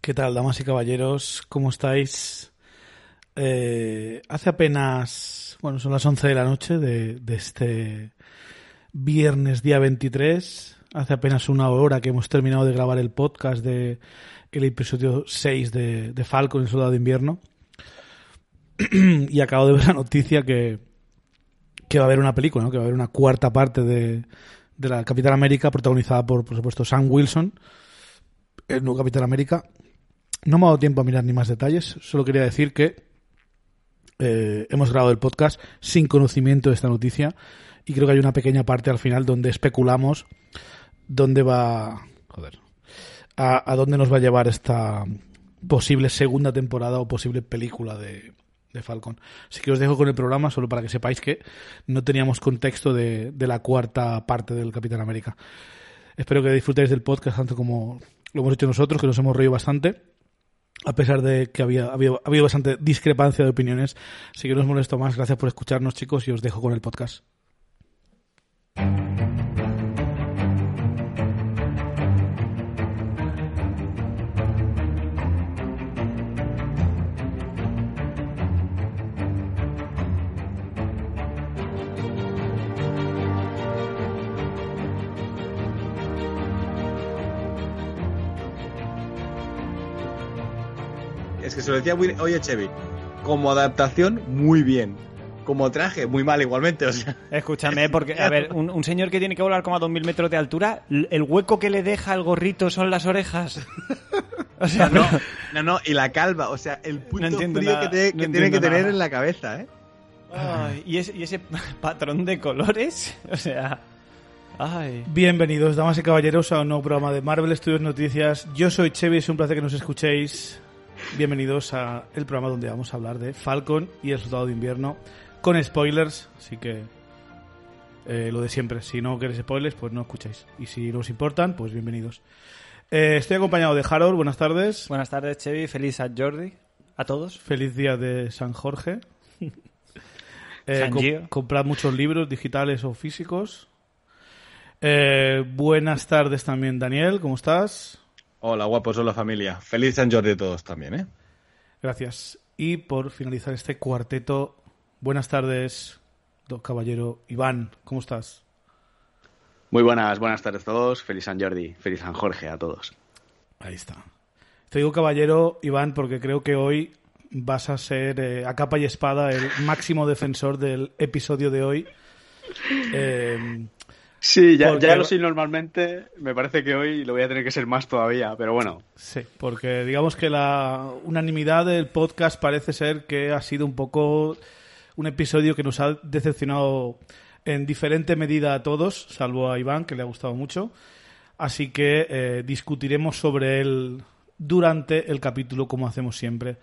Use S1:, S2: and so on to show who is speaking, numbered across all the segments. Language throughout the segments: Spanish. S1: ¿Qué tal, damas y caballeros? ¿Cómo estáis? Eh, hace apenas, bueno, son las 11 de la noche de, de este viernes día 23. Hace apenas una hora que hemos terminado de grabar el podcast de el episodio 6 de, de Falcon, el soldado de invierno. y acabo de ver la noticia que, que va a haber una película, ¿no? que va a haber una cuarta parte de, de la Capitán América, protagonizada por, por supuesto, Sam Wilson, el nuevo Capitán América. No me ha dado tiempo a mirar ni más detalles, solo quería decir que eh, hemos grabado el podcast sin conocimiento de esta noticia y creo que hay una pequeña parte al final donde especulamos dónde va... Joder. A, a dónde nos va a llevar esta posible segunda temporada o posible película de, de Falcon. Así que os dejo con el programa solo para que sepáis que no teníamos contexto de, de la cuarta parte del Capitán América. Espero que disfrutéis del podcast tanto como lo hemos hecho nosotros, que nos hemos reído bastante, a pesar de que había, había, había bastante discrepancia de opiniones. Así que no os molesto más. Gracias por escucharnos, chicos, y os dejo con el podcast.
S2: Es que se lo decía muy- hoy a Chevy. Como adaptación, muy bien. Como traje, muy mal igualmente. O sea,
S3: Escúchame, porque, a ver, un, un señor que tiene que volar como a 2.000 metros de altura, l- el hueco que le deja el gorrito son las orejas. O sea,
S2: no,
S3: pero-
S2: no, no, y la calva. O sea, el puto
S3: entiendo
S2: frío
S3: nada,
S2: que, te-
S3: no
S2: que tiene que
S3: entiendo
S2: tener
S3: nada.
S2: en la cabeza, ¿eh?
S3: Ay, ¿y, ese, y ese patrón de colores, o sea... Ay.
S1: Bienvenidos, damas y caballeros, a un nuevo programa de Marvel Studios Noticias. Yo soy Chevy, es un placer que nos escuchéis. Bienvenidos a el programa donde vamos a hablar de Falcon y el soldado de invierno con spoilers, así que eh, lo de siempre. Si no queréis spoilers, pues no escucháis. Y si no os importan, pues bienvenidos. Eh, estoy acompañado de Harold, buenas tardes.
S3: Buenas tardes, Chevy. Feliz a Jordi. A todos.
S1: Feliz día de San Jorge. Eh,
S3: San
S1: com-
S3: Gio.
S1: comprad muchos libros digitales o físicos. Eh, buenas tardes también, Daniel. ¿Cómo estás?
S2: Hola, guapos, hola familia. Feliz San Jordi a todos también, ¿eh?
S1: Gracias. Y por finalizar este cuarteto, buenas tardes, do- caballero Iván. ¿Cómo estás?
S4: Muy buenas, buenas tardes a todos. Feliz San Jordi, feliz San Jorge a todos.
S1: Ahí está. Te digo caballero Iván porque creo que hoy vas a ser eh, a capa y espada el máximo defensor del episodio de hoy. Eh,
S4: Sí,
S1: ya-
S4: ya,
S1: Porque- ya lo
S4: lo
S1: soy
S4: soy normalmente. Me parece que hoy lo voy a tener que ser más todavía, pero bueno.
S1: Sí, porque digamos que la unanimidad del podcast parece ser que ha sido un poco un episodio que nos ha decepcionado en diferente medida a todos, salvo a Iván, que le ha gustado mucho. Así que eh, discutiremos sobre él durante el capítulo, como hacemos siempre.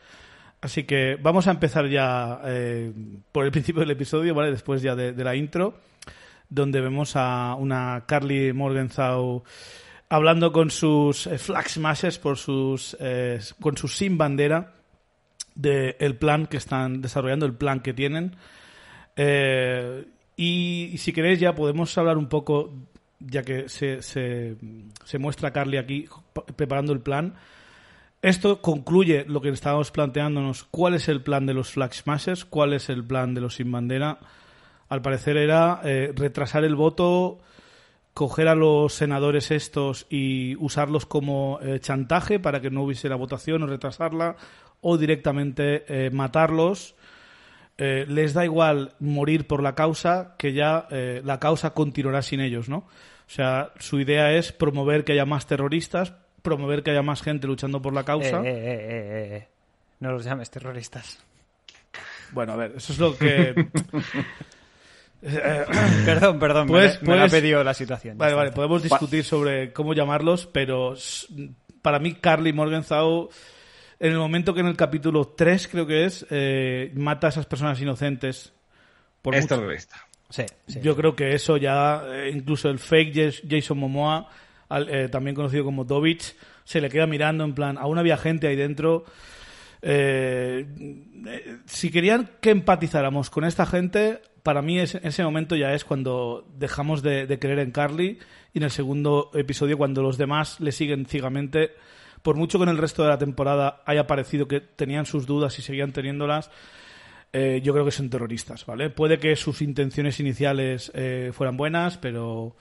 S1: Así que vamos a empezar ya eh, por el principio del episodio, ¿vale? Después ya de, de la intro, donde vemos a una Carly Morgenthau hablando con sus eh, flag smashes, por sus, eh, con sus sin bandera, del plan que están desarrollando, el plan que tienen. Eh, y, y si queréis ya podemos hablar un poco, ya que se, se, se muestra Carly aquí pa- preparando el plan. Esto concluye lo que estábamos planteándonos, cuál es el plan de los flag smashes, cuál es el plan de los sin bandera. Al parecer era eh, retrasar el voto, coger a los senadores estos y usarlos como eh, chantaje para que no hubiese la votación o retrasarla, o directamente eh, matarlos. Eh, les da igual morir por la causa, que ya eh, la causa continuará sin ellos, ¿no? O sea, su idea es promover que haya más terroristas, promover que haya más gente luchando por la causa.
S3: Eh, eh, eh, eh, eh. No los llames terroristas.
S1: Bueno, a ver, eso es lo que Eh,
S3: Perdón, perdón.
S1: Pues-
S3: me, lo- me lo ha
S1: pues-
S3: pedido la situación.
S1: Vale,
S3: Ya
S1: vale, pues-
S3: está.
S1: podemos discutir sobre cómo llamarlos, pero s- para mí Carly Morgenthau, en el momento que en el capítulo 3 creo que es, eh, mata a esas personas inocentes. Por
S2: es
S1: mucho-
S2: terrorista.
S3: Sí, sí.
S1: Yo creo que eso ya, eh, incluso el fake Jas- Jason Momoa, al- eh, también conocido como Dovich, se le queda mirando en plan, aún había gente ahí dentro. Eh, eh, si querían que empatizáramos con esta gente, para mí es- ese momento ya es cuando dejamos de, de creer en Carly y en el segundo episodio cuando los demás le siguen ciegamente por mucho que en el resto de la temporada haya parecido que tenían sus dudas y seguían teniéndolas, eh, yo creo que son terroristas, ¿vale? Puede que sus intenciones iniciales eh, fueran buenas, pero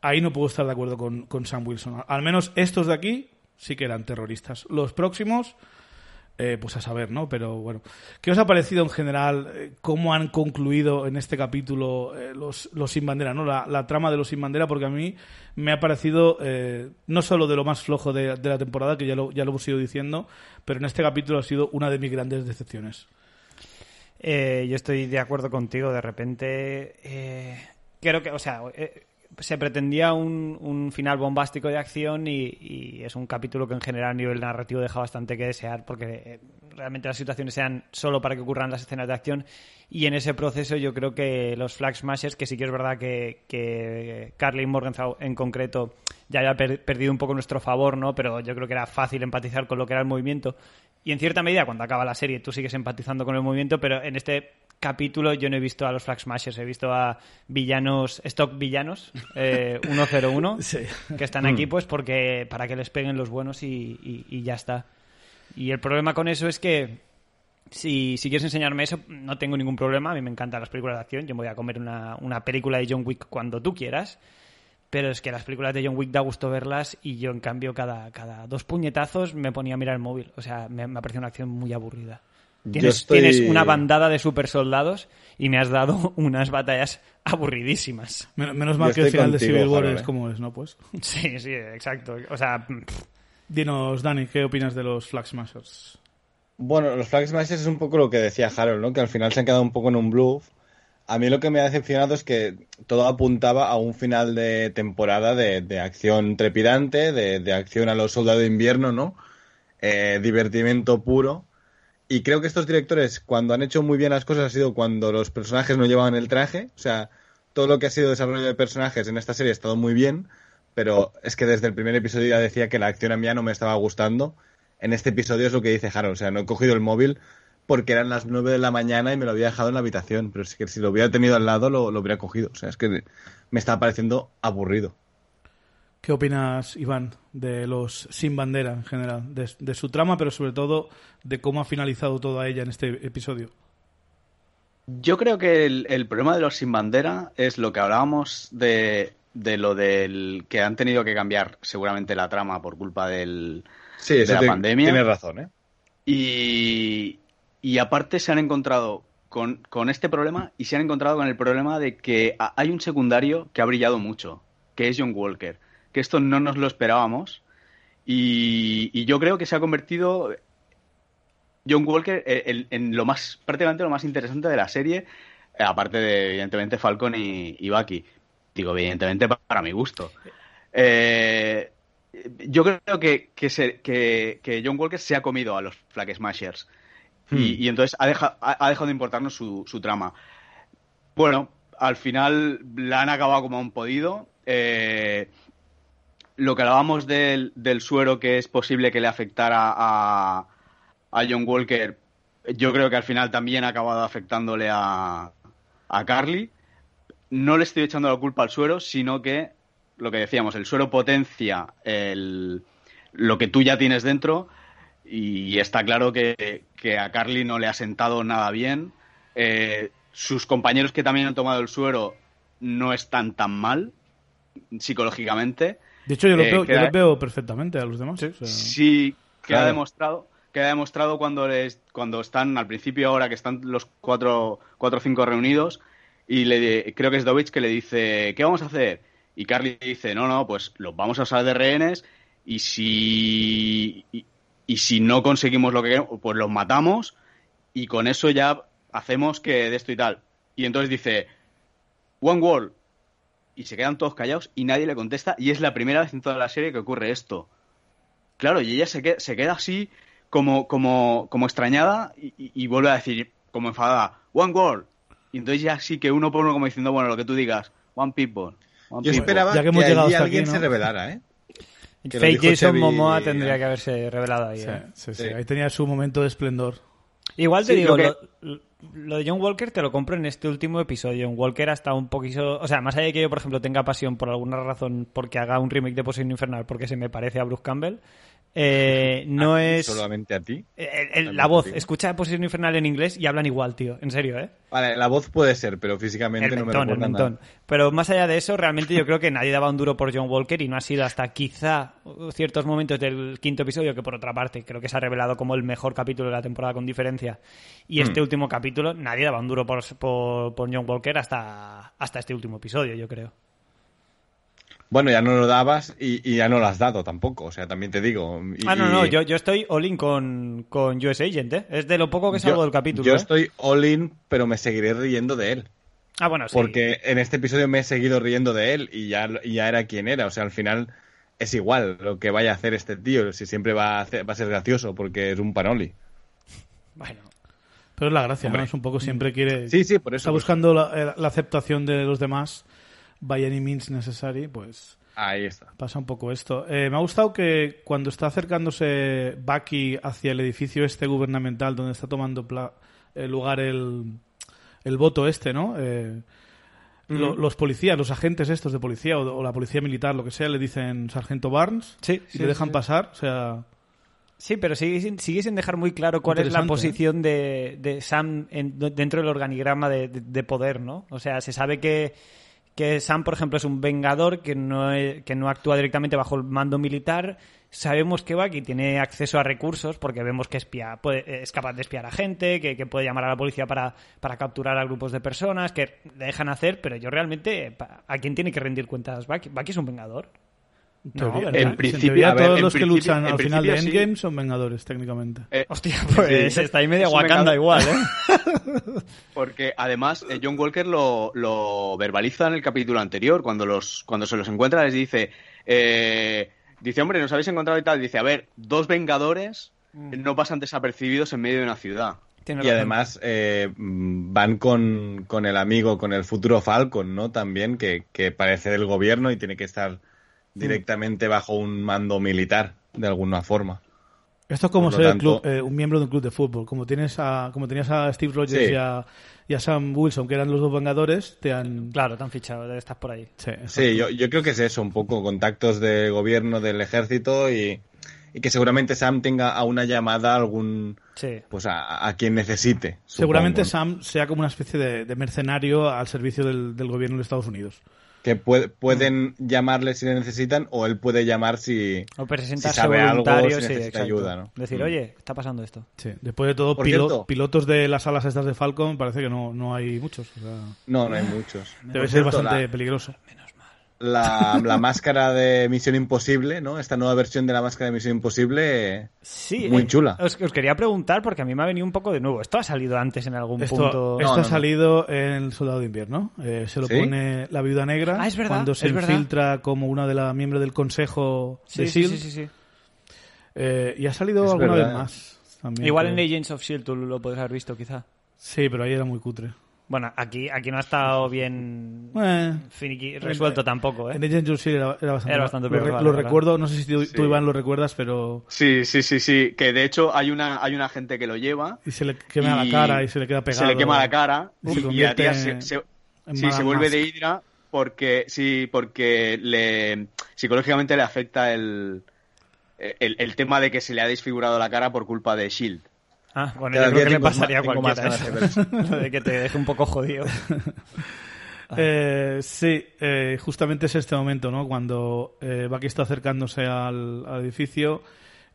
S1: ahí no puedo estar de acuerdo con, con Sam Wilson. Al menos estos de aquí sí que eran terroristas. Los próximos, eh, pues a saber, ¿no? Pero bueno, ¿qué os ha parecido en general eh, cómo han concluido en este capítulo eh, los, los sin bandera, ¿no? La, la trama de los sin bandera, porque a mí me ha parecido eh, no solo de lo más flojo de, de la temporada, que ya lo, ya lo hemos ido diciendo, pero en este capítulo ha sido una de mis grandes decepciones.
S3: Eh, yo estoy de acuerdo contigo. De repente, eh, creo que, o sea, eh, se pretendía un, un final bombástico de acción y, y es un capítulo que en general a nivel narrativo deja bastante que desear porque eh, realmente las situaciones sean solo para que ocurran las escenas de acción y en ese proceso yo creo que los flag smashers, que sí que es verdad que, que Carly Morgenthau en concreto ya había per- perdido un poco nuestro favor, ¿no? Pero yo creo que era fácil empatizar con lo que era el movimiento y en cierta medida, cuando acaba la serie, tú sigues empatizando con el movimiento, pero en este capítulo yo no he visto a los Flag Smashers, he visto a villanos, stock villanos, eh, 101, que están aquí pues porque para que les peguen los buenos y, y- y ya está. Y el problema con eso es que si, si quieres enseñarme eso, no tengo ningún problema, a mí me encantan las películas de acción, yo me voy a comer una, una película de John Wick cuando tú quieras, pero es que las películas de John Wick da gusto verlas y yo, en cambio, cada, cada dos puñetazos me ponía a mirar el móvil. O sea, me, me ha parecido una acción muy aburrida.
S2: Yo
S3: Tienes,
S2: estoy-
S3: tienes una bandada de super soldados y me has dado unas batallas aburridísimas.
S1: Men- Menos mal
S2: Yo
S1: que el
S2: estoy
S1: final de
S2: contigo,
S1: Civil War
S2: Javier,
S1: es
S2: eh.
S1: como es, ¿no? Pues.
S3: Sí, sí, exacto. O sea, pff,
S1: Dinos, Dani, ¿qué opinas de los Flag Smashers?
S2: Bueno, los Flag Smashers es un poco lo que decía Harold, ¿no? Que al final se han quedado un poco en un bluff. A mí lo que me ha decepcionado es que todo apuntaba a un final de temporada de, de acción trepidante, de, de acción a los soldados de invierno, ¿no? Eh, divertimento puro. Y creo que estos directores, cuando han hecho muy bien las cosas, ha sido cuando los personajes no llevaban el traje. O sea, todo lo que ha sido desarrollo de personajes en esta serie ha estado muy bien, pero es que desde el primer episodio ya decía que la acción a mí ya no me estaba gustando. En este episodio es lo que dice Harold, o sea, no he cogido el móvil porque eran las 9 de la mañana y me lo había dejado en la habitación, pero es que si lo hubiera tenido al lado lo, lo hubiera cogido. O sea, es que me está pareciendo aburrido.
S1: ¿Qué opinas, Iván, de los Sin Bandera en general? De, de su trama, pero sobre todo de cómo ha finalizado toda ella en este episodio.
S4: Yo creo que el, el problema de los sin bandera es lo que hablábamos de, de lo del que han tenido que cambiar seguramente la trama por culpa del...
S2: Sí, eso
S4: la
S2: te-
S4: pandemia.
S2: tienes razón, ¿eh?
S4: Y, y aparte se han encontrado con, con este problema y se han encontrado con el problema de que ha- hay un secundario que ha brillado mucho, que es John Walker, que esto no nos lo esperábamos y, y yo creo que se ha convertido John Walker eh, el- en lo más prácticamente lo más interesante de la serie, eh, aparte de evidentemente Falcon y, y Bucky. Digo, evidentemente pa- para mi gusto. Eh, yo creo que, que, se- que- que John Walker se ha comido a los Flag Smashers. Y, y entonces ha, deja- ha- ha dejado de importarnos su, su trama. Bueno, al final la han acabado como han podido. Eh, lo que hablábamos del, del suero que es posible que le afectara a, a John Walker, yo creo que al final también ha acabado afectándole a, a Carly. No le estoy echando la culpa al suero, sino que lo que decíamos, el suero potencia el, lo que tú ya tienes dentro y está claro que, que a Carly no le ha sentado nada bien. Eh, sus compañeros que también han tomado el suero no están tan mal psicológicamente.
S1: De hecho, yo, los
S4: Eh,
S1: veo, yo
S4: queda-
S1: los veo perfectamente a los demás. o sea,
S4: Sí, queda
S2: Claro.
S4: demostrado, queda demostrado cuando les, cuando están al principio ahora que están los cuatro, cuatro o cinco reunidos y le creo que es Dovich que le dice ¿qué vamos a hacer? Y Carly dice no no pues los vamos a usar de rehenes y si y, y si no conseguimos lo que queremos pues los matamos y con eso ya hacemos que de esto y tal. Y entonces dice One World y se quedan todos callados y nadie le contesta y es la primera vez en toda la serie que ocurre esto. Claro, y ella se, que- se queda así como, como, como extrañada y, y- y vuelve a decir, como enfadada, One World. Y entonces ya sí que uno por uno como diciendo, bueno, lo que tú digas, One People. one
S2: Yo
S4: people".
S2: esperaba
S1: ya que
S2: que,
S1: hemos
S2: allí
S1: llegado hasta aquí,
S2: alguien
S1: ¿no?
S2: se revelara, ¿eh? Que lo
S3: Fake
S2: dijo
S3: Jason
S2: Chevy-
S3: Momoa tendría que haberse revelado ahí.
S1: sí,
S3: ¿eh?
S1: sí, sí.
S2: Sí.
S1: Ahí tenía su momento de esplendor.
S3: Igual te
S4: Sí,
S3: digo,
S4: lo
S3: lo,
S4: que-
S3: lo de John Walker te lo compro en este último episodio. John Walker hasta un poquito... O sea, más allá de que yo, por ejemplo, tenga pasión por alguna razón porque haga un remake de Posición Infernal porque se me parece a Bruce Campbell, Eh, no
S2: ¿A ti?
S3: es...
S2: Ah, ¿Solamente a ti?
S3: Eh, el-
S2: También
S3: la
S2: te
S3: voz.
S2: digo.
S3: Escucha Posición Infernal en inglés y hablan igual, tío. En serio, ¿eh?
S2: Vale, la voz puede ser, pero físicamente no
S3: El
S2: me
S3: mentón, el
S2: recuerda
S3: mentón.
S2: nada.
S3: Pero más allá de eso, realmente yo creo que nadie daba un duro por John Walker y no ha sido hasta quizá ciertos momentos del quinto episodio, que por otra parte creo que se ha revelado como el mejor capítulo de la temporada con diferencia. Y
S2: Mm.
S3: este último capítulo, nadie daba un duro por, por, por John Walker hasta, hasta este último episodio, yo creo.
S2: Bueno, ya no lo dabas y, y ya no lo has dado tampoco, o sea, también te digo. y-
S3: Ah, no, no,
S2: y-
S3: yo, yo estoy all in con, con US Agent, ¿eh? Es de lo poco que salgo
S2: yo-
S3: del capítulo.
S2: Yo
S3: ¿eh?
S2: estoy all in, pero me seguiré riendo de él.
S3: Ah, bueno, sí.
S2: Porque en este episodio me he seguido riendo de él y ya, y ya era quien era. O sea, al final es igual lo que vaya a hacer este tío. Si siempre va a, hacer- va a ser gracioso porque es un panoli.
S3: Bueno,
S1: Pero es la gracia, ¿no? Es un poco siempre quiere.
S2: Mm. Sí, sí, por eso.
S1: Está buscando la, la aceptación de los demás, by any means necessary, pues
S2: Ahí está.
S1: pasa un poco esto. Eh, me ha gustado que cuando está acercándose Bucky hacia el edificio este gubernamental donde está tomando pla- eh, lugar el, el voto este, ¿no? Eh, lo- los policías, los agentes estos de policía o, o la policía militar, lo que sea, le dicen sargento Barnes
S3: sí,
S1: y
S3: sí,
S1: le dejan
S3: sí.
S1: pasar. O sea,
S3: Sí, pero sigue, sin- sigue sin dejar muy claro cuál es la
S4: ¿eh?
S1: Interesante,
S3: posición de, de Sam en- dentro del organigrama de, de- de poder, ¿no? O sea, se sabe que, que Sam, por ejemplo, es un vengador que no, e- que no actúa directamente bajo el mando militar. Sabemos que Bucky tiene acceso a recursos porque vemos que espía, puede- es capaz de espiar a gente, que, que puede llamar a la policía para, para capturar a grupos de personas, que le dejan hacer, pero yo realmente, pa- ¿a quién tiene que rendir cuentas Bucky? Bucky es un vengador.
S1: en
S3: No,
S1: teoría-
S3: ¿verdad?
S1: en
S4: En principio,
S1: teoría
S4: a ver,
S1: todos
S4: en
S1: los que
S4: principio-
S1: luchan
S4: en
S1: al final de
S4: principio sí.
S1: Endgame son vengadores, técnicamente.
S4: Eh,
S3: Hostia, pues
S4: Sí.
S3: está ahí media
S4: Es un
S3: Wakanda
S4: vengador.
S3: igual, ¿eh?
S4: Porque además eh, John Walker lo, lo verbaliza en el capítulo anterior, cuando, los, cuando se los encuentra les dice, eh, dice, hombre, nos habéis encontrado y tal, dice, a ver, dos vengadores
S1: Mm.
S4: no pasan desapercibidos en medio de una ciudad.
S3: Tiene
S2: Y
S3: razón.
S2: además eh, mm, van con, con el amigo, con el futuro Falcon, ¿no? También, que, que parece del gobierno y tiene que estar directamente bajo un mando militar, de alguna forma.
S1: Esto es como
S2: Por lo
S1: ser el
S2: tanto-
S1: club, eh, un miembro de un club de fútbol. Como tienes a, como tenías a Steve Rogers
S2: Sí.
S1: y, a, y a Sam Wilson, que eran los dos vengadores, te han.
S3: Claro, te han fichado, estás por ahí.
S1: Sí, exacto.
S2: Sí, yo, yo creo que es eso, un poco contactos de gobierno, del ejército y, y que seguramente Sam tenga a una llamada a algún,
S3: Sí.
S2: pues a, a quien necesite.
S1: Seguramente
S2: supongo,
S1: Sam sea como una especie de, de mercenario al servicio del, del gobierno de Estados Unidos.
S2: ¿no? Que
S1: Mm.
S2: pue- pueden llamarle si le necesitan o él puede llamar si...
S3: O presentarse
S2: Si sabe algo,
S3: voluntario,
S2: si
S3: sí,
S2: necesita
S3: exacto.
S2: ayuda, ¿no?
S3: Decir,
S2: Mm.
S3: oye, está pasando esto.
S1: Sí. Después de todo,
S2: Por
S1: pilo-
S2: cierto.
S1: pilotos de las alas estas de Falcon parece que no, no hay muchos. o sea,
S2: No, no hay muchos.
S1: Mm. debe
S2: Por
S1: ser
S2: cierto,
S1: bastante
S2: la-
S1: peligroso.
S2: la, la máscara de Misión Imposible, ¿no? Esta nueva versión de la máscara de Misión Imposible. eh,
S3: Sí.
S2: Muy
S3: eh,
S2: chula.
S3: Os, os quería preguntar, porque a mí me ha venido un poco de nuevo. Esto ha salido antes en algún
S1: Esto,
S3: punto.
S1: esto
S2: No, no,
S1: ha
S2: no.
S1: salido en El Soldado de Invierno. Eh, se lo
S2: ¿Sí?
S1: pone la Viuda Negra
S3: Ah, es verdad,
S1: cuando se
S3: es verdad.
S1: infiltra como una de las miembros del Consejo
S3: Sí,
S1: de
S3: sí,
S1: SEAL.
S3: sí, sí, sí.
S1: Eh, y ha salido
S2: Es
S1: alguna
S2: verdad.
S1: vez más. también,
S3: Igual
S1: creo.
S3: en Agents of Shield tú lo podrás haber visto, quizá.
S1: Sí, pero ahí era muy cutre.
S3: Bueno, aquí, aquí no ha estado bien
S1: Eh,
S3: finiqui- resuelto
S1: en-
S3: tampoco, ¿eh?
S1: En Agents of Shield era, era bastante,
S3: Era bastante
S1: Lo,
S3: peor,
S1: re-
S3: vale,
S1: lo
S3: vale.
S1: recuerdo, no sé si tú, tú,
S4: Sí.
S1: Iván, lo recuerdas, pero.
S4: Sí, sí, sí, sí, que de hecho hay una, hay una gente que lo lleva.
S1: Y se le quema
S4: y
S1: la cara y se le queda pegado.
S4: Se le quema la cara
S1: Y se
S4: y, y la
S1: convierte
S4: tía se, se-
S1: en
S4: sí,
S1: Madame
S4: se vuelve
S1: Mask.
S4: de Hydra porque sí, porque le psicológicamente le afecta el, el, el tema de que se le ha desfigurado la cara por culpa de Shield.
S3: Ah, bueno,
S2: Cada
S3: yo
S2: día
S3: creo que le
S2: tengo
S3: pasaría a
S2: más- tengo
S3: cualquiera
S2: más ganas
S3: eso. Lo de que te deje un poco jodido.
S1: Eh, sí, eh, justamente es este momento, ¿no? Cuando eh, Bucky está acercándose al, al edificio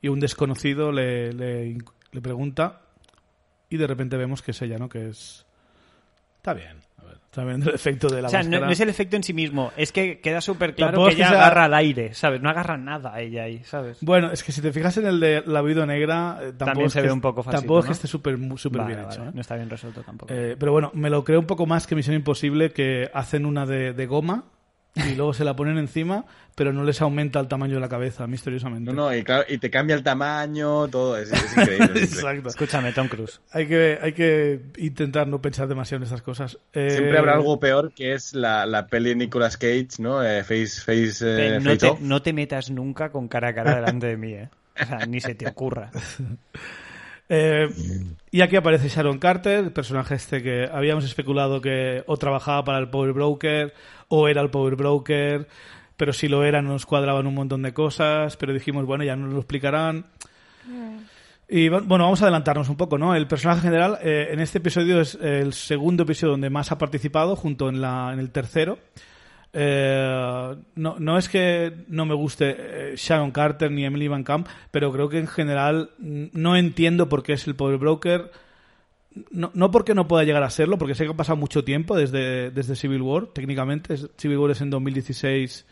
S1: y un desconocido le, le, le pregunta y de repente vemos que es ella, ¿no? Que es... Está bien. A ver, está bien el efecto de la
S3: o sea, no,
S1: máscara.
S3: no es el efecto en sí mismo. Es que queda súper claro
S1: Tampoco
S3: que
S1: es que
S3: ella
S1: sea-
S3: agarra al aire, ¿sabes? No agarra nada a ella ahí, ¿sabes?
S1: Bueno, es que si te fijas en el de la viuda negra, eh, tampoco
S3: También
S1: es
S3: se
S1: que
S3: ve
S1: es-
S3: un poco falsito,
S1: Tampoco es que
S3: ¿no?
S1: esté súper mu- súper
S3: Vale,
S1: bien
S3: vale,
S1: hecho. ¿eh?
S3: No está bien resuelto tampoco.
S1: Eh, pero bueno, me lo creo un poco más que Misión Imposible, que hacen una de, de goma y luego se la ponen encima, pero no les aumenta el tamaño de la cabeza, misteriosamente.
S2: No, no, y claro, y te cambia el tamaño, todo, es, es increíble. es increíble.
S1: Exacto.
S3: Escúchame, Tom Cruise.
S1: Hay que, hay que intentar no pensar demasiado en estas cosas. Eh,
S2: Siempre habrá algo peor que es la, la peli de Nicolas Cage, ¿no? Eh, face, face, eh,
S3: no,
S2: Face
S3: te,
S2: Off.
S3: no te metas nunca con cara a cara delante de mí, ¿eh? O sea, ni se te ocurra.
S1: eh, y aquí aparece Sharon Carter, el personaje este que habíamos especulado que o trabajaba para el Power Broker o era el Power Broker. pero si lo era, no nos cuadraban un montón de cosas, pero dijimos, bueno, ya nos lo explicarán. Y va- bueno, vamos a adelantarnos un poco, ¿no? El personaje general eh, en este episodio es el segundo episodio donde más ha participado, junto en, la, en el tercero. Eh, no, no es que no me guste eh, Sharon Carter ni Emily Van Camp, pero creo que en general mm, no entiendo por qué es el pobre broker. No, no porque no pueda llegar a serlo, porque sé que ha pasado mucho tiempo desde, desde Civil War, técnicamente. Es- Civil War es en 2016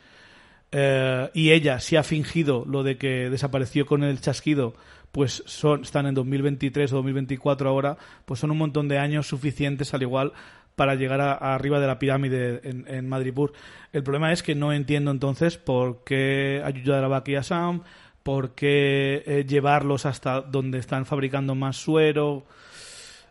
S1: eh, y ella sí ha fingido lo de que desapareció con el chasquido, pues son, están en 2023 o 2024 ahora, pues son un montón de años suficientes al igual para llegar a, a arriba de la pirámide en, en Madripur. El problema es que no entiendo entonces por qué ayudar a Baki y a Sam, por qué eh, llevarlos hasta donde están fabricando más suero.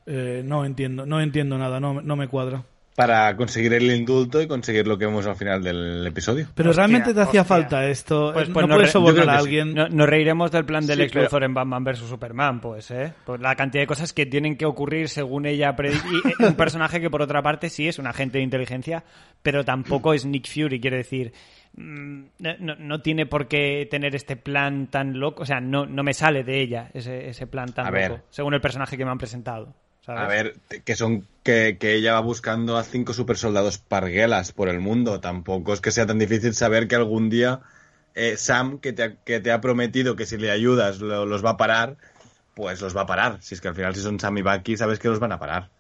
S1: Eh, no entiendo, no entiendo nada, no, no me cuadra.
S2: Para conseguir el indulto y conseguir lo que vemos al final del episodio.
S1: Pero
S3: Hostia,
S1: realmente te hacía
S3: hostia.
S1: falta esto.
S3: Pues-
S1: Eh,
S3: pues
S1: no,
S3: no
S1: puedes
S3: re- yo
S1: sobornar
S2: creo
S1: a
S2: que sí.
S1: alguien.
S3: No- nos reiremos del plan del
S4: Sí,
S3: ex
S4: pero-
S3: Luthor en Batman vs Superman, pues, ¿eh? Pues la cantidad de cosas que tienen que ocurrir según ella. predi- y, eh, un personaje que, por otra parte, sí es un agente de inteligencia, pero tampoco es Nick Fury, quiero decir. mm, No, no- no tiene por qué tener este plan tan loco. O sea, no, no me sale de ella ese, ese plan tan
S2: A ver.
S3: loco, según el personaje que me han presentado. ¿sabes?
S2: A ver, te- que son que, que ella va buscando a cinco supersoldados parguelas por el mundo. Tampoco es que sea tan difícil saber que algún día eh, Sam, que te, ha, que te ha prometido que si le ayudas lo- los va a parar, pues los va a parar. Si es que al final si son Sam y Bucky, sabes que los van a parar.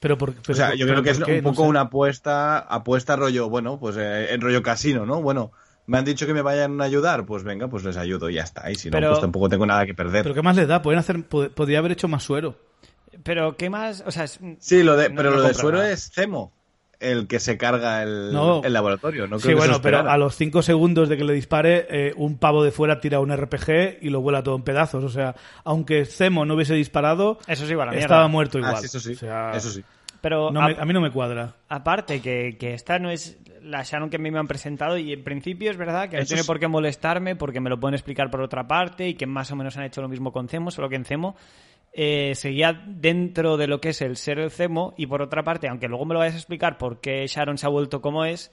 S1: Pero por,
S2: O sea,
S1: pero- pero
S2: yo creo que es
S1: ¿por qué?
S2: un
S1: No
S2: poco
S1: sé.
S2: una apuesta, apuesta rollo, bueno, pues eh, en rollo casino, ¿no? Bueno, me han dicho que me vayan a ayudar, pues venga, pues les ayudo y ya está. Y si
S3: Pero-
S2: no, pues tampoco tengo nada que perder.
S1: Pero ¿qué más les da? Pueden hacer, pod- podría haber hecho más suero.
S3: Pero, ¿qué más? O sea, es-
S2: Sí, lo de,
S3: no-
S2: pero
S3: no
S2: lo de
S3: compro
S2: suero
S3: nada.
S2: es Cemo, el que se carga el,
S1: No.
S2: el laboratorio. No creo
S1: sí,
S2: que se
S1: bueno, pero
S2: esperara.
S1: a los 5 segundos de que le dispare, eh, un pavo de fuera tira un RPG y lo vuela todo en pedazos. O sea, aunque Zemo no hubiese disparado,
S3: Eso sí, va a la mierda. Ah,
S1: estaba muerto
S2: Ah,
S1: igual.
S2: sí, eso sí.
S1: O sea,
S2: eso sí.
S3: Pero
S1: no
S3: a-
S1: me- a mí no me cuadra.
S3: Aparte, que, que esta no es la Sharon que a mí me han presentado y en principio es verdad que no
S2: Eso
S3: tiene
S2: es-
S3: por qué molestarme porque me lo pueden explicar por otra parte y que más o menos han hecho lo mismo con Cemo, solo que en Cemo eh, seguía dentro de lo que es el ser el Cemo y por otra parte, aunque luego me lo vayas a explicar por qué Sharon se ha vuelto como es,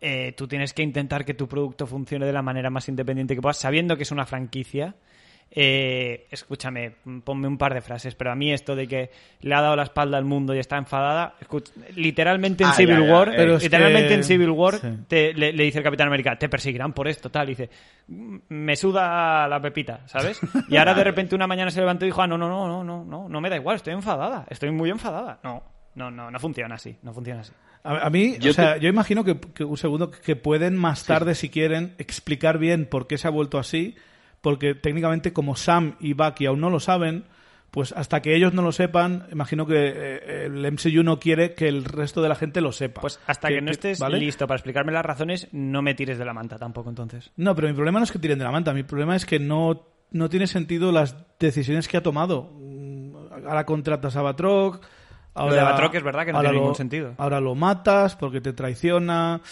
S3: eh, tú tienes que intentar que tu producto funcione de la manera más independiente que puedas, sabiendo que es una franquicia. Eh, escúchame, mm, ponme un par de frases, pero a mí esto de que le ha dado la espalda al mundo y está enfadada, escuch- literalmente en
S2: Ah, ya,
S3: Civil
S2: ya,
S3: War,
S2: eh.
S1: Pero es
S3: literalmente
S1: que-
S3: en Civil War
S1: sí.
S3: te- le, le dice el Capitán América, te perseguirán por esto, tal, y dice, "Mm, me suda la pepita, ¿sabes? Y ahora de repente una mañana se levantó y dijo, ah, no, no, no, no, no, no, no me da igual, estoy enfadada, estoy muy enfadada. No, no, no, no funciona así, no funciona así.
S1: A, a mí,
S4: Yo
S1: o sea, yo imagino que, que un segundo que pueden más tarde, si quieren, explicar bien por qué se ha vuelto así, porque técnicamente como Sam y Bucky aún no lo saben, pues hasta que ellos no lo sepan, imagino que eh, el MCU no quiere que el resto de la gente lo sepa.
S3: Pues hasta que, no estés
S1: ¿vale?
S3: listo para explicarme las razones, no me tires de la manta tampoco entonces.
S1: No, pero mi problema no es que tiren de la manta, mi problema es que no, no tiene sentido las decisiones que ha tomado. Mm, Ahora contratas a Batroc. Ahora,
S3: de Batroc es verdad que no
S1: ahora
S3: tiene
S1: lo-
S3: ningún sentido.
S1: Ahora lo matas porque te traiciona.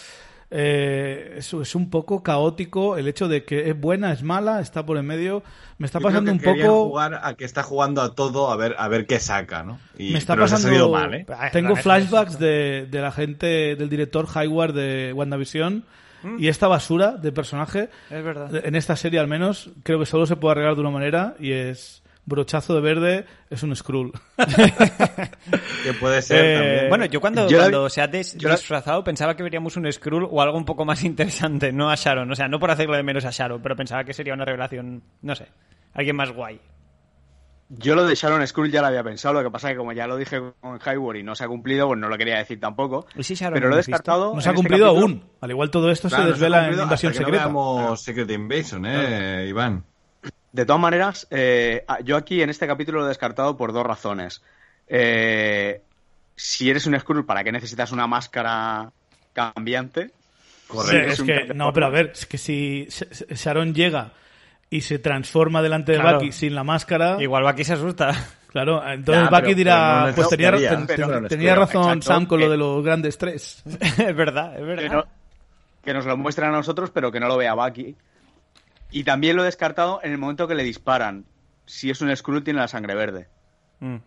S1: Eh, es, es un poco caótico el hecho de que es buena, es mala, está por en medio. Me está
S2: Yo creo
S1: pasando
S2: que
S1: un
S2: querían
S1: poco.
S2: jugar a que está jugando a todo a ver a ver qué saca, ¿no? Y,
S1: Me está
S2: pero les ha
S1: pasando.
S2: salido mal, ¿eh?
S3: Ah,
S1: Tengo
S3: claro,
S1: flashbacks de, de la gente, del director Hayward de WandaVision.
S3: Mm.
S1: Y esta basura de personaje.
S3: Es verdad.
S1: En esta serie, al menos, creo que solo se puede arreglar de una manera y es brochazo de verde, es un Skrull.
S2: Que puede ser
S1: Eh,
S2: también.
S3: Bueno, yo cuando,
S4: yo la-
S3: cuando se ha des-
S4: yo la-
S3: disfrazado pensaba que veríamos un Skrull o algo un poco más interesante, no a Sharon. O sea, no por hacerlo de menos a Sharon, pero pensaba que sería una revelación, no sé, alguien más guay.
S4: Yo lo de Sharon Skull ya lo había pensado, lo que pasa es que como ya lo dije con Highward y no se ha cumplido, pues no lo quería decir tampoco.
S3: ¿Y si Sharon
S4: pero lo he
S3: Mephisto?
S4: descartado.
S1: No se
S4: en
S1: ha
S4: este
S1: cumplido
S4: capítulo.
S1: aún. Al igual todo esto
S2: Claro,
S1: se
S2: no ha
S1: desvela en
S2: cumplido
S1: Invasión
S2: hasta que
S1: Secreta.
S2: No veamos Secret Invasion, ¿eh, Iván?
S4: De todas maneras, eh, ah, yo aquí en este capítulo lo he descartado por dos razones. Eh, si eres un Skrull, ¿para qué necesitas una máscara cambiante?
S1: Sí,
S4: Correcto.
S1: es
S4: Es un
S1: que,
S4: cambio.
S1: no, pero a ver, es que si Sh- Sh- Sharon llega y se transforma delante de
S3: Claro.
S1: Bucky sin la máscara,
S3: Igual aquí se asusta.
S1: claro, entonces
S2: Ya,
S1: Bucky
S2: pero-
S1: dirá,
S2: pero no
S1: pues tenía,
S2: necesitaría,
S1: ten-
S2: pero
S1: ten-
S2: no
S1: tenía
S2: necesitaría,
S1: razón
S4: exacto,
S1: Sam con lo
S4: que-
S1: de los grandes tres.
S3: es verdad, es verdad.
S4: que, no- que nos lo muestran a nosotros, pero que no lo vea Bucky. Y también lo he descartado en el momento que le disparan. Si es un Skrull, tiene la sangre verde.
S3: Mm,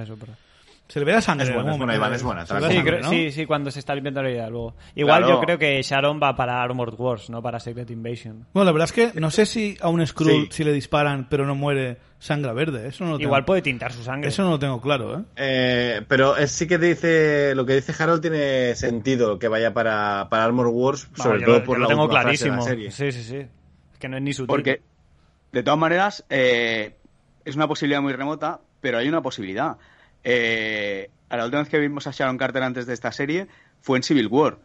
S3: eso es verdad.
S1: Se le ve la sangre.
S5: Es
S1: en
S5: buena,
S1: algún
S5: es buena,
S1: momento.
S5: Iván, es buena,
S1: Se le ve
S5: tranquila.
S1: la
S3: Sí,
S1: sangre,
S3: creo-
S1: ¿no?
S3: sí, sí, cuando se está limpiando la herida luego. Igual
S4: Claro.
S3: yo creo que Sharon va para Armored Wars, no para Secret Invasion.
S1: Bueno, la verdad es que no sé si a un Skrull
S2: Sí.
S1: si le disparan pero no muere sangra verde. Eso no lo tengo,
S3: Igual puede tintar su sangre.
S1: eso no lo tengo claro, ¿eh?
S2: Eh, pero es- sí que dice lo que dice Harold tiene sentido que vaya para, para Armor Wars,
S3: Vamos,
S2: sobre
S3: yo
S2: todo
S3: lo-
S2: por
S3: yo
S2: la
S3: lo tengo
S2: última frase de
S3: clarísimo.
S2: la serie.
S3: Sí, sí, sí. Es que no es ni sutil.
S4: Porque, de todas maneras, eh, es una posibilidad muy remota, pero hay una posibilidad. Eh, a la última vez que vimos a Sharon Carter antes de esta serie fue en Civil War.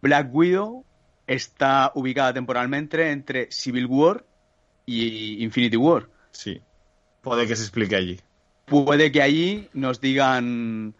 S4: Black Widow está ubicada temporalmente entre Civil War y Infinity War.
S2: Sí. Puede que se explique allí.
S4: Puede que allí nos digan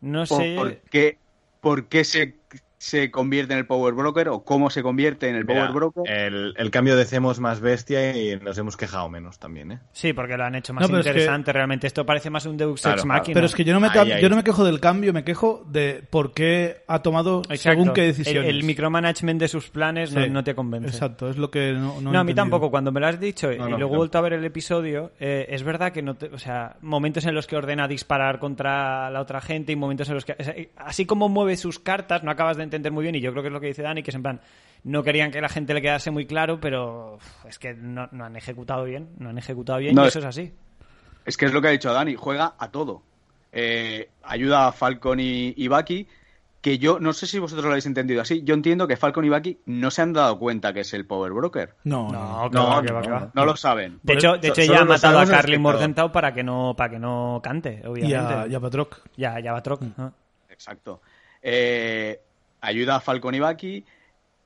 S3: no
S4: por,
S3: sé.
S4: por qué, por qué se, se convierte en el Power Broker o cómo se convierte en el Power
S2: Mira, eh,
S4: Broker.
S2: el, el cambio de Cemos más bestia y nos hemos quejado menos también, ¿eh?
S3: Sí, porque lo han hecho
S1: No,
S3: más
S1: pero es que-
S3: interesante realmente. Esto parece más un Deus
S2: Claro,
S3: Ex
S2: claro.
S3: Machina.
S1: Pero es que yo no, me
S2: Ahí,
S1: cam-
S2: ahí.
S1: yo no me quejo del cambio, me quejo de por qué ha tomado
S3: Exacto.
S1: según qué
S3: El-
S1: decisiones.
S3: El, micromanagement de sus planes no,
S1: Sí.
S3: no te convence.
S1: Exacto, es lo que no. No,
S3: No,
S1: he
S3: a mí
S1: entendido.
S3: tampoco. Cuando me lo has dicho
S2: No, no,
S3: y
S2: a mí
S3: luego he vuelto a ver el episodio, eh, es verdad que no te- O sea, momentos en los que ordena disparar contra la otra gente y momentos en los que. o sea, así como mueve sus cartas, no acabas de entender muy bien. Y yo creo que es lo que dice Dani, que es en plan. No querían que la gente le quedase muy claro, pero uf, es que no, no han ejecutado bien. No han ejecutado bien
S4: No,
S3: y
S4: es-
S3: eso es así.
S4: Es que es lo que ha dicho Dani, juega a todo. Eh, ayuda a Falcon y, y Bucky, que yo no sé si vosotros lo habéis entendido así. Yo entiendo que Falcon y Bucky no se han dado cuenta que es el Power Broker.
S1: No, no.
S3: No, que
S2: no,
S3: va, que va,
S2: no,
S3: que va.
S4: No lo saben.
S3: De hecho, de
S2: so-
S3: hecho
S2: solo
S3: ella ha
S2: lo
S3: matado a
S2: sabemos
S3: Carly
S2: respetado.
S3: Morgenthau para que no para que no cante,
S1: Y a,
S3: obviamente.
S1: y a Patroc.
S3: ya, ya va Troc. ¿no?
S4: Exacto. Eh, ayuda a Falcon y Bucky.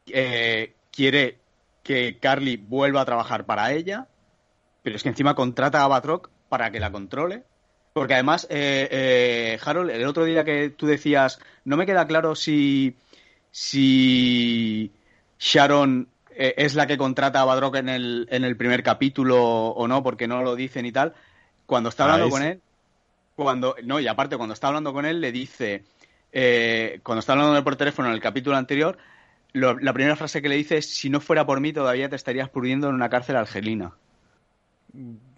S4: eh, quiere que Carly vuelva a trabajar para ella. Pero es que encima contrata a Batroc para que la controle. Porque además, eh, eh, Harold, el otro día que tú decías, no me queda claro si, si Sharon eh, es la que contrata a Batroc en el, en el primer capítulo o no, porque no lo dicen y tal. Cuando está
S2: Ah,
S4: hablando
S2: es-
S4: con él, cuando no y aparte cuando está hablando con él le dice eh, cuando está hablando por teléfono en el capítulo anterior lo- la primera frase que le dice es si no fuera por mí todavía te estarías pudriendo en una cárcel argelina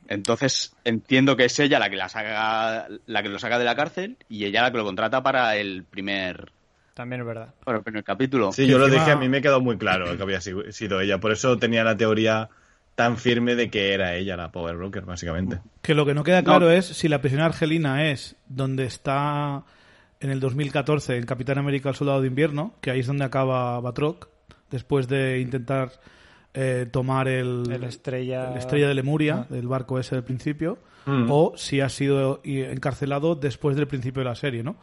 S4: entonces entiendo que es ella la que la saca la que lo saca de la cárcel y ella la que lo contrata para el primer
S3: También es verdad.
S4: para el primer capítulo
S2: Sí, yo lo
S1: encima-
S2: dije, a mí me quedó muy claro que había sido sido ella. Por eso tenía la teoría tan firme de que era ella la Power Broker, básicamente.
S1: Que lo que no queda claro
S4: No.
S1: es si la prisión argelina es donde está en el 2014 en Capitán América el Soldado de Invierno, que ahí es donde acaba Batroc, después de intentar eh, tomar el,
S3: El estrella-
S1: el estrella de Lemuria,
S3: Ah.
S1: el barco ese del principio,
S2: Mm.
S1: o si ha sido i- encarcelado después del principio de la serie, ¿no?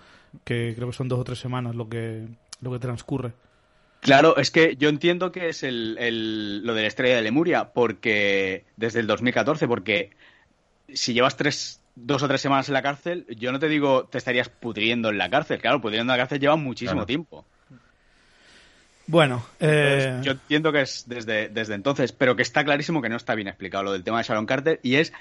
S1: Que creo que son dos o tres semanas lo que, lo que transcurre.
S4: Claro, es que yo entiendo que es el, el- lo de la estrella de Lemuria, porque desde el 2014, porque si llevas tres, dos o tres semanas en la cárcel, yo no te digo te estarías pudriendo en la cárcel. Claro, pudriendo en la cárcel lleva muchísimo
S2: Claro.
S4: tiempo.
S1: Bueno,
S4: Entonces,
S1: eh,
S4: Pues Yo entiendo que es desde, desde entonces, pero que está clarísimo que no está bien explicado lo del tema de Sharon Carter y es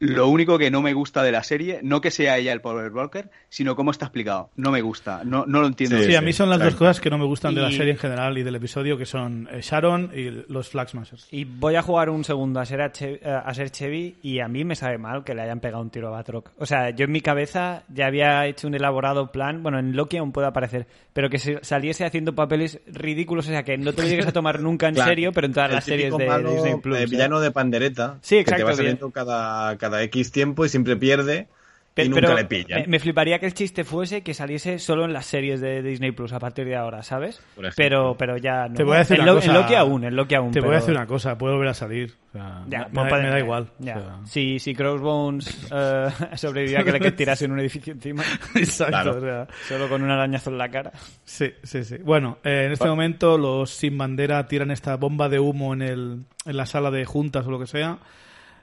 S4: lo único que no me gusta de la serie, no que sea ella el Power Broker, sino cómo está explicado. No me gusta, no, no lo entiendo.
S1: sí,
S2: sí,
S1: a mí son las
S2: claro.
S1: dos cosas que no me gustan de la
S3: Y-
S1: serie en general y del episodio, que son eh, Sharon y los Flag Smashers.
S3: Y voy a jugar un segundo a ser, a Che- eh, a ser Chevy y a mí me sabe mal que le hayan pegado un tiro a Batroc. O sea, yo en mi cabeza ya había hecho un elaborado plan, bueno, en Loki aún puede aparecer, pero que se saliese haciendo papeles ridículos, o sea, que no te lo llegues a tomar nunca en
S2: Claro.
S3: serio, pero en todas
S2: El
S3: las series
S2: típico
S3: de
S2: malo,
S3: Disney Plus.
S2: eh,
S3: ¿eh?
S2: villano de pandereta.
S3: Sí,
S2: Que te
S3: exacto,
S2: va
S3: bien.
S2: saliendo cada, cada X tiempo y siempre pierde
S3: Pe-
S2: y nunca le pillan.
S3: Me, me fliparía que el chiste fuese que saliese solo en las series de Disney Plus a partir de ahora, ¿sabes?
S2: Por ejemplo.
S3: Pero, pero ya no.
S1: Te voy a decir
S3: en
S1: una
S3: Lo-
S1: cosa.
S3: en Loki aún, en Loki aún.
S1: Te voy a
S3: pero-
S1: decir una cosa, puedo volver a salir. O sea,
S3: Ya,
S1: me-
S3: no
S1: me,
S3: puede-
S1: me da igual.
S3: ya.
S1: o sea.
S3: Si, si Crossbones eh, sobrevivió a que le que tirasen un edificio encima,
S1: Exacto.
S2: Claro.
S1: o sea,
S3: solo con un arañazo en la cara.
S1: sí, sí, sí. Bueno, eh, en este momento los sin bandera tiran esta bomba de humo en, el, en la sala de juntas o lo que sea.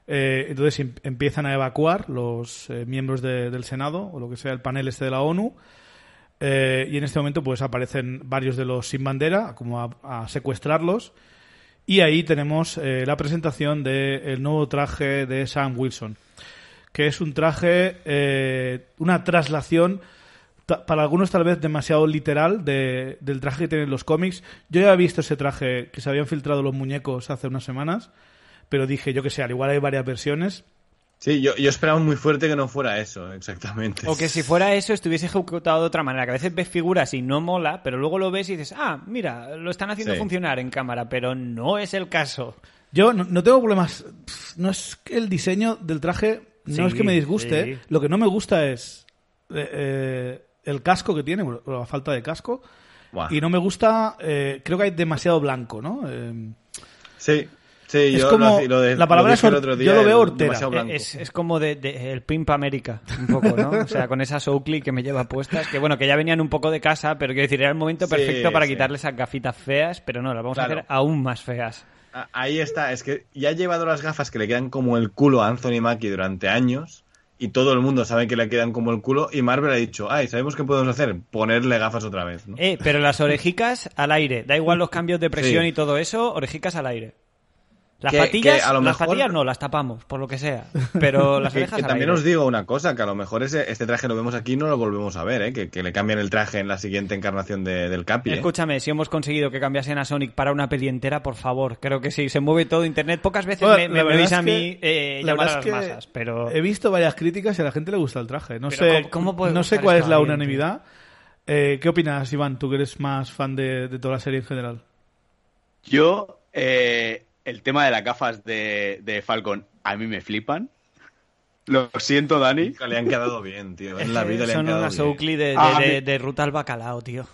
S1: Eh, entonces em- empiezan a evacuar los eh, miembros de- del Senado o lo que sea el panel este de la ONU. Eh, y en este momento pues aparecen varios de los sin bandera como a, a secuestrarlos. Y ahí tenemos eh, la presentación del nuevo traje de Sam Wilson, que es un traje, eh, una traslación ta- para algunos tal vez demasiado literal de- del traje que tienen los cómics. Yo ya he visto ese traje que se habían filtrado los muñecos hace unas semanas, pero dije yo que sé, al igual hay varias versiones.
S2: Sí, yo, yo esperaba muy fuerte que no fuera eso, exactamente.
S3: O que si fuera eso estuviese ejecutado de otra manera, que a veces ves figuras y no mola, pero luego lo ves y dices, ah, mira, lo están haciendo
S2: Sí.
S3: funcionar en cámara, pero no es el caso.
S1: Yo no, no tengo problemas. Pff, No es que el diseño del traje no
S3: Sí,
S1: es que me disguste.
S3: sí.
S1: ¿eh? Lo que no me gusta es eh, eh, el casco que tiene, o la falta de casco.
S2: Buah.
S1: Y no me gusta. eh, creo que hay demasiado blanco, ¿no? Eh,
S2: Sí, sí,
S1: Es
S2: yo
S1: como-
S2: lo, hací- lo de-
S1: la palabra
S2: lo dije
S1: es or-
S2: el otro día,
S1: yo lo veo
S2: el
S1: hortera.
S2: demasiado blanco.
S3: eh, Es, es como de, de- el Pimp América, un poco, ¿no? O sea, con esas Oakley que me lleva puestas, que bueno, que ya venían un poco de casa, pero quiero decir, era el momento
S2: Sí,
S3: perfecto para
S2: sí.
S3: quitarle esas gafitas feas, pero no, las vamos a
S2: Claro.
S3: hacer aún más feas.
S2: A- Ahí está, es que ya ha llevado las gafas que le quedan como el culo a Anthony Mackie durante años y todo el mundo sabe que le quedan como el culo y Marvel ha dicho, ay, ¿sabemos qué podemos hacer? Ponerle gafas otra vez, ¿no?
S3: Eh, pero las orejicas al aire, da igual los cambios de presión
S2: Sí.
S3: y todo eso, orejicas al aire. Las
S2: Que-
S3: patillas,
S2: que a lo
S3: las
S2: mejor-
S3: patillas no, las tapamos, por lo que sea, pero las
S2: Que,
S3: orejas
S2: que
S3: al
S2: también
S3: aire.
S2: os digo una cosa, que a lo mejor ese, este traje lo vemos aquí y no lo volvemos a ver, ¿eh? que, que le cambian el traje en la siguiente encarnación de- del Capi. ¿eh?
S3: Escúchame, si hemos conseguido que cambiasen a Sonic para una peli entera, por favor, creo que sí, se mueve todo internet. Pocas veces
S1: bueno,
S3: me,
S1: la
S3: me, me
S1: verdad
S3: veis
S1: es que-
S3: a mí eh,
S1: la verdad
S3: llamar a
S1: es
S3: las
S1: que
S3: masas, pero...
S1: He visto varias críticas y a la gente le gusta el traje. No
S3: Pero
S1: sé,
S3: ¿cómo- cómo puede
S1: no sé
S3: gustar
S1: cuál
S3: esto
S1: es
S3: a
S1: la
S3: alguien,
S1: unanimidad. Eh, ¿Qué opinas, Iván? Tú que eres más fan de, de toda la serie en general.
S4: Yo, eh, el tema de las gafas de, de Falcon, a mí me flipan. Lo siento, Dani.
S2: Nunca eh. le han quedado bien, tío. En la
S3: Es que
S2: vida le han
S3: son
S2: quedado
S3: unas
S2: bien.
S3: Oakley de, de-
S4: Ah,
S3: de-
S4: mi-
S3: de ruta al bacalao, tío.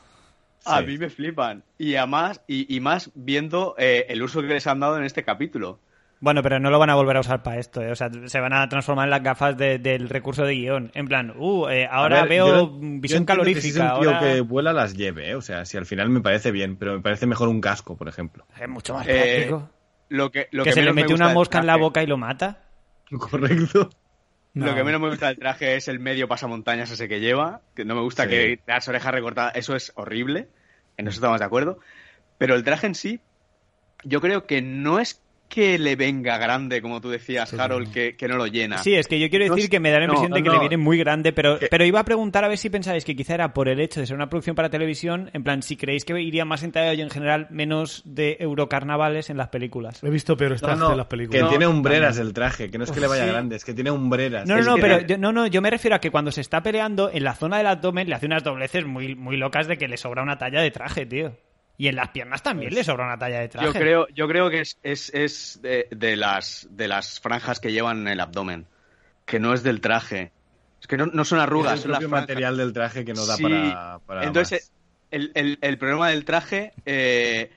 S4: A
S2: Sí.
S4: mí me flipan. Y además, y, y más viendo eh, el uso que les han dado en este capítulo.
S3: Bueno, pero no lo van a volver a usar para esto, ¿eh? o sea, se van a transformar en las gafas de- del recurso de guión. En plan, uh, eh, ahora
S2: A ver,
S3: veo
S2: yo-
S3: mm,
S2: yo
S3: visión
S2: entiendo que si es
S3: calorífica.
S2: un tío
S3: ahora-
S2: que vuela las lleve, ¿eh? O sea, si al final me parece bien, pero me parece mejor un casco, por ejemplo.
S3: Es mucho más
S4: Eh,
S3: práctico.
S4: Lo que, lo
S3: que, se le
S4: menos me
S3: mete
S4: gusta
S3: una
S4: del
S3: mosca en la
S4: traje-
S3: boca y lo mata.
S2: Correcto.
S1: No.
S4: Lo que menos me gusta del traje es el medio pasamontañas ese que lleva. Que no me gusta
S2: Sí.
S4: que las orejas recortadas. Eso es horrible. En eso estamos de acuerdo. Pero el traje en sí, yo creo que no es que le venga grande, como tú decías, Harold, que, que no lo llena.
S3: Sí, es que yo quiero
S4: No
S3: decir
S4: es-
S3: que me da la
S4: no,
S3: impresión de
S4: no,
S3: que
S4: no.
S3: le viene muy grande, pero,
S2: Que-
S3: pero iba a preguntar a ver si pensáis que quizá era por el hecho de ser una producción para televisión, en plan, si creéis que iría más entero y en general menos de eurocarnavales en las películas.
S1: He visto peores trajes
S2: No,
S1: en las películas.
S2: Que
S1: No.
S2: tiene hombreras el traje, que no es que le vaya
S3: Sí.
S2: grande, es que tiene hombreras.
S3: No, no,
S2: Es
S3: no,
S2: que-
S3: pero yo, no, no, yo me refiero a que cuando se está peleando, en la zona del abdomen le hace unas dobleces muy, muy locas de que le sobra una talla de traje, tío. Y en las piernas también le sobra una talla de traje.
S4: Yo creo, yo creo que es, es, es de, de las, de las franjas que llevan en el abdomen, que no es del traje. Es que no, no son
S2: es
S4: arrugas,
S2: el
S4: son las
S2: propio
S4: franjas.
S2: material del traje que no da
S4: Sí,
S2: para, para
S4: Entonces, el, el- el problema del traje, eh,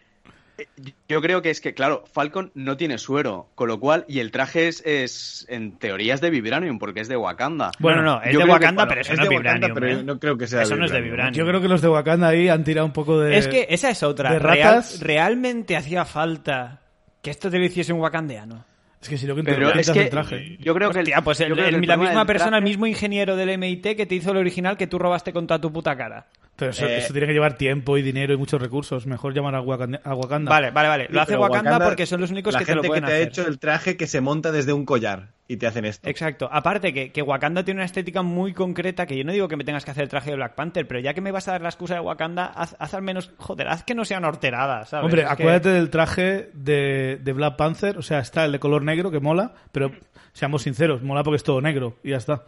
S4: eh, yo creo que es que, claro, Falcon no tiene suero, con lo cual, y el traje es, es en teoría, es de Vibranium, porque es de Wakanda.
S3: Bueno, no, es
S4: Yo
S3: de
S4: creo que
S3: Wakanda,
S4: cuando-
S3: pero eso
S2: es
S3: no es
S2: de Wakanda,
S3: Vibranium.
S2: pero
S3: ¿eh?
S2: no creo que sea de
S3: Eso no es de
S2: Vibranium, ¿no?
S3: Vibranium.
S1: Yo creo que los de Wakanda ahí han tirado un poco de.
S3: Es que esa es otra.
S1: de
S3: Real-
S1: ratas.
S3: realmente hacía falta que esto te lo hiciese un wakandeano.
S1: Es que si no, que
S4: Pero es
S1: interpretas
S4: que
S1: el traje.
S4: yo creo que el-
S3: Hostia, pues el-
S4: yo creo que
S3: el-
S4: el
S3: la
S4: problema
S3: misma
S4: del
S3: persona, el
S4: traje-
S3: mismo ingeniero del MIT que te hizo el original que tú robaste con toda tu puta cara.
S1: Pero eso,
S2: Eh,
S1: eso tiene que llevar tiempo y dinero y muchos recursos. Mejor llamar a Wakanda. a Wakanda.
S3: Vale, vale, vale.
S2: Sí,
S3: Lo hace
S2: pero
S3: Wakanda, porque son los únicos
S2: la
S3: que te lo
S2: gente
S3: pueden
S2: que te
S3: hacer.
S2: ha hecho el traje que se monta desde un collar y te hacen esto.
S3: Exacto. Aparte que, que Wakanda tiene una estética muy concreta que yo no digo que me tengas que hacer el traje de Black Panther, pero ya que me vas a dar la excusa de Wakanda, haz, haz al menos, joder, haz que no sean horteradas, ¿sabes?
S1: Hombre,
S3: Es que-
S1: acuérdate del traje de, de Black Panther. O sea, está el de color negro que mola, pero seamos sinceros, mola porque es todo negro y ya está.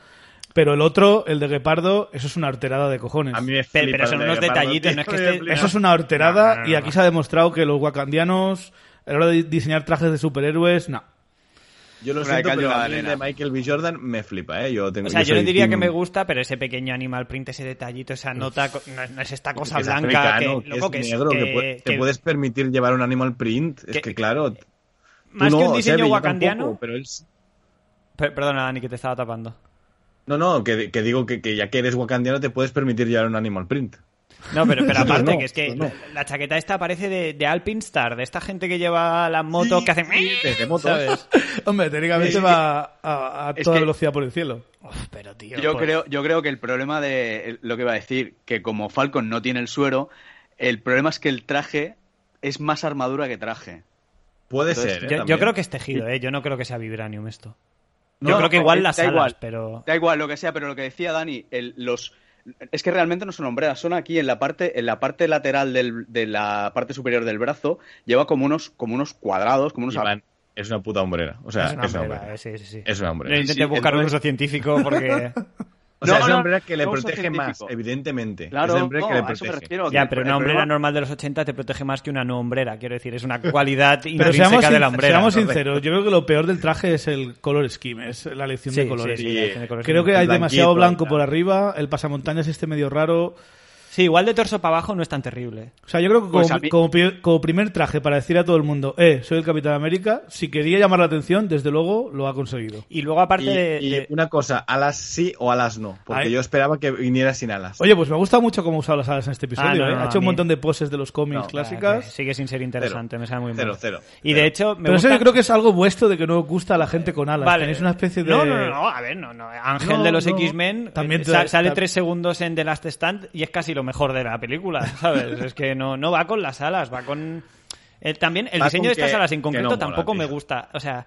S1: Pero el otro, el de Guepardo, eso es una arterada de cojones.
S2: A mí me
S3: pero
S2: flipa
S3: son
S2: el de
S3: unos
S2: Guepardo,
S3: detallitos,
S2: tío,
S3: no es que
S2: me
S3: esté-
S2: flipa.
S1: Eso es una horterada
S3: No, no, no,
S1: y aquí
S3: no.
S1: se ha demostrado que los wakandianos, a la hora de diseñar trajes de superhéroes, no.
S2: Yo lo
S4: Una de
S2: siento,
S4: cal y
S2: pero
S4: una
S2: a
S4: de
S2: mí el
S4: arena.
S2: de Michael B. Jordan me flipa, ¿eh? Yo tengo,
S3: O sea, yo
S2: soy
S3: le diría que
S2: team-
S3: me gusta, pero ese pequeño animal print, ese detallito, esa nota, co- no, es- no es esta cosa
S2: que es
S3: blanca que,
S2: africano, que
S3: loco, que
S2: es
S3: es-
S2: negro, que,
S3: que-
S2: puede- te
S3: que-
S2: puedes permitir llevar un animal print.
S3: que- eh,
S2: es que, claro. tú
S3: más
S2: no,
S3: que un diseño
S2: Sebi, yo
S3: wakandiano.
S2: tampoco, pero él sí.
S3: Per- perdona, Dani, que te estaba tapando.
S2: No, no, que, que digo que, que ya que eres wakandiano te puedes permitir llevar un animal print.
S3: No, pero, pero
S2: Nosotros
S3: aparte,
S2: no,
S3: que es que
S2: nosotros
S3: la chaqueta esta parece de, de Alpinstar, de esta gente que lleva las motos que hacen.
S2: Sí, de- de motos.
S3: ¿sabes?
S1: Hombre, técnicamente
S4: Es que-
S1: va a, a
S4: es
S1: toda
S4: que-
S1: velocidad por el cielo.
S3: Uf, pero tío.
S4: Yo
S3: pues-
S4: creo, yo creo que el problema de lo que iba a decir, que como Falcon no tiene el suero, el problema es que el traje es más armadura que traje.
S2: Puede
S4: Entonces,
S2: ser. ¿eh?
S3: Yo, yo
S2: También.
S3: creo que es tejido, ¿eh? Yo no creo que sea vibranium esto.
S4: No,
S3: yo creo que
S4: no,
S3: igual
S4: da
S3: las alas,
S4: igual.
S3: pero...
S4: Da igual lo que sea, pero lo que decía Dani, el- los es que realmente no son hombreras, son aquí en la parte en la parte lateral del- de la parte superior del brazo, lleva como unos como unos cuadrados, como unos
S2: Y van, es una puta hombrera. O sea,
S3: es una hombrera,
S2: hombrera.
S3: eh, sí, sí, sí.
S2: Es una hombrera.
S3: No intenté
S4: Sí,
S3: buscar un
S4: entonces-
S3: uso científico porque...
S2: O sea,
S4: No,
S2: es
S4: no,
S2: una hombrera
S4: no,
S2: que le
S4: no uso
S2: protege más,
S4: científico.
S2: evidentemente. es
S4: Claro,
S2: una hombrera
S4: no,
S2: que le
S4: a eso me
S2: protege.
S4: refiero.
S3: ya,
S4: que
S3: pero
S4: el
S3: una hombrera
S4: problema-
S3: normal de los 80 te protege más que una no hombrera, quiero decir, es una cualidad
S1: Pero seamos,
S3: intrínseca de la
S1: sin-
S3: hombrera.
S1: seamos
S3: ¿no?
S1: sinceros, yo creo que lo peor del traje es el color scheme, es la elección
S3: Sí,
S1: de colores.
S3: sí, sí,
S2: Sí,
S3: la acción de colores.
S1: Creo que hay
S2: Blanquito
S1: demasiado
S2: y
S1: blanco
S2: tal.
S1: por arriba, el pasamontañas este medio raro.
S3: Sí, igual de torso para abajo no es tan terrible.
S1: O sea, yo creo que como,
S4: Pues a mí-
S1: como pri- como primer traje para decir a todo el mundo, eh, soy el Capitán América, si quería llamar la atención, desde luego lo ha conseguido.
S3: Y luego aparte
S2: Y,
S3: de-
S2: y
S3: de-
S2: una cosa, alas sí o alas no. Porque
S1: Ay.
S2: yo esperaba que viniera sin alas.
S1: Oye, pues me ha gustado mucho cómo ha usado las alas en este episodio.
S3: Ah, no,
S1: ¿eh?
S3: no,
S1: ha
S3: no,
S1: hecho
S3: a
S1: un
S3: mí-
S1: montón de poses de los cómics
S2: No,
S1: clásicas.
S3: Ah, que Sigue sin ser interesante, me sale muy
S2: Cero,
S3: mal.
S2: cero,
S3: Y de
S2: cero.
S3: hecho, me
S1: Pero
S3: gusta...
S1: eso yo creo que es algo vuestro de que no gusta a la gente con alas.
S3: Vale.
S1: Tenéis una especie de...
S3: No, no, no, no, a ver, no, no. Ángel
S1: No,
S3: de los
S1: no.
S3: X-Men eh,
S1: También te-
S3: sa- sale
S1: ta-
S3: tres segundos en The Last Stand y es casi lo mejor de la película, ¿sabes? es que no, no va con las alas, va con... eh, también el
S2: Va
S3: diseño
S2: con
S3: de estas
S2: que-
S3: alas en
S2: que no
S3: concreto
S2: mola,
S3: tampoco
S2: tío.
S3: me gusta. O sea,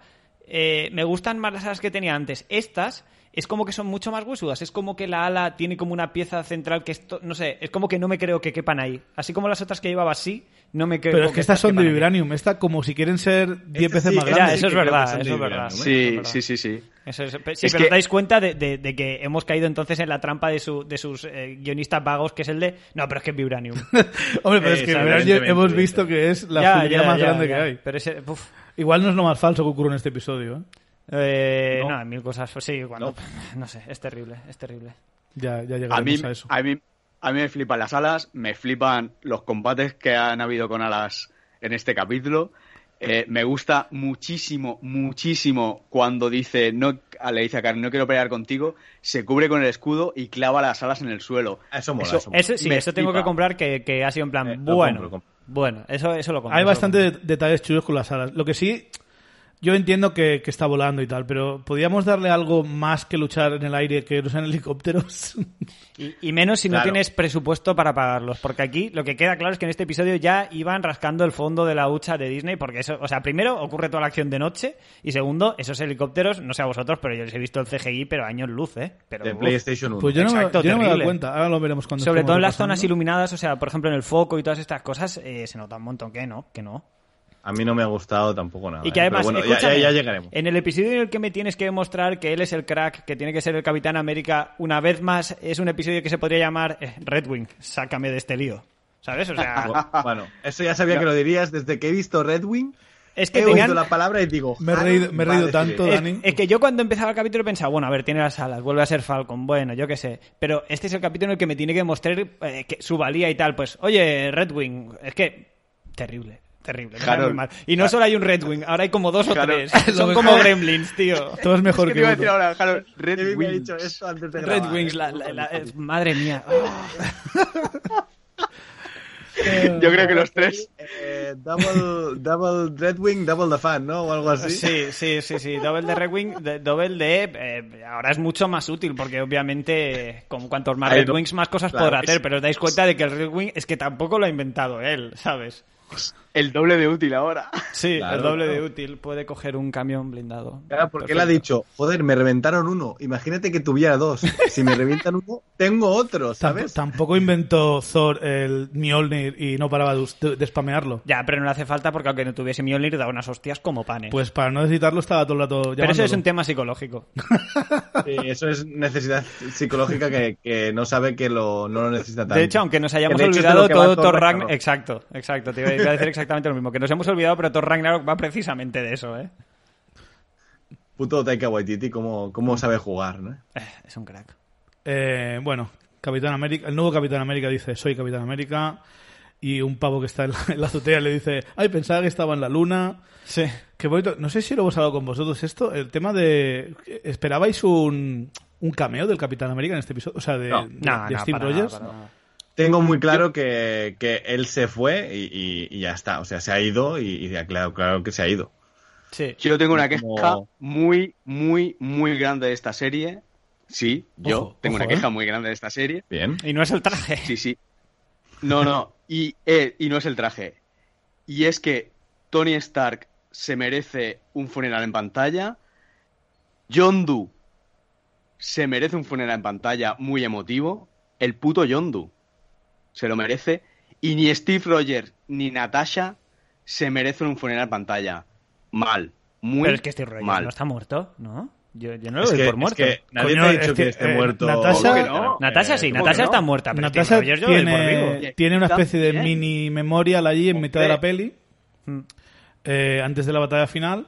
S3: eh, me gustan más las alas que tenía antes. Estas es como que son mucho más huesudas. Es como que la ala tiene como una pieza central que esto, no sé, es como que no me creo que quepan ahí. Así como las otras que llevaba así, no me creo
S1: Pero es que estas son de
S3: quepan aquí.
S1: vibranium. Esta como si quieren ser 10
S2: Este
S1: veces
S2: sí,
S1: más grandes.
S2: este
S3: Ya, eso es
S2: que creo
S3: verdad,
S2: que son de
S3: eso es verdad.
S2: Vibranium, ¿eh?
S4: Sí,
S3: Eso
S4: sí,
S3: es
S4: sí, sí.
S3: Eso es- pe- sí,
S4: Es
S3: pero
S4: que-
S3: os dais cuenta de, de- de que hemos caído entonces en la trampa de, su- de sus eh, guionistas vagos, que es el de. No, pero es que es Vibranium.
S1: Hombre, pero es
S2: Eh,
S1: que
S2: sí,
S1: Vibranium
S2: evidentemente,
S1: hemos visto que es la juguera más
S3: ya,
S1: grande
S3: ya.
S1: que hay.
S3: Pero ese. uf.
S1: Igual no es lo más falso que ocurre en este episodio. ¿eh?
S3: Eh, no.
S2: No.
S3: hay mil cosas. Sí, cuando.
S2: No.
S3: No. sé, es terrible, es terrible.
S1: Ya, ya
S4: A mí,
S1: llegaremos a, eso.
S4: a, mí, a mí me flipan las alas, me flipan los combates que han habido con alas en este capítulo. Eh, me gusta muchísimo, muchísimo cuando dice, no, le dice a Karen, no quiero pelear contigo, se cubre con el escudo y clava las alas en el suelo.
S2: Ah, Eso mola,
S4: Eso-
S2: eso mola.
S3: Eso, sí,
S4: Me
S3: eso tengo
S4: flipa.
S3: que comprar que, que ha sido en plan.
S2: Eh, lo
S3: bueno,
S2: compro, lo compro.
S3: bueno, eso, eso lo compro.
S1: Hay
S3: eso lo
S1: bastante
S3: compro.
S1: de- detalles chulos con las alas. Lo que sí, yo entiendo que, que está volando y tal, pero ¿podríamos darle algo más que luchar en el aire que no sean helicópteros?
S3: Y, y menos si no
S2: Claro.
S3: tienes presupuesto para pagarlos, porque aquí lo que queda claro es que en este episodio ya iban rascando el fondo de la hucha de Disney, porque eso, o sea, primero ocurre toda la acción de noche y segundo, esos helicópteros, no sé a vosotros, pero yo les he visto el CGI, pero años luz, ¿eh? Pero,
S2: De
S3: uf.
S2: PlayStation 1.
S1: pues yo no, me-
S3: Exacto,
S1: yo no me he dado
S3: terrible.
S1: cuenta. Ahora lo veremos cuando
S3: Sobre
S1: estemos
S3: todo en las
S1: repasando.
S3: zonas iluminadas, o sea, por ejemplo en el foco y todas estas cosas, eh, se nota un montón que no, que no.
S2: A mí no me ha gustado tampoco nada.
S3: Y que
S2: ¿eh?
S3: además,
S2: Pero bueno, ya,
S3: escúchame,
S2: ya- ya llegaremos.
S3: en el episodio en el que me tienes que demostrar que él es el crack, que tiene que ser el Capitán América, una vez más es un episodio que se podría llamar eh, Red Wing, sácame de este lío. ¿Sabes? O sea,
S2: Bueno, eso ya sabía que lo dirías desde que he visto Red Wing.
S3: es que
S2: he
S3: tenían...
S2: oído la palabra y digo. "Ah,
S1: Me he
S2: Harold
S1: reído- me he
S2: va a
S1: reído
S2: decir
S1: tanto,
S2: eso.
S3: Es,
S1: Dani.
S3: es que yo cuando empezaba el capítulo pensaba, bueno, a ver, tiene las alas, vuelve a ser Falcon, bueno, yo qué sé. Pero este es el capítulo en el que me tiene que demostrar eh, que su valía y tal. Pues, oye, Red Wing, es que terrible, terrible. me sale
S4: Harold.
S3: muy mal. Y no solo hay un Red Wing, ahora hay como dos o
S4: Harold.
S3: tres. Son
S1: Lo
S3: como
S1: mejor.
S3: gremlins, tío.
S1: Todo es mejor
S4: Es que te
S1: que,
S4: iba a
S1: uno.
S4: decir ahora, Harold, Red
S2: Dani me ha
S4: Wings.
S2: dicho eso antes de
S3: Red
S2: grabar.
S3: Wings, la- la- la- es- madre mía. Ah.
S4: Yo creo que los tres.
S2: Eh, double, double Red Wing, Double the Fan, ¿no? O algo así.
S3: Sí, sí, sí, sí. Double de Red Wing, de- double de. eh, ahora es mucho más útil porque obviamente, eh, con cuantos más
S2: Ahí
S3: Red
S2: no-
S3: Wings, más cosas
S2: claro,
S3: podrá
S2: es-
S3: hacer. Pero os dais cuenta de que el Red Wing es que tampoco lo ha inventado él, ¿sabes?
S4: El doble de útil ahora.
S3: Sí,
S2: Claro,
S3: el doble
S2: claro.
S3: de útil puede coger un camión blindado.
S2: Claro, porque él ha dicho, joder, me reventaron uno. Imagínate que tuviera dos. Si me revientan uno, tengo otro,
S1: Tamp-
S2: ¿sabes?
S1: Tampoco inventó Thor el Mjolnir y no paraba de, us- de- de spamearlo.
S3: Ya, pero no le hace falta porque aunque no tuviese Mjolnir, da unas hostias como panes.
S1: Pues para no necesitarlo estaba todo el rato
S3: pero eso es
S1: llamándolo.
S3: un tema psicológico.
S2: Sí, eso es necesidad psicológica que, que no sabe que lo, no lo necesita tanto.
S3: De hecho, aunque nos hayamos
S2: Que de hecho es de lo
S3: olvidado,
S2: que va
S3: todo
S2: Thor
S3: Thor Ragnarok...
S2: Ragnarok.
S3: Exacto, exacto. Te iba a- iba a decir exactamente lo mismo. Que nos hemos olvidado, pero Thor Ragnarok va precisamente de eso, ¿eh?
S2: Puto Taika Waititi, cómo, cómo sabe jugar, ¿no?
S3: Eh, Es un crack.
S1: Eh, bueno, Capitán América, el nuevo Capitán América dice, soy Capitán América. Y un pavo que está en la, en la azotea le dice, ay, pensaba que estaba en la luna.
S3: Sí.
S1: Qué bonito. No sé si lo hemos hablado con vosotros esto, el tema de... ¿Esperabais un, un cameo del Capitán América en este episodio? O sea, de,
S2: No.
S1: de-
S3: No,
S1: de
S3: no,
S1: Steve
S3: para
S1: Rogers.
S3: nada, para nada.
S2: Tengo muy claro que, que él se fue y, y- y ya está. O sea, se ha ido y, y ya, claro, claro que se ha ido.
S3: Sí.
S4: Yo tengo una
S2: Es
S4: queja
S2: como-
S4: muy, muy, muy grande de esta serie. Sí, yo
S1: Ojo,
S4: tengo
S1: ojo,
S4: una queja
S1: ¿eh?
S4: muy grande de esta serie.
S2: Bien.
S3: Y no es el traje.
S4: Sí, sí. No, no. Y, eh, y no es el traje. Y es que Tony Stark se merece un funeral en pantalla. Yondu se merece un funeral en pantalla muy emotivo. El puto Yondu se lo merece. Y ni Steve Rogers ni Natasha se merecen un funeral en pantalla. Mal, muy
S3: Pero es que Steve Rogers
S4: mal.
S3: no está muerto, ¿no? Yo, yo no lo
S2: Es
S3: doy
S2: que,
S3: por muerto.
S2: es que nadie
S1: Coño,
S2: te ha dicho
S1: es que,
S2: que esté
S1: eh,
S2: muerto.
S1: Natasha-
S2: ¿Cómo que no?
S3: Natasha
S2: Eh,
S3: sí,
S2: ¿cómo
S3: Natasha
S2: que
S3: Eh,
S2: no?
S3: está muerta, pero
S1: Natasha
S3: Steve Rogers yo lo doy por
S1: tiene,
S3: vivo.
S1: tiene una
S4: Está
S1: especie de
S4: bien.
S1: mini memorial allí en mitad de la peli,
S3: Mm.
S1: eh, antes de la batalla final,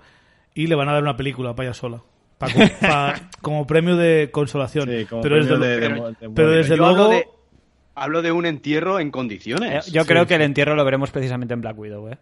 S1: y le van a dar una película para ella sola. pa' co- pa- como premio de consolación.
S2: Sí, como
S1: pero
S2: premio
S1: desde,
S2: de- de
S1: pero-
S2: mu- de
S1: pero
S2: muerte.
S1: desde
S4: Yo
S1: luego,
S4: hablo de, hablo de un entierro en
S3: Eh,
S4: condiciones.
S3: Yo creo que el entierro lo veremos precisamente en Black Widow, ¿eh?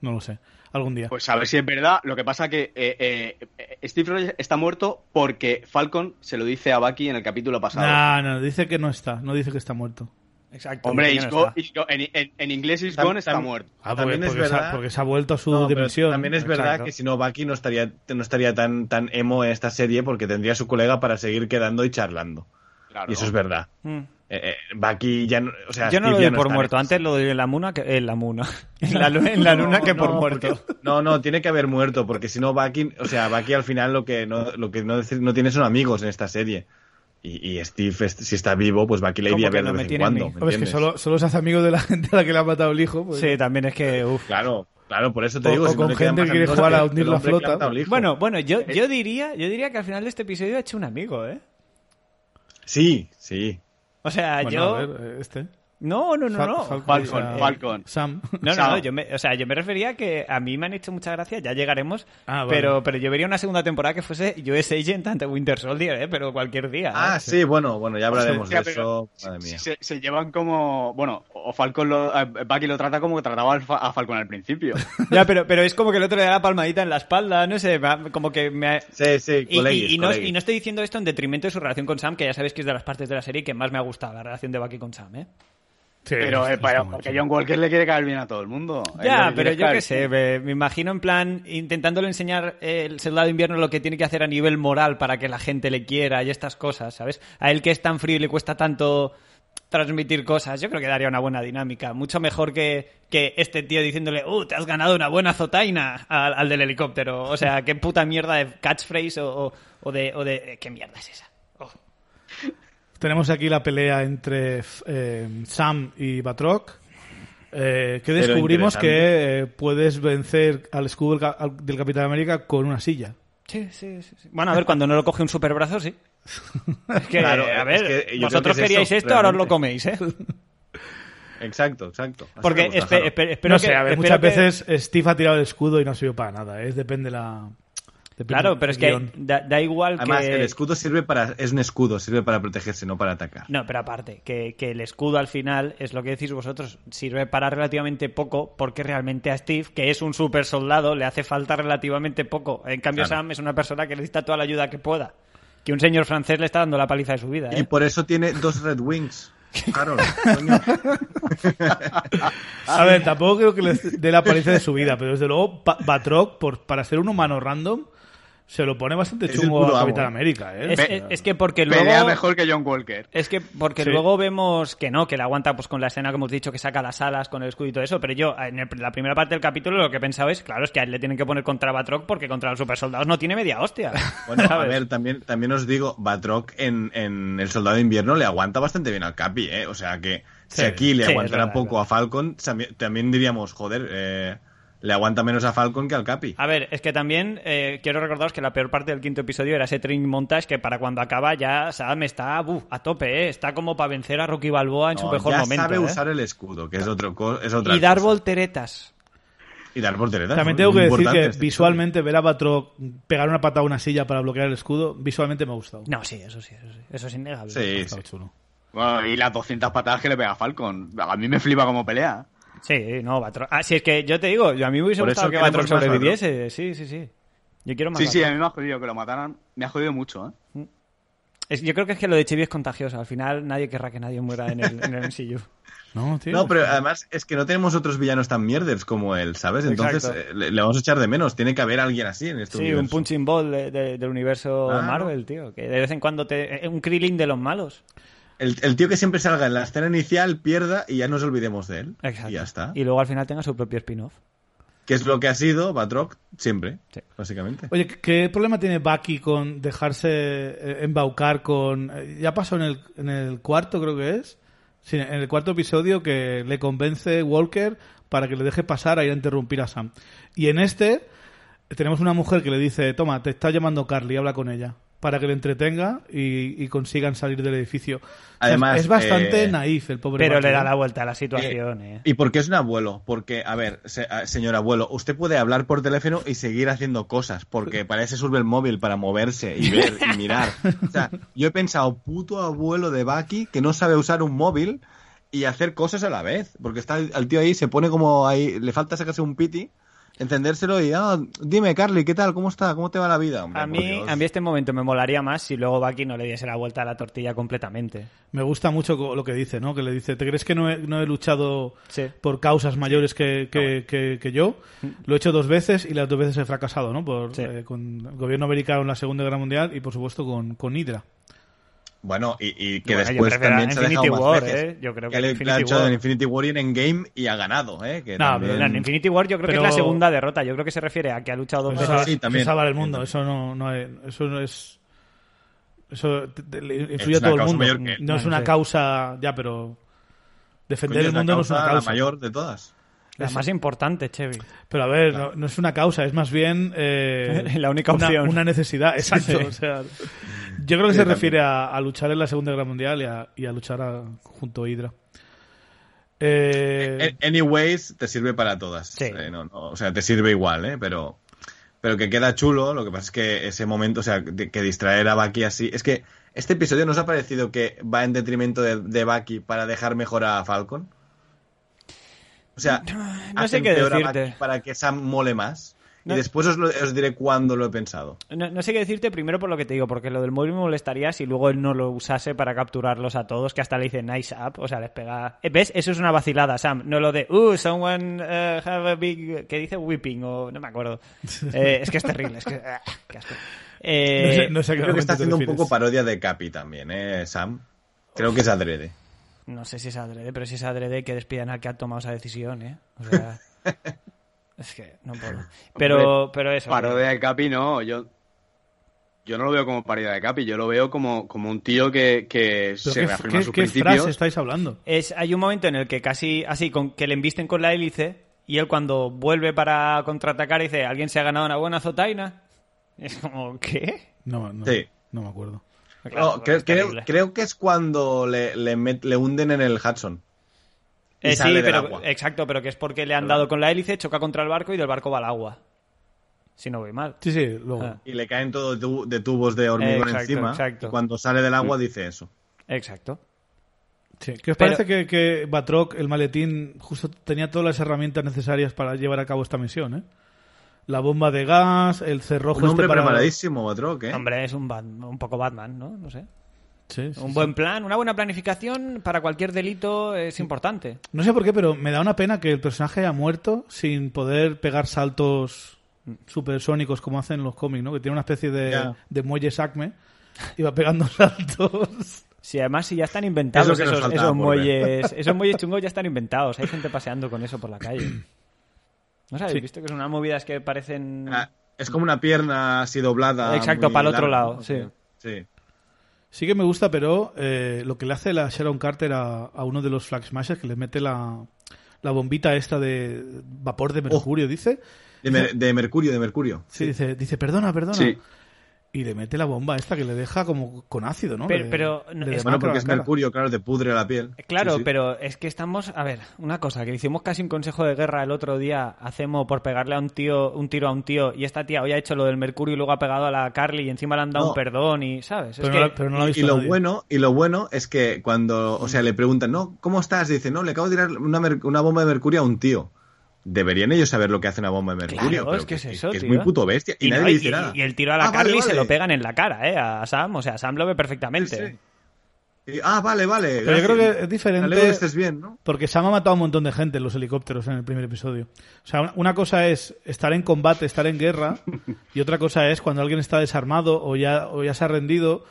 S1: no lo sé, algún día.
S4: Pues a ver si es verdad. Lo que pasa que eh, eh, eh, Steve Rogers está muerto porque Falcon se lo dice a Bucky en el capítulo
S2: pues,
S4: pasado.
S1: No, no, dice que no está, no dice que está muerto.
S3: Exacto.
S4: Hombre,
S3: porque
S4: is
S3: no
S4: go-
S3: está.
S4: is go- en, en- en inglés is
S2: Tam-
S4: gone está
S2: tam-
S4: muerto.
S1: Ah, porque,
S2: También es
S1: porque se ha-
S2: verdad-
S1: porque se ha vuelto a su
S2: No, pero
S1: dimensión.
S2: También es verdad
S1: Exacto.
S2: que si no, Bucky no estaría, no estaría tan, tan emo en esta serie porque tendría a su colega para seguir quedando y charlando.
S4: Claro.
S2: Y eso es verdad.
S3: Mm.
S2: Eh, eh, Bucky ya no, o sea,
S3: Yo no
S2: Steve ya
S3: lo doy por
S2: está
S3: muerto.
S2: en-
S3: Antes lo doy en la muna que en la muna. En la luna, en la luna
S2: No,
S3: que por
S2: no,
S3: muerto.
S2: porque- no, no, tiene que haber muerto, porque si no, Bucky, o sea, Bucky al final lo que no, lo que no, decir- no tiene son amigos en esta serie. Y, y Steve, es- si está vivo, pues Bucky le
S3: Como
S2: iría a
S3: que
S2: ver de
S3: no me
S2: vez en
S3: tiene
S2: cuando.
S3: amigos.
S2: ¿me
S1: Hombre, es que
S2: entiendes?
S1: solo, solo se hace amigo de la gente a la que le ha matado el hijo. pues.
S3: Sí, también es que. uf.
S2: Claro, claro, por eso te
S1: O-
S2: digo.
S1: o
S2: si no
S1: con
S2: le quedan
S1: gente
S2: más
S1: que quiere
S2: amigos
S1: jugar a
S2: el
S1: hundir la
S2: hombre que
S1: flota.
S2: ha matado al hijo.
S3: Bueno, bueno, yo,
S2: Eh,
S3: yo diría, yo diría que al final de este episodio ha hecho un amigo, ¿eh?
S2: sí, sí.
S3: O sea,
S1: Bueno,
S3: yo
S1: a ver, eh, este.
S3: no, no, no,
S1: Fal-
S3: no.
S1: Falcon,
S4: Falcon,
S1: o sea,
S4: Falcon.
S1: Sam.
S3: No, no,
S4: Sam.
S3: no, yo me, o sea, yo me refería que a mí me han hecho muchas gracias, ya llegaremos,
S1: Ah, vale.
S3: pero, pero yo vería una segunda temporada que fuese US Agent ante Winter Soldier, ¿eh? pero cualquier día. ¿eh?
S2: Ah, sí, bueno, bueno, ya hablaremos
S4: Hostia,
S2: de
S4: pero
S2: eso. Madre
S4: si-
S2: mía.
S4: Se, se llevan como. Bueno, o Falcon lo, eh, Bucky lo trata como que trataba al Fa- a Falcon al principio.
S3: Ya, pero, pero es como que el otro le da la palmadita en la espalda, no sé, me ha- como que me ha-
S2: Sí, sí,
S3: Y,
S2: coleguis,
S3: y- y no,
S2: coleguis.
S3: y no estoy diciendo esto en detrimento de su relación con Sam, que ya sabéis que es de las partes de la serie que más me ha gustado, la relación de Bucky con Sam, ¿eh?
S1: Sí,
S4: pero eh,
S1: está
S4: para-
S1: muy
S4: porque
S1: chulo.
S4: John Walker le quiere caer bien a todo el mundo.
S3: Ya,
S4: Él le
S3: pero
S4: quiere
S3: yo
S4: caer
S3: qué sé, me, me imagino en plan intentándole enseñar eh, el soldado de invierno lo que tiene que hacer a nivel moral para que la gente le quiera y estas cosas, ¿sabes? A él que es tan frío y le cuesta tanto transmitir cosas, yo creo que daría una buena dinámica, mucho mejor que, que este tío diciéndole, ¡Uh, te has ganado una buena zotaina al, al del helicóptero! O sea, qué puta mierda de catchphrase o, o- o de, o de... ¿Qué mierda es esa? Oh.
S1: Tenemos aquí la pelea entre f- eh, Sam y Batroc. eh, que
S2: Pero
S1: descubrimos que
S2: interesante.
S1: eh, puedes vencer al escudo del, ca- al- del Capitán América con una silla.
S3: Sí, sí, sí, sí. Bueno, a ver, cuando no lo coge un superbrazo, sí. Es que,
S2: Claro,
S3: a
S2: es
S3: ver,
S2: que yo creo
S3: vosotros
S2: que es
S3: queríais
S2: eso,
S3: esto, ahora os lo
S2: realmente.
S3: coméis, ¿eh?
S2: Exacto, exacto. Así
S3: Porque
S2: me gusta,
S3: espe-
S2: Jaro.
S3: espe- espero
S1: no sé,
S3: que-
S1: a ver,
S3: espero
S1: muchas
S3: que-
S1: veces Steve ha tirado el escudo y no ha sido para nada. ¿eh? Es depende la. depende
S3: Claro,
S1: del
S3: pero es que
S1: guión.
S3: da, da igual
S2: Además,
S3: que...
S2: el escudo sirve para. Es un escudo, sirve para protegerse, no para atacar.
S3: No, pero aparte, que, que el escudo al final, es lo que decís vosotros, sirve para relativamente poco porque realmente a Steve, que es un super soldado, le hace falta relativamente poco. En cambio,
S2: Claro.
S3: Sam es una persona que necesita toda la ayuda que pueda. Que un señor francés le está dando la paliza de su vida,
S2: Y
S3: ¿eh?
S2: por eso tiene dos Red Wings. Harold, coño.
S1: A ver, tampoco creo que les dé la apariencia de su vida, pero desde luego Pa- Batroc, por, para ser un humano random, se lo pone bastante
S2: Es el
S1: chungo
S2: puro
S1: a
S2: amo.
S1: Capitán América. ¿eh?
S3: Es, es- es que porque luego...
S4: Pelea mejor que John Walker.
S3: Es que porque
S1: Sí.
S3: luego vemos que no, que la aguanta pues con la escena que hemos dicho que saca las alas con el escudo y todo eso, pero yo en el- la primera parte del capítulo lo que pensaba es, claro, es que a él le tienen que poner contra Batroc porque contra los supersoldados no tiene media hostia.
S2: Bueno, a
S3: ¿sabes?
S2: ver, también, también os digo, Batroc en, en El Soldado de Invierno le aguanta bastante bien al Capi, ¿eh? O sea que
S1: Sí,
S2: si aquí le
S3: sí, es
S2: aguantara
S3: verdad,
S2: poco a Falcon, también, también diríamos, joder, eh, le aguanta menos a Falcon que al Capi.
S3: A ver, es que también eh, quiero recordaros que la peor parte del quinto episodio era ese training montage que para cuando acaba ya Sam está buf, a tope, eh, está como para vencer a Rocky Balboa en
S2: No,
S3: su mejor
S2: ya
S3: momento.
S2: sabe
S3: eh.
S2: usar el escudo, que es, otro co- es otra
S3: y dar
S2: cosa.
S3: volteretas.
S2: Y dar volteretas.
S1: También
S2: ¿no?
S1: tengo que decir
S2: Importante
S1: que
S2: este
S1: visualmente ver a Batroc pegar una patada a una silla para bloquear el escudo, visualmente me ha gustado.
S3: No, sí, eso sí, eso sí, eso es innegable.
S2: episodio. Sí,
S1: Está
S2: sí.
S1: chulo.
S4: Bueno, y las 200 patadas que le pega a Falcon. A mí me flipa como pelea.
S3: Sí, no, Batroc. Ah, sí, es que yo te digo, yo a mí me hubiese
S2: Por
S3: gustado
S2: eso
S3: que
S2: queremos
S3: Batroc
S2: más
S3: sobreviviese. Sí, sí, sí. Yo quiero más.
S4: Sí, sí, eh.
S3: Batroc.
S4: a mí me ha jodido que lo mataran. Me ha jodido mucho, ¿eh?
S3: Es- yo creo que es que lo de Chibi es contagioso. Al final nadie querrá que nadie muera en el, en el MCU.
S1: No, tío.
S2: No, pero además es que no tenemos otros villanos tan mierders como él, ¿sabes? Entonces
S3: Exacto.
S2: eh, le, le vamos a echar de menos. Tiene que haber alguien así en este
S3: Sí, un
S2: universo.
S3: punching ball de- de- del universo
S2: Ah,
S3: Marvel, tío. Que de vez en cuando te. eh, Un Krillin de los malos.
S2: El, el tío que siempre salga en la escena inicial pierda y ya nos olvidemos de él. Y ya está.
S3: Y luego al final tenga su propio spin-off.
S2: Que es lo que ha sido Batroc siempre,
S3: Sí.
S2: básicamente.
S1: Oye, ¿qué- ¿qué problema tiene Bucky con dejarse eh, embaucar con... eh, Ya pasó en el, en el cuarto, creo que es. Sí, en el cuarto episodio que le convence Walker para que le deje pasar a ir a interrumpir a Sam. Y en este tenemos una mujer que le dice, toma, te está llamando Carly, habla con ella, para que le entretenga y, y consigan salir del edificio. O sea,
S2: Además,
S1: es bastante
S2: eh,
S1: naif el pobre.
S3: Pero
S1: macho,
S3: le da
S1: ¿eh?
S3: la vuelta a la situación, eh.
S2: ¿Y por qué es un abuelo? Porque, a ver, se- a- señor abuelo, usted puede hablar por teléfono y seguir haciendo cosas, porque para eso sirve el móvil, para moverse y ver y mirar. O sea, yo he pensado, puto abuelo de Baki que no sabe usar un móvil y hacer cosas a la vez, porque está el el tío ahí, se pone como ahí, le falta sacarse un piti, encendérselo y, ah, dime, Carly, ¿qué tal? ¿Cómo está? ¿Cómo te va la vida? Hombre,
S3: A
S2: por
S3: mí,
S2: Dios.
S3: a mí este momento me molaría más si luego Baki no le diese la vuelta a la tortilla completamente.
S1: Me gusta mucho co- lo que dice, ¿no? Que le dice, ¿te crees que no he, no he luchado
S3: Sí.
S1: por causas mayores que, que, que- que yo? Lo he hecho dos veces y las dos veces he fracasado, ¿no? Por,
S3: Sí.
S1: eh, con el gobierno americano en la Segunda Guerra Mundial y, por supuesto, con, con Hydra.
S2: Ah, Bueno, y, y que
S3: Bueno, yo
S2: después
S3: prefiero
S2: también se ha dejado
S3: Infinity
S2: más
S3: War,
S2: veces.
S3: ¿eh? Yo creo que
S2: le- le
S3: Infinity
S2: ha echado
S3: War.
S2: en Infinity War y en Endgame y ha ganado, ¿eh? Que
S1: No,
S2: también-
S1: pero
S3: En Infinity War yo creo
S1: Pero-
S3: que es la segunda derrota. Yo creo que se refiere a que ha luchado dos
S1: Pues
S3: veces.
S1: salva-
S2: sí, también.
S1: que salvar el mundo, eso no, no es- eso no es... Eso te- te- le influye
S2: Es
S1: a todo
S2: una
S1: el
S2: causa
S1: mundo.
S2: mayor que-
S1: No es
S3: Bueno,
S1: una
S3: sí.
S1: causa, ya, pero... Defender
S2: Coño,
S1: el
S2: la
S1: mundo no es
S2: causa
S1: una
S2: la
S1: causa.
S2: mayor de todas.
S3: La más importante, Chevy.
S1: Pero a ver, no, no es una causa, es más bien eh,
S3: La única
S1: una-
S3: opción.
S1: Una, necesidad, exacto.
S3: Sí.
S1: o sea, yo creo que se
S2: Sí, también.
S1: refiere a, a luchar en la Segunda Guerra Mundial y a, y a luchar a- junto a Hydra. Eh,
S2: A- Anyways, te sirve para todas.
S3: Sí.
S2: Eh, no, no, o sea, te sirve igual, ¿eh? Pero, pero que queda chulo. Lo que pasa es que ese momento, o sea, de- que distraer a Bucky así. Es que este episodio nos ha parecido que va en detrimento de, de Bucky para dejar mejor a Falcon. O sea,
S3: no sé
S2: hacen
S3: qué
S2: peor a
S3: decirte.
S2: Bucky para que Sam mole más.
S3: No.
S2: Y después os, lo- os diré cuándo lo he pensado.
S3: No, no sé qué decirte primero por lo que te digo, porque lo del móvil me molestaría si luego él no lo usase para capturarlos a todos, que hasta le dice nice up, o sea, les pega... Eh, ¿Ves? Eso es una vacilada, Sam. No lo de, uh, someone eh, have a big... que dice whipping o... no me acuerdo. Eh, es que es terrible, es que... ah, qué asco. Eh,
S1: no sé, no sé a qué
S2: Creo que
S1: momento
S2: está
S1: te
S2: haciendo un
S1: refieres.
S2: poco parodia de Capi también, ¿eh, Sam? Creo que es adrede.
S3: No sé si es adrede, pero si es adrede que despidan al que ha tomado esa decisión, ¿eh? O sea... es que no puedo. Pero, pero eso...
S4: Parodia de Capi, no. Yo, yo no lo veo como parodia de Capi. Yo lo veo como, como un tío que, que
S1: ¿pero
S4: se
S1: qué-
S4: reafirma en
S1: qué-
S4: sus
S1: qué frase
S4: principios.
S1: estáis hablando?
S3: Es, hay un momento en el que casi así, con, que le embisten con la hélice y él cuando vuelve para contraatacar dice, alguien se ha ganado una buena zotaina. Es como, ¿qué?
S1: No, no,
S2: Sí.
S1: no me acuerdo.
S3: Claro,
S2: No, creo,
S3: es
S2: creo-
S3: terrible.
S2: creo Oh, que es cuando le, le met- le hunden en el Hudson. y
S3: Eh, sí,
S2: sale del
S3: pero,
S2: agua.
S3: exacto, pero que es porque le han dado con la hélice, choca contra el barco y del barco va al agua. Si no voy mal.
S1: Sí, sí, luego.
S3: Ah,
S2: Y le caen todo de tu- de tubos de hormigón
S3: Eh, Exacto,
S2: encima.
S3: exacto. Mm.
S2: Y cuando sale del agua dice eso.
S3: Exacto.
S1: Sí. ¿Qué os
S3: Pero-
S1: parece que, que Batroc, el maletín, justo tenía todas las herramientas necesarias para llevar a cabo esta misión? ¿eh? La bomba de gas, el cerrojo
S2: Un hombre
S1: este para-
S2: preparadísimo, Batroc, ¿eh?
S3: Hombre, es un, Bat- un poco Batman, ¿no? No sé.
S1: Sí, sí,
S3: Un
S1: sí.
S3: buen plan, una buena planificación para cualquier delito es importante.
S1: No sé por qué, pero me da una pena que el personaje haya muerto sin poder pegar saltos supersónicos como hacen los cómics, ¿no? Que tiene una especie de,
S2: Mm. Ya.
S1: de muelle Acme y va pegando saltos.
S3: Sí, además si ya están inventados
S2: Es lo que nos
S3: esos,
S2: faltaba
S3: esos
S2: por ver.
S3: muelles, esos muelles chungos ya están inventados. Hay gente paseando con eso por la calle. ¿No os habéis
S1: Sí.
S3: visto que son unas movidas que parecen
S2: Ah, Es como una pierna así doblada.
S3: Exacto,
S2: muy
S3: para el otro
S2: larga,
S3: lado,
S2: ¿no?
S3: sí.
S2: Sí.
S1: Sí que me gusta, pero eh, lo que le hace la Sharon Carter a, a uno de los Flag Smashers, que le mete la, la bombita esta de vapor de mercurio,
S2: Oh.
S1: dice.
S2: De, mer- de mercurio, de mercurio.
S1: Sí, Dice, dice, perdona, perdona.
S4: Sí.
S1: Y le mete la bomba esta que le deja como con ácido, ¿no?
S3: Pero-
S1: Le-
S3: pero-
S1: le demacra
S3: es-
S2: Bueno,
S1: la
S2: porque es
S1: cara.
S2: mercurio, claro, te pudre la piel.
S3: Claro,
S2: Sí, sí.
S3: pero es que estamos, a ver, una cosa, que le hicimos casi un consejo de guerra el otro día, hacemos por pegarle a un tío, un tiro a un tío, y esta tía hoy ha hecho lo del Mercurio y luego ha pegado a la Carly y encima le han dado
S2: No.
S3: un perdón y, ¿sabes? Es
S1: Pero
S3: que-
S1: no, la- pero no la ha
S2: Y
S1: visto
S2: lo,
S1: nadie.
S2: bueno, y lo bueno es que cuando, o sea, le preguntan, no, ¿cómo estás? Dice, no, le acabo de tirar una, mer- una bomba de mercurio a un tío. Deberían ellos saber lo que hace una bomba de mercurio.
S3: Claro,
S2: pero
S3: es que es eso,
S2: es
S3: tío.
S2: muy puto bestia. Y, nadie
S3: no,
S2: le dice nada.
S3: y el tiro a la
S2: Ah, vale,
S3: Carly se
S2: vale.
S3: lo pegan en la cara, ¿eh? A Sam, o sea, Sam lo ve perfectamente.
S2: Sí, sí. Y- ah, vale, vale.
S1: Pero yo creo
S2: gracias.
S1: que es diferente-
S2: Me alegro de que estés bien, ¿no?
S1: Porque Sam ha matado a un montón de gente en los helicópteros en el primer episodio. O sea, una- una cosa es estar en combate, estar en guerra, y otra cosa es cuando alguien está desarmado o ya, o ya se ha rendido,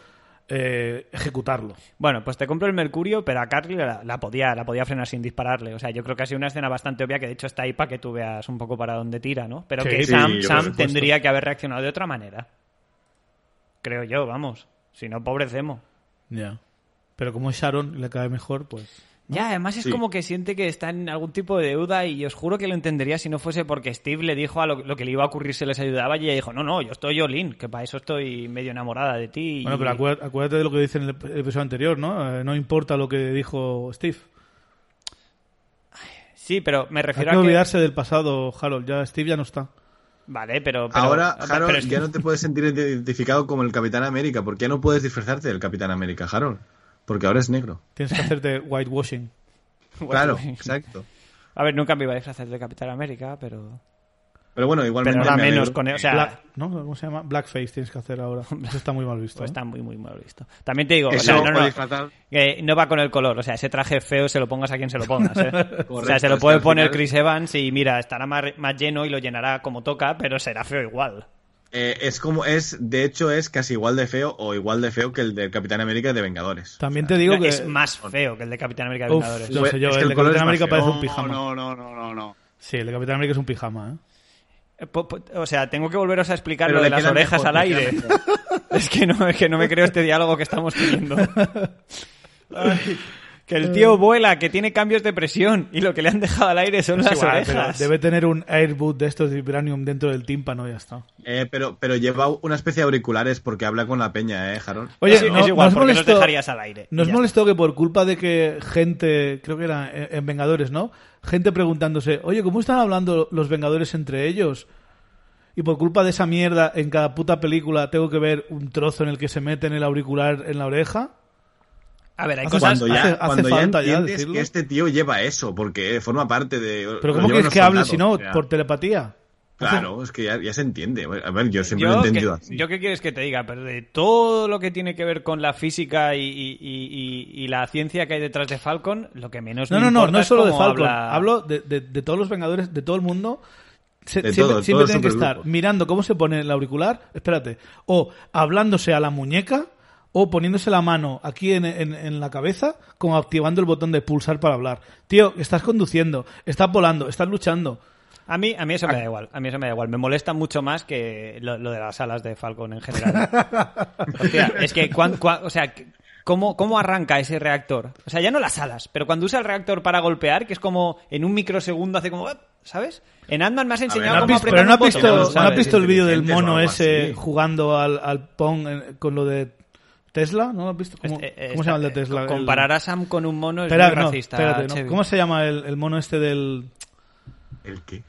S1: eh, ejecutarlo.
S3: Bueno, pues te compro el Mercurio, pero a Carly la, la podía, la podía frenar sin dispararle. O sea, yo creo que ha sido una escena bastante obvia que de hecho está ahí para que tú veas un poco para dónde tira, ¿no? Pero
S1: Sí,
S3: que
S1: sí,
S3: Sam,
S2: por
S3: Sam
S2: supuesto.
S3: tendría que haber reaccionado de otra manera. Creo yo, vamos. Si no, pobrecemos.
S1: Ya. Pero como es Sharon y le cae mejor, pues.
S3: Ya, además es
S2: Sí.
S3: como que siente que está en algún tipo de deuda y os juro que lo entendería si no fuese porque Steve le dijo a lo, lo que le iba a ocurrir se les ayudaba y ella dijo, no, no, yo estoy Olin, que para eso estoy medio enamorada de ti. y-
S1: Bueno, pero acuérdate, acuérdate de lo que dice en el ep- episodio anterior, ¿no? Eh, no importa lo que dijo Steve.
S3: Sí, pero me
S1: Hay
S3: refiero
S1: que
S3: a que...
S1: olvidarse del pasado, Harold. Ya Steve ya no está.
S3: Vale, pero... pero-
S2: Ahora,
S3: pero
S2: Harold,
S3: es que-
S2: ya no te puedes sentir identificado como el Capitán América, porque ya no puedes disfrazarte del Capitán América, Harold, porque ahora es negro.
S1: Tienes que hacerte whitewashing.
S3: Bueno,
S2: Claro, exacto.
S3: A ver, nunca me iba a disfrazar de Capitán América, pero...
S2: Pero bueno,
S3: Pero
S2: igualmente.
S3: ahora
S2: me
S3: menos
S2: alegro.
S3: con... O sea,
S1: Black- ¿no? ¿Cómo se llama? Blackface tienes que hacer ahora. Eso está muy mal visto. ¿eh?
S3: pues está muy, muy mal visto. También te digo... o
S2: Eso
S3: sea, no,
S2: para
S3: no,
S2: disfrazar.
S3: que no va con el color, o sea, ese traje feo se lo pongas a quien se lo pongas. ¿eh? o sea, se
S2: es
S3: lo
S2: que
S3: puede
S2: al
S3: poner
S2: final-
S3: Chris Evans y mira, estará más, más lleno y lo llenará como toca, pero será feo igual.
S2: Eh, es como es, de hecho, es casi igual de feo o igual de feo que el del Capitán América de Vengadores.
S1: También te digo
S3: No,
S1: que.
S3: Es más feo que el de Capitán América de
S1: Uf,
S3: Vengadores.
S1: lo
S2: Fue-
S1: sé yo.
S2: es
S1: el
S2: que el
S1: de
S2: color
S1: Capitán
S2: es
S1: América
S2: más
S1: parece
S2: feo.
S1: un pijama.
S4: No, no, no, no, no.
S1: Sí, el de Capitán América es un pijama. ¿eh?
S3: Eh, po- po- O sea, tengo que volveros a explicar
S2: Pero
S3: lo
S2: le
S3: de las
S2: queda
S3: orejas
S2: mejor,
S3: al
S2: le
S3: aire.
S2: queda mejor.
S3: Es que no, es que no me creo este diálogo que estamos teniendo. Ay, que el tío vuela, que tiene cambios de presión y lo que le han dejado al aire son
S1: Es
S3: las
S1: igual,
S3: orejas.
S1: pero debe tener un airboot de estos de vibranium dentro del tímpano y ya está.
S2: Eh, pero, pero lleva una especie de auriculares porque habla con la peña, ¿eh, Harold?
S1: Oye,
S3: es,
S1: no-
S3: es igual,
S1: nos
S3: porque los
S1: molestó-
S3: dejarías al aire.
S1: Nos
S3: Ya
S1: molestó que por culpa de que gente, creo que era eh, en en Vengadores, ¿no? Gente preguntándose, oye, ¿cómo están hablando los Vengadores entre ellos? Y por culpa de esa mierda, en cada puta película tengo que ver un trozo en el que se meten el auricular en la oreja.
S3: está. A ver, hay
S1: Hace
S3: cosas.
S2: cuando ya,
S1: hace- hace
S2: cuando ya
S1: falta ya
S2: entiendes
S1: decirlo.
S2: que este tío lleva eso, porque eh, forma parte de.
S1: Pero
S2: lo
S1: ¿cómo
S2: llevan
S1: quieres
S2: los
S1: que hable si no?
S2: soldados, o sea,
S1: ¿Por telepatía?
S2: Claro, es que ya, ya se entiende. A ver, yo siempre
S3: Yo,
S2: lo he
S3: que-
S2: entendido así.
S3: yo qué quieres que te diga, pero de todo lo que tiene que ver con la física y, y- y- y- y la ciencia que hay detrás de Falcon, lo que menos
S1: No,
S3: me
S1: no, no,
S3: importa
S1: no es solo de
S3: cómo
S1: Falcon.
S3: habla-
S1: Hablo de, de- de todos los Vengadores, de todo el mundo. Se-
S2: De
S1: siempre
S2: todo,
S1: siempre
S2: todo el
S1: tienen que estar
S2: supergrupo.
S1: mirando cómo se pone el auricular, espérate, o hablándose a la muñeca, o poniéndose la mano aquí en, en- en la cabeza, como activando el botón de pulsar para hablar. Tío, estás conduciendo, estás volando, estás luchando.
S3: A mí, a mí eso me da igual, a mí eso me da igual. Me molesta mucho más que lo, lo de las alas de Falcon en general. Hostia, es que cuan- cua- o sea, ¿cómo, ¿cómo arranca ese reactor? O sea, ya no las alas, pero cuando usa el reactor para golpear, que es como en un microsegundo hace como, ¿sabes? En Ant-Man me has
S2: ver,
S3: enseñado
S2: no
S1: ¿No has
S3: cómo
S1: visto-
S3: apretar
S1: pero no has
S3: un
S1: visto,
S3: botón,
S2: no
S1: no has
S3: ¿sabes?
S1: visto el vídeo del
S2: Inteligentes o
S1: mono
S2: algo
S1: ese
S2: así.
S1: jugando al, al Pong eh, con lo de Tesla, ¿no lo has visto? ¿Cómo,
S3: Este, eh,
S1: cómo se llama el de
S3: esta-
S1: Tesla? El-
S3: Comparar a Sam con un mono es
S1: Espera,
S3: muy
S1: no,
S3: racista.
S1: espérate, ¿no?
S3: Chevy.
S1: ¿Cómo se llama el, el mono este del
S2: ¿El qué?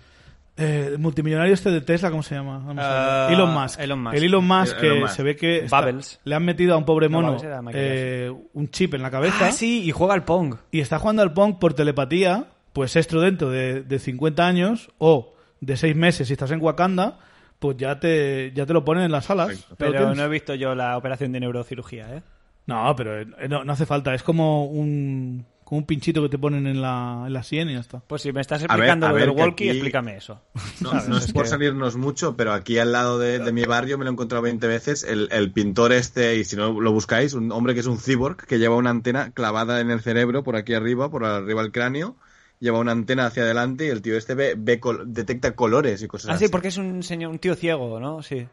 S1: eh, el multimillonario este de Tesla? ¿Cómo se llama? Vamos a
S3: Ah,
S1: ver. Elon Musk.
S3: Elon Musk.
S1: El Elon Musk
S2: El-
S1: que
S2: Eh, Elon Musk.
S1: se ve que está-
S3: Bubbles.
S1: le han metido a un pobre
S3: No,
S1: mono
S3: Bubbles era maquillaje.
S1: eh, un chip en la cabeza
S3: Ah, sí, y juega al Pong.
S1: y está jugando al Pong por telepatía, pues esto dentro de, de 50 años o de 6 meses si estás en Wakanda, pues ya te, ya te lo ponen en las salas.
S2: Perfecto.
S1: Ya lo
S3: Pero
S1: tienes.
S3: no he visto yo la operación de neurocirugía, ¿eh?
S1: No, pero eh, no, no hace falta, es como un, como un pinchito que te ponen en la, en la sien y ya está.
S3: Pues si me estás
S2: ver,
S3: explicando
S2: a
S3: lo
S2: ver,
S3: del
S2: que
S3: walkie,
S2: aquí-
S3: explícame eso.
S2: No, no es por salirnos mucho, pero aquí al lado de, de mi barrio me lo he encontrado 20 veces. El, el pintor este, y si no lo buscáis, un hombre que es un cyborg, que lleva una antena clavada en el cerebro, por aquí arriba, por arriba del cráneo, lleva una antena hacia adelante y el tío este ve, ve col- detecta colores y cosas
S3: Ah,
S2: así.
S3: sí, porque es un señor, un tío ciego, ¿no? Sí.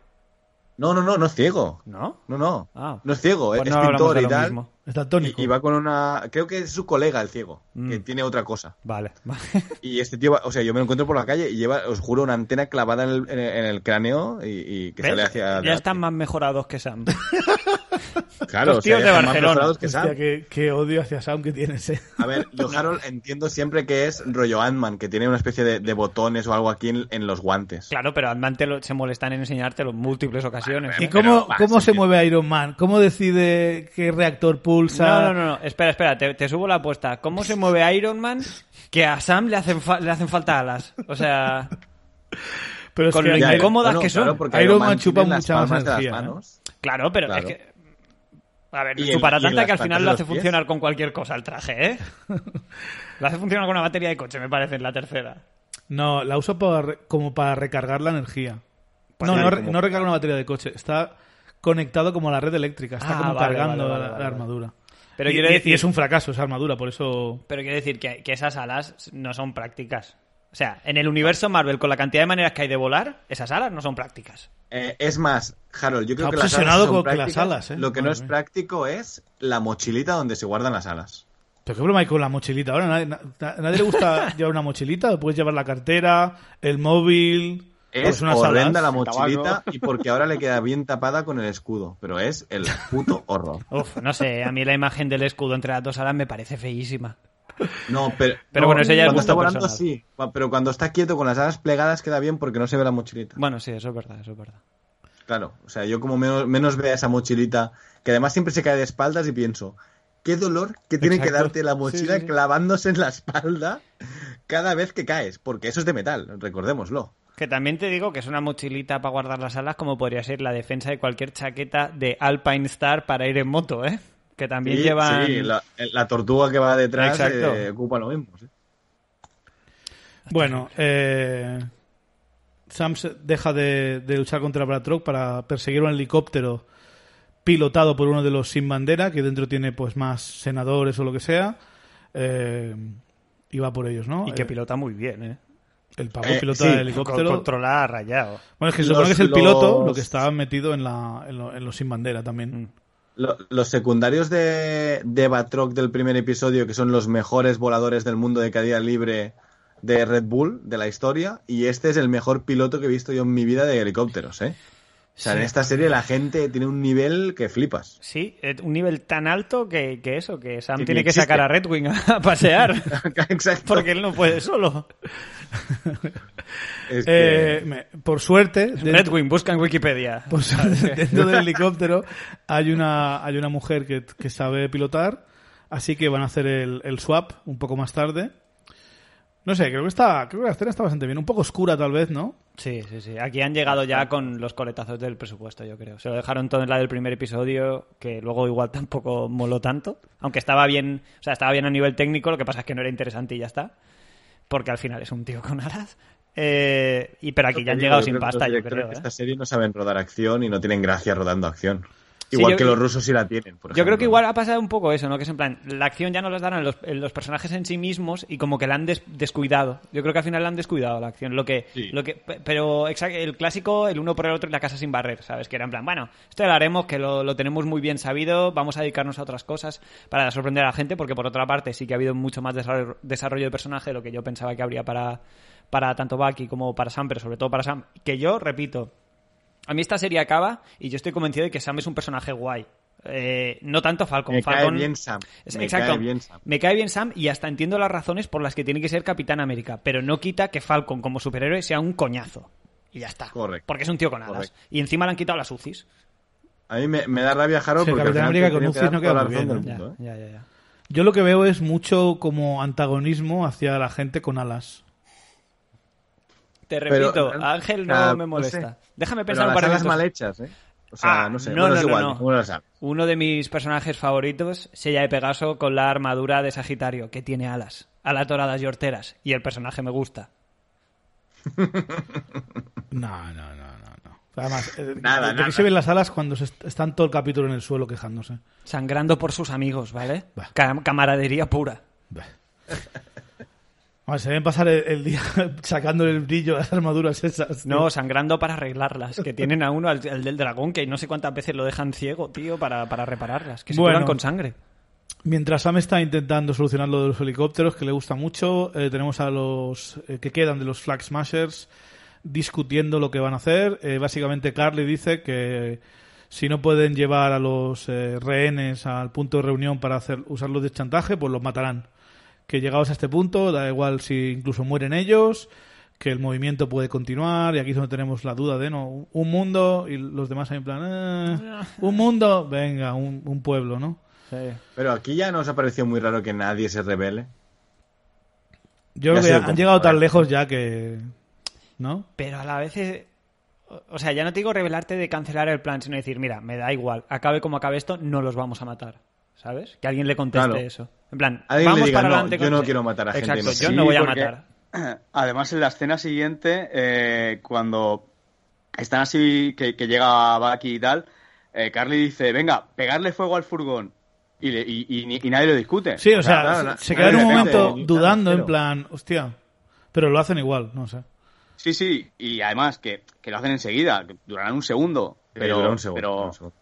S2: No, no, no, no es ciego.
S3: ¿No?
S2: No, no.
S3: Ah.
S2: No es ciego,
S3: Pues
S2: es
S3: no hablamos
S2: pintor
S3: de
S2: y
S3: lo
S2: tal.
S3: mismo.
S1: Está tónico.
S2: Y, y va con una... Creo que es su colega el ciego,
S3: Mm.
S2: que tiene otra cosa.
S3: Vale, vale.
S2: Y este tío, va- o sea, yo me lo encuentro por la calle y lleva, os juro, una antena clavada en el, en el- en el cráneo y, y que
S3: ¿Ves?
S2: sale hacia.
S3: Ya
S2: adelante.
S3: están más mejorados que Sam.
S2: Claro,
S3: los
S2: o sea,
S3: tíos
S2: ya
S3: de
S2: están más
S3: Barcelona.
S2: preparados que
S1: Hostia,
S2: Sam.
S1: qué, qué odio hacia Sam que tienes, eh.
S2: A ver, yo Harold entiendo siempre que es rollo Ant-Man, que tiene una especie de, de botones o algo aquí en, en los guantes.
S3: Claro, pero Ant-Man te lo- se molestan en enseñártelo en múltiples ocasiones.
S1: ¿Y
S3: ¿eh?
S1: cómo,
S2: pero, va,
S1: cómo
S2: sí
S1: se
S2: que-
S1: mueve Iron Man? ¿Cómo decide qué reactor pulsa?
S3: No, no, no, no. espera, espera, te, te subo la apuesta. ¿Cómo se mueve Iron Man que a Sam le hacen, fa- le hacen falta alas? O sea,
S1: Pero es
S3: Con
S1: que
S3: lo
S1: Iron-
S2: eh,
S3: incómodas que son.
S2: porque
S1: Iron Man chupa
S2: tiene las
S1: mucha más
S2: palmas de las
S3: ¿eh?
S1: energía, ¿no?
S2: manos.
S3: claro, pero
S2: Claro.
S3: es que... A ver,
S2: Y
S3: su
S2: el- y
S3: para
S2: en
S3: tanta
S2: las
S3: que al final
S2: patas de
S3: lo
S2: los
S3: hace
S2: pies.
S3: funcionar con cualquier cosa el traje, ¿eh? lo hace funcionar con una batería de coche, me parece, en la tercera.
S1: No, la uso para re- como para recargar la energía.
S2: Pues
S1: no,
S2: sí,
S1: no, re-
S2: como-
S1: no recarga una batería de coche. Está conectado como a la red eléctrica. Está
S3: Ah,
S1: como
S3: vale,
S1: cargando
S3: vale, vale,
S1: la- la
S3: vale, vale.
S1: armadura.
S3: Pero
S1: y,
S3: quiero
S1: y- y
S3: decir-
S1: es un fracaso esa armadura, por eso...
S3: Pero quiero decir que, que esas alas no son prácticas. O sea, en el universo Marvel, con la cantidad de maneras que hay de volar, esas alas no son prácticas.
S2: Eh, es más, Harold, yo creo
S1: Está
S2: que las alas,
S1: obsesionado
S2: son
S1: con que las
S2: prácticas.
S1: alas, ¿eh?
S2: Lo que
S1: Madre
S2: no es
S1: mía.
S2: práctico es la mochilita donde se guardan las alas.
S1: Pero qué broma hay con la mochilita. Ahora nadie, na- na- nadie le gusta llevar una mochilita. Puedes llevar la cartera, el móvil.
S2: Es
S1: pues unas
S2: horrenda
S1: alas.
S2: la
S3: tabaco.
S2: mochilita y porque ahora le queda bien tapada con el escudo, pero es el puto horror.
S3: Uf, no sé, a mí la imagen del escudo entre las dos alas me parece feísima.
S2: No, pero,
S3: Pero
S2: no,
S3: bueno, eso ya es
S2: cuando está
S3: gusto
S2: volando
S3: personal.
S2: sí, Cu- pero cuando está quieto con las alas plegadas queda bien porque no se ve la mochilita.
S3: Bueno, sí, eso es verdad, eso es verdad.
S2: Claro, o sea, yo como menos, menos vea esa mochilita, que además siempre se cae de espaldas y pienso, qué dolor que tiene que
S1: Exacto.
S2: darte la mochila
S1: Sí, sí, sí.
S2: clavándose en la espalda cada vez que caes, porque eso es de metal, recordémoslo.
S3: Que también te digo que es una mochilita para guardar las alas, como podría ser la defensa de cualquier chaqueta de Alpine Star para ir en moto, ¿eh? Que también
S2: Y,
S3: llevan...
S2: sí, la, la tortuga que va detrás
S3: Exacto.
S2: eh, ocupa lo mismo. sí.
S1: Bueno, eh, Sam se- deja de, de luchar contra Bratrock para perseguir un helicóptero pilotado por uno de los sin bandera, que dentro tiene pues más senadores o lo que sea. Eh, y va por ellos, ¿no?
S3: Y que
S1: Eh,
S3: pilota muy bien, ¿eh?
S1: El pavo
S2: Eh,
S1: pilota
S2: sí,
S1: el
S3: Con-
S1: helicóptero.
S3: Controla rayado.
S1: Bueno, es que se
S2: Los-
S1: supone que es el
S2: los-
S1: piloto lo que está metido en, la, en, lo- en los sin bandera también.
S3: Mm.
S2: Lo- los secundarios de, de Batroc del primer episodio, que son los mejores voladores del mundo de caída libre de Red Bull, de la historia, y este es el mejor piloto que he visto yo en mi vida de helicópteros, ¿eh? O sea, en esta serie la gente tiene un nivel que flipas.
S3: Sí, eh, un nivel tan alto que, que eso, que Sam
S2: Que
S3: tiene
S2: ni
S3: que
S2: existe.
S3: sacar a Redwing a, a pasear,
S2: Exacto.
S3: porque él no puede solo.
S2: Es que-
S1: Eh, me- por suerte, dentro,
S3: Redwing, busca en Wikipedia.
S1: por suerte, Pues, dentro del helicóptero hay una, hay una mujer que, que sabe pilotar, así que van a hacer el, el swap un poco más tarde. No sé, creo que está, creo que la escena está bastante bien, un poco oscura tal vez, ¿no?
S3: Sí, sí, sí. Aquí han llegado ya con los coletazos del presupuesto, yo creo. Se lo dejaron todo en la del primer episodio, que luego igual tampoco moló tanto. Aunque estaba bien, o sea, estaba bien a nivel técnico, lo que pasa es que no era interesante y ya está. Porque al final es un tío con alas. Eh, y pero aquí ya han
S2: Yo
S3: llegado
S2: creo
S3: sin
S2: que los
S3: pasta, yo
S2: directores
S3: creo.
S2: de
S3: ¿eh?
S2: Esta serie no saben rodar acción y no tienen gracia rodando acción.
S3: Sí,
S2: Igual
S3: yo-
S2: que los rusos sí la tienen, por
S3: Yo creo
S2: ejemplo.
S3: que igual ha pasado un poco eso, ¿no? Que es en plan, la acción ya no los dan a los, en los personajes en sí mismos y como que la han des- descuidado. Yo creo que al final la han descuidado la acción. Lo que,
S2: Sí.
S3: lo que, pe- pero exa- el clásico, el uno por el otro y la casa sin barrer, ¿sabes? Que era en plan, bueno, esto ya lo haremos, que lo, lo tenemos muy bien sabido, vamos a dedicarnos a otras cosas para sorprender a la gente, porque por otra parte sí que ha habido mucho más desarrollo, desarrollo de personaje de lo que yo pensaba que habría para, para tanto Bucky como para Sam, pero sobre todo para Sam. Que yo, repito, a mí esta serie acaba y yo estoy convencido de que Sam es un personaje guay. Eh, no tanto Falcon.
S2: Me cae
S3: Falcon-
S2: bien Sam.
S3: Es-
S2: Me
S3: Exacto.
S2: cae bien Sam.
S3: Me cae bien Sam y hasta entiendo las razones por las que tiene que ser Capitán América. Pero no quita que Falcon como superhéroe sea un coñazo. Y ya está.
S2: Correcto.
S3: Porque es un tío con alas.
S2: Correcto.
S3: Y encima le han quitado las UCIs.
S2: A mí me, me da rabia Harold
S1: Sí,
S2: porque al
S1: Capitán
S2: final
S1: América
S2: te
S1: con
S2: tiene
S1: un
S2: que
S1: fist
S2: dar
S1: no queda
S2: toda la razón
S1: muy
S2: del
S1: bien,
S3: Ya,
S2: mundo, ¿eh?
S3: ya, ya, ya.
S1: Yo lo que veo es mucho como antagonismo hacia la gente con alas.
S3: Te
S2: Pero,
S3: repito,
S2: eh,
S3: Ángel no
S2: ah,
S3: me
S2: no
S3: molesta.
S2: sé.
S3: Déjame
S2: Pero
S3: pensar un
S2: las
S3: par de
S2: alas
S3: minutos.
S2: mal hechas, ¿eh? O sea,
S3: Ah,
S2: no sé,
S3: no,
S2: bueno,
S3: no,
S2: es igual,
S3: no, no.
S2: uno lo sabe.
S3: Uno de mis personajes favoritos, Sella de Pegaso, con la armadura de Sagitario, que tiene alas, alas doradas y horteras, y el personaje me gusta.
S1: No, no, no, no. no. Además, eh,
S2: Nada,
S1: ¿de qué
S2: nada.
S1: se ven las alas cuando se est- están todo el capítulo en el suelo quejándose?
S3: Sangrando por sus amigos, ¿vale?
S1: Bah.
S3: Ca- camaradería pura.
S1: Bah. Bueno, se deben pasar el, el día sacándole el brillo a las armaduras esas. tío.
S3: No, sangrando para arreglarlas, que tienen a uno, al, al del dragón, que no sé cuántas veces lo dejan ciego, tío, para, para repararlas, que se
S1: Bueno.
S3: curan con sangre.
S1: Mientras Sam está intentando solucionar lo de los helicópteros, que le gusta mucho, eh, tenemos a los eh, que quedan de los Flag Smashers discutiendo lo que van a hacer. Eh, básicamente, Carly dice que si no pueden llevar a los eh, rehenes al punto de reunión para hacer, usarlos de chantaje, pues los matarán. Que llegados a este punto, da igual si incluso mueren ellos, que el movimiento puede continuar, y aquí es donde tenemos la duda de no, un mundo, y los demás ahí en plan, "Eh, un mundo, venga, un- un pueblo, ¿no?
S2: Pero aquí ya nos ha parecido muy raro que nadie se revele.
S1: Yo
S2: Ya
S1: creo que
S2: sé,
S1: ya han llegado tan
S2: compadre.
S1: lejos ya que. ¿No?
S3: Pero a la vez, eh, o- o sea, ya no te digo revelarte de cancelar el plan, sino decir, mira, me da igual, acabe como acabe esto, no los vamos a matar. ¿Sabes? Que alguien le conteste
S2: Claro.
S3: eso. En plan,
S2: Alguien le
S3: vamos
S2: diga,
S3: para
S2: "No,
S3: adelante.
S2: yo
S3: con
S2: no
S3: usted".
S2: quiero matar a gente
S3: Exacto,
S2: inocente.
S3: yo
S4: Sí,
S3: no voy a
S4: porque-
S3: matar.
S4: Además, en la escena siguiente, eh, cuando están así, que, que llega Bucky y tal, eh, Carly dice, venga, pegarle fuego al furgón. Y, le- y- y- y nadie lo discute.
S1: Sí, o sea,
S2: claro,
S1: se-
S2: la-
S1: se quedan un
S4: claro,
S1: momento
S2: claro.
S1: dudando, en
S2: Claro.
S1: plan, hostia. Pero lo hacen igual, no sé.
S4: Sí, sí, y además que, que lo hacen enseguida, que durarán un segundo. Pero,
S2: dura un segundo,
S4: pero,
S2: dura un segundo.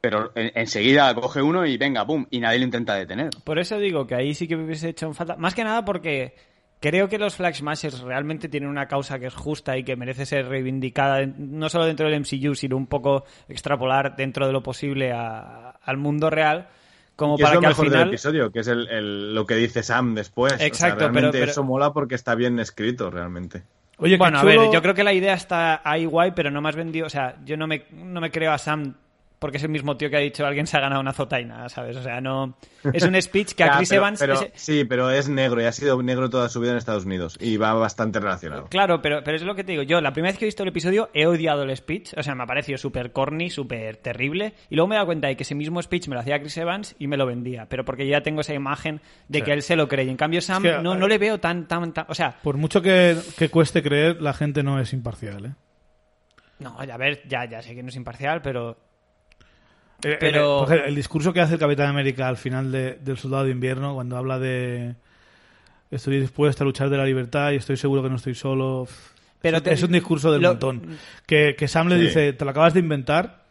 S4: Pero en- enseguida coge uno y venga, pum, y nadie lo intenta detener.
S3: Por eso digo que ahí sí que me hubiese hecho en falta. Más que nada porque creo que los Flag Smashers realmente tienen una causa que es justa y que merece ser reivindicada, no solo dentro del MCU, sino un poco extrapolar dentro de lo posible a- al mundo real. Como
S2: Y es
S3: para
S2: lo
S3: que al
S2: mejor del
S3: final.
S2: episodio, que es el, el- lo que dice Sam después. O sea,
S3: Exacto, pero-
S2: realmente
S3: pero-
S2: eso mola porque está bien escrito, realmente.
S1: Oye, qué
S3: bueno, a
S1: chulo-
S3: ver, yo creo que la idea está ahí guay, pero no me has vendido. O sea, yo no me, no me creo a Sam porque es el mismo tío que ha dicho alguien se ha ganado una zotaina, ¿sabes? O sea, no. Es un speech que a
S2: Ya,
S3: Chris
S2: pero-
S3: Evans.
S2: pero-
S3: ese-
S2: Sí, pero es negro y ha sido negro toda su vida en Estados Unidos y va bastante relacionado.
S3: Claro, pero, pero es lo que te digo. Yo, la primera vez que he visto el episodio, he odiado el speech. O sea, me ha parecido súper corny, súper terrible. Y luego me he dado cuenta de que ese mismo speech me lo hacía Chris Evans y me lo vendía. Pero porque ya tengo esa imagen de que él se lo cree. Y en cambio, Sam,
S1: que,
S3: no, no le veo tan, tan, tan. O sea,
S1: Por mucho que, que cueste creer, la gente no es imparcial, ¿eh?
S3: no, a ver, ya, ya sé que no es imparcial, pero.
S1: Eh, eh,
S3: Pero-
S1: por ejemplo, el discurso que hace el Capitán América al final de- del Soldado de Invierno, cuando habla de estoy dispuesto a luchar de la libertad y estoy seguro que no estoy solo.
S3: Pero
S1: es,
S3: te-
S1: es un discurso del
S3: lo-
S1: montón. Que, que Sam le
S2: Sí.
S1: dice, te lo acabas de inventar.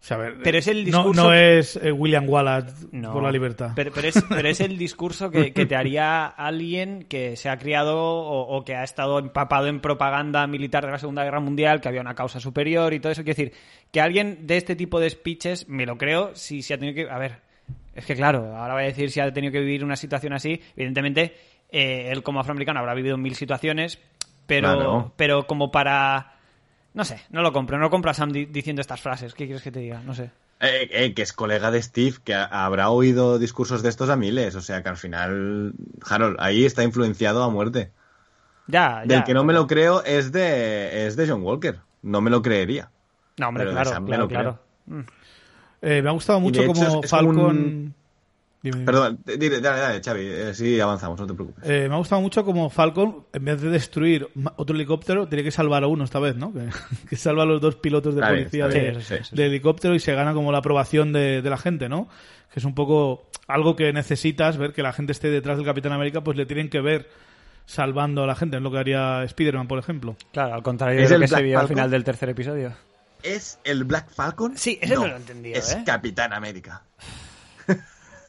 S1: O sea, a ver,
S3: Pero es el
S1: no-
S3: discurso
S1: No,
S3: que-
S1: es eh, William Wallace
S3: No.
S1: por la libertad.
S3: Pero, pero es, pero es el discurso que, que te haría alguien que se ha criado o, o que ha estado empapado en propaganda militar de la Segunda Guerra Mundial, que había una causa superior y todo eso. Quiero decir, que alguien de este tipo de speeches, me lo creo, si se ha tenido que. A ver, es que claro, ahora voy a decir si ha tenido que vivir una situación así. Evidentemente, eh, él como afroamericano habrá vivido mil situaciones, pero,
S2: Claro.
S3: pero como para. No sé, no lo compro, no compro a Sam di- diciendo estas frases. ¿Qué quieres que te diga? No sé.
S2: Eh, eh, que es colega de Steve, que ha- habrá oído discursos de estos a miles. O sea que al final, Harold, ahí está influenciado a muerte.
S3: Ya, ya.
S2: Del que no me lo creo es de, es de John Walker. No me lo creería.
S3: No, hombre,
S2: Pero de
S3: claro,
S2: Sam me
S3: claro,
S2: lo creo.
S3: claro.
S1: Eh, me ha gustado
S2: Y de
S1: mucho
S2: hecho
S1: como
S2: es- es como
S1: Falcon...
S2: un-
S1: Dime, dime.
S2: Perdón, di- di- dale, dale, Xavi, eh, sí avanzamos, no te preocupes.
S1: Eh, me ha gustado mucho como Falcon, en vez de destruir ma- otro helicóptero, tiene que salvar a uno esta vez, ¿no? Que, que salva a los dos pilotos de
S2: Está bien,
S1: policía
S2: está
S1: de,
S2: bien, sí, sí, sí.
S1: de helicóptero y se gana como la aprobación de, de la gente, ¿no? Que es un poco algo que necesitas, ver que la gente esté detrás del Capitán América, pues le tienen que ver salvando a la gente, es lo que haría Spider-Man, por ejemplo.
S3: Claro, al contrario
S2: ¿Es
S3: de lo
S2: el
S3: que se
S2: Black
S3: vio al
S2: Falcon?
S3: final del tercer episodio.
S2: ¿Es el Black Falcon?
S3: Sí, ese no lo he entendido,
S2: Es
S3: ¿eh?
S2: Capitán América.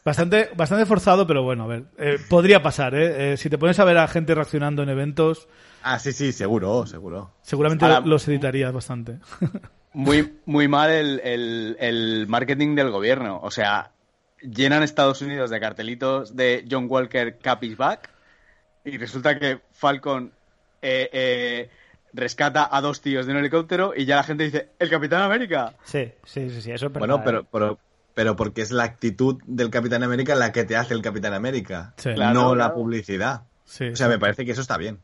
S1: Bastante, bastante forzado, pero bueno, a ver, eh, podría pasar, ¿eh? Eh, Si te pones a ver a gente reaccionando en eventos,
S2: Ah, sí, sí, seguro, seguro.
S1: seguramente
S4: Ahora-
S1: los editarías bastante.
S4: Muy, muy mal el, el- el marketing del gobierno. O sea, llenan Estados Unidos de cartelitos de John Walker Cap is Back y resulta que Falcon eh, eh, rescata a dos tíos de un helicóptero y ya la gente dice, ¡El Capitán América!
S3: Sí, sí, sí, sí, eso es
S2: Bueno,
S3: verdad,
S2: pero,
S3: ¿eh?
S2: pero, pero porque es la actitud del Capitán América la que te hace el Capitán América,
S1: Sí.
S2: no
S4: Claro,
S2: la
S4: claro.
S2: publicidad.
S1: Sí,
S2: O sea, me parece que eso está bien.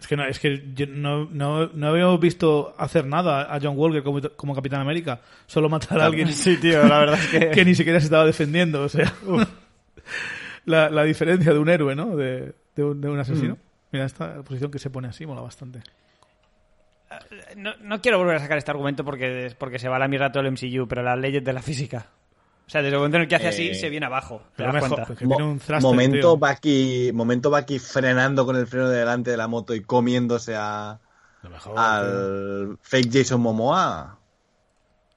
S1: Es que no, es que yo no, no, no habíamos visto hacer nada a John Walker como, como Capitán América, solo matar a alguien
S3: Sí, tío, la verdad es ¿eh? que...
S1: que ni siquiera se estaba defendiendo, o sea, la, la diferencia de un héroe, ¿no? De, de, un, de un asesino.
S2: Mm.
S1: Mira, esta posición que se pone así mola bastante.
S3: no, no quiero volver a sacar este argumento porque, es- porque se va a la mierda todo el MCU, pero las leyes de la física. O sea, desde el momento en el que hace
S2: Eh,
S3: así, se viene abajo. Te
S1: Pero
S3: das
S1: mejor,
S3: cuenta.
S1: porque
S2: Mo-
S1: tiene un thruster,
S2: momento,
S1: tío.
S2: Bucky, momento Bucky frenando con el freno de delante de la moto y comiéndose a,
S1: Lo
S4: Oh,
S1: mejor, tío.
S2: al fake Jason Momoa.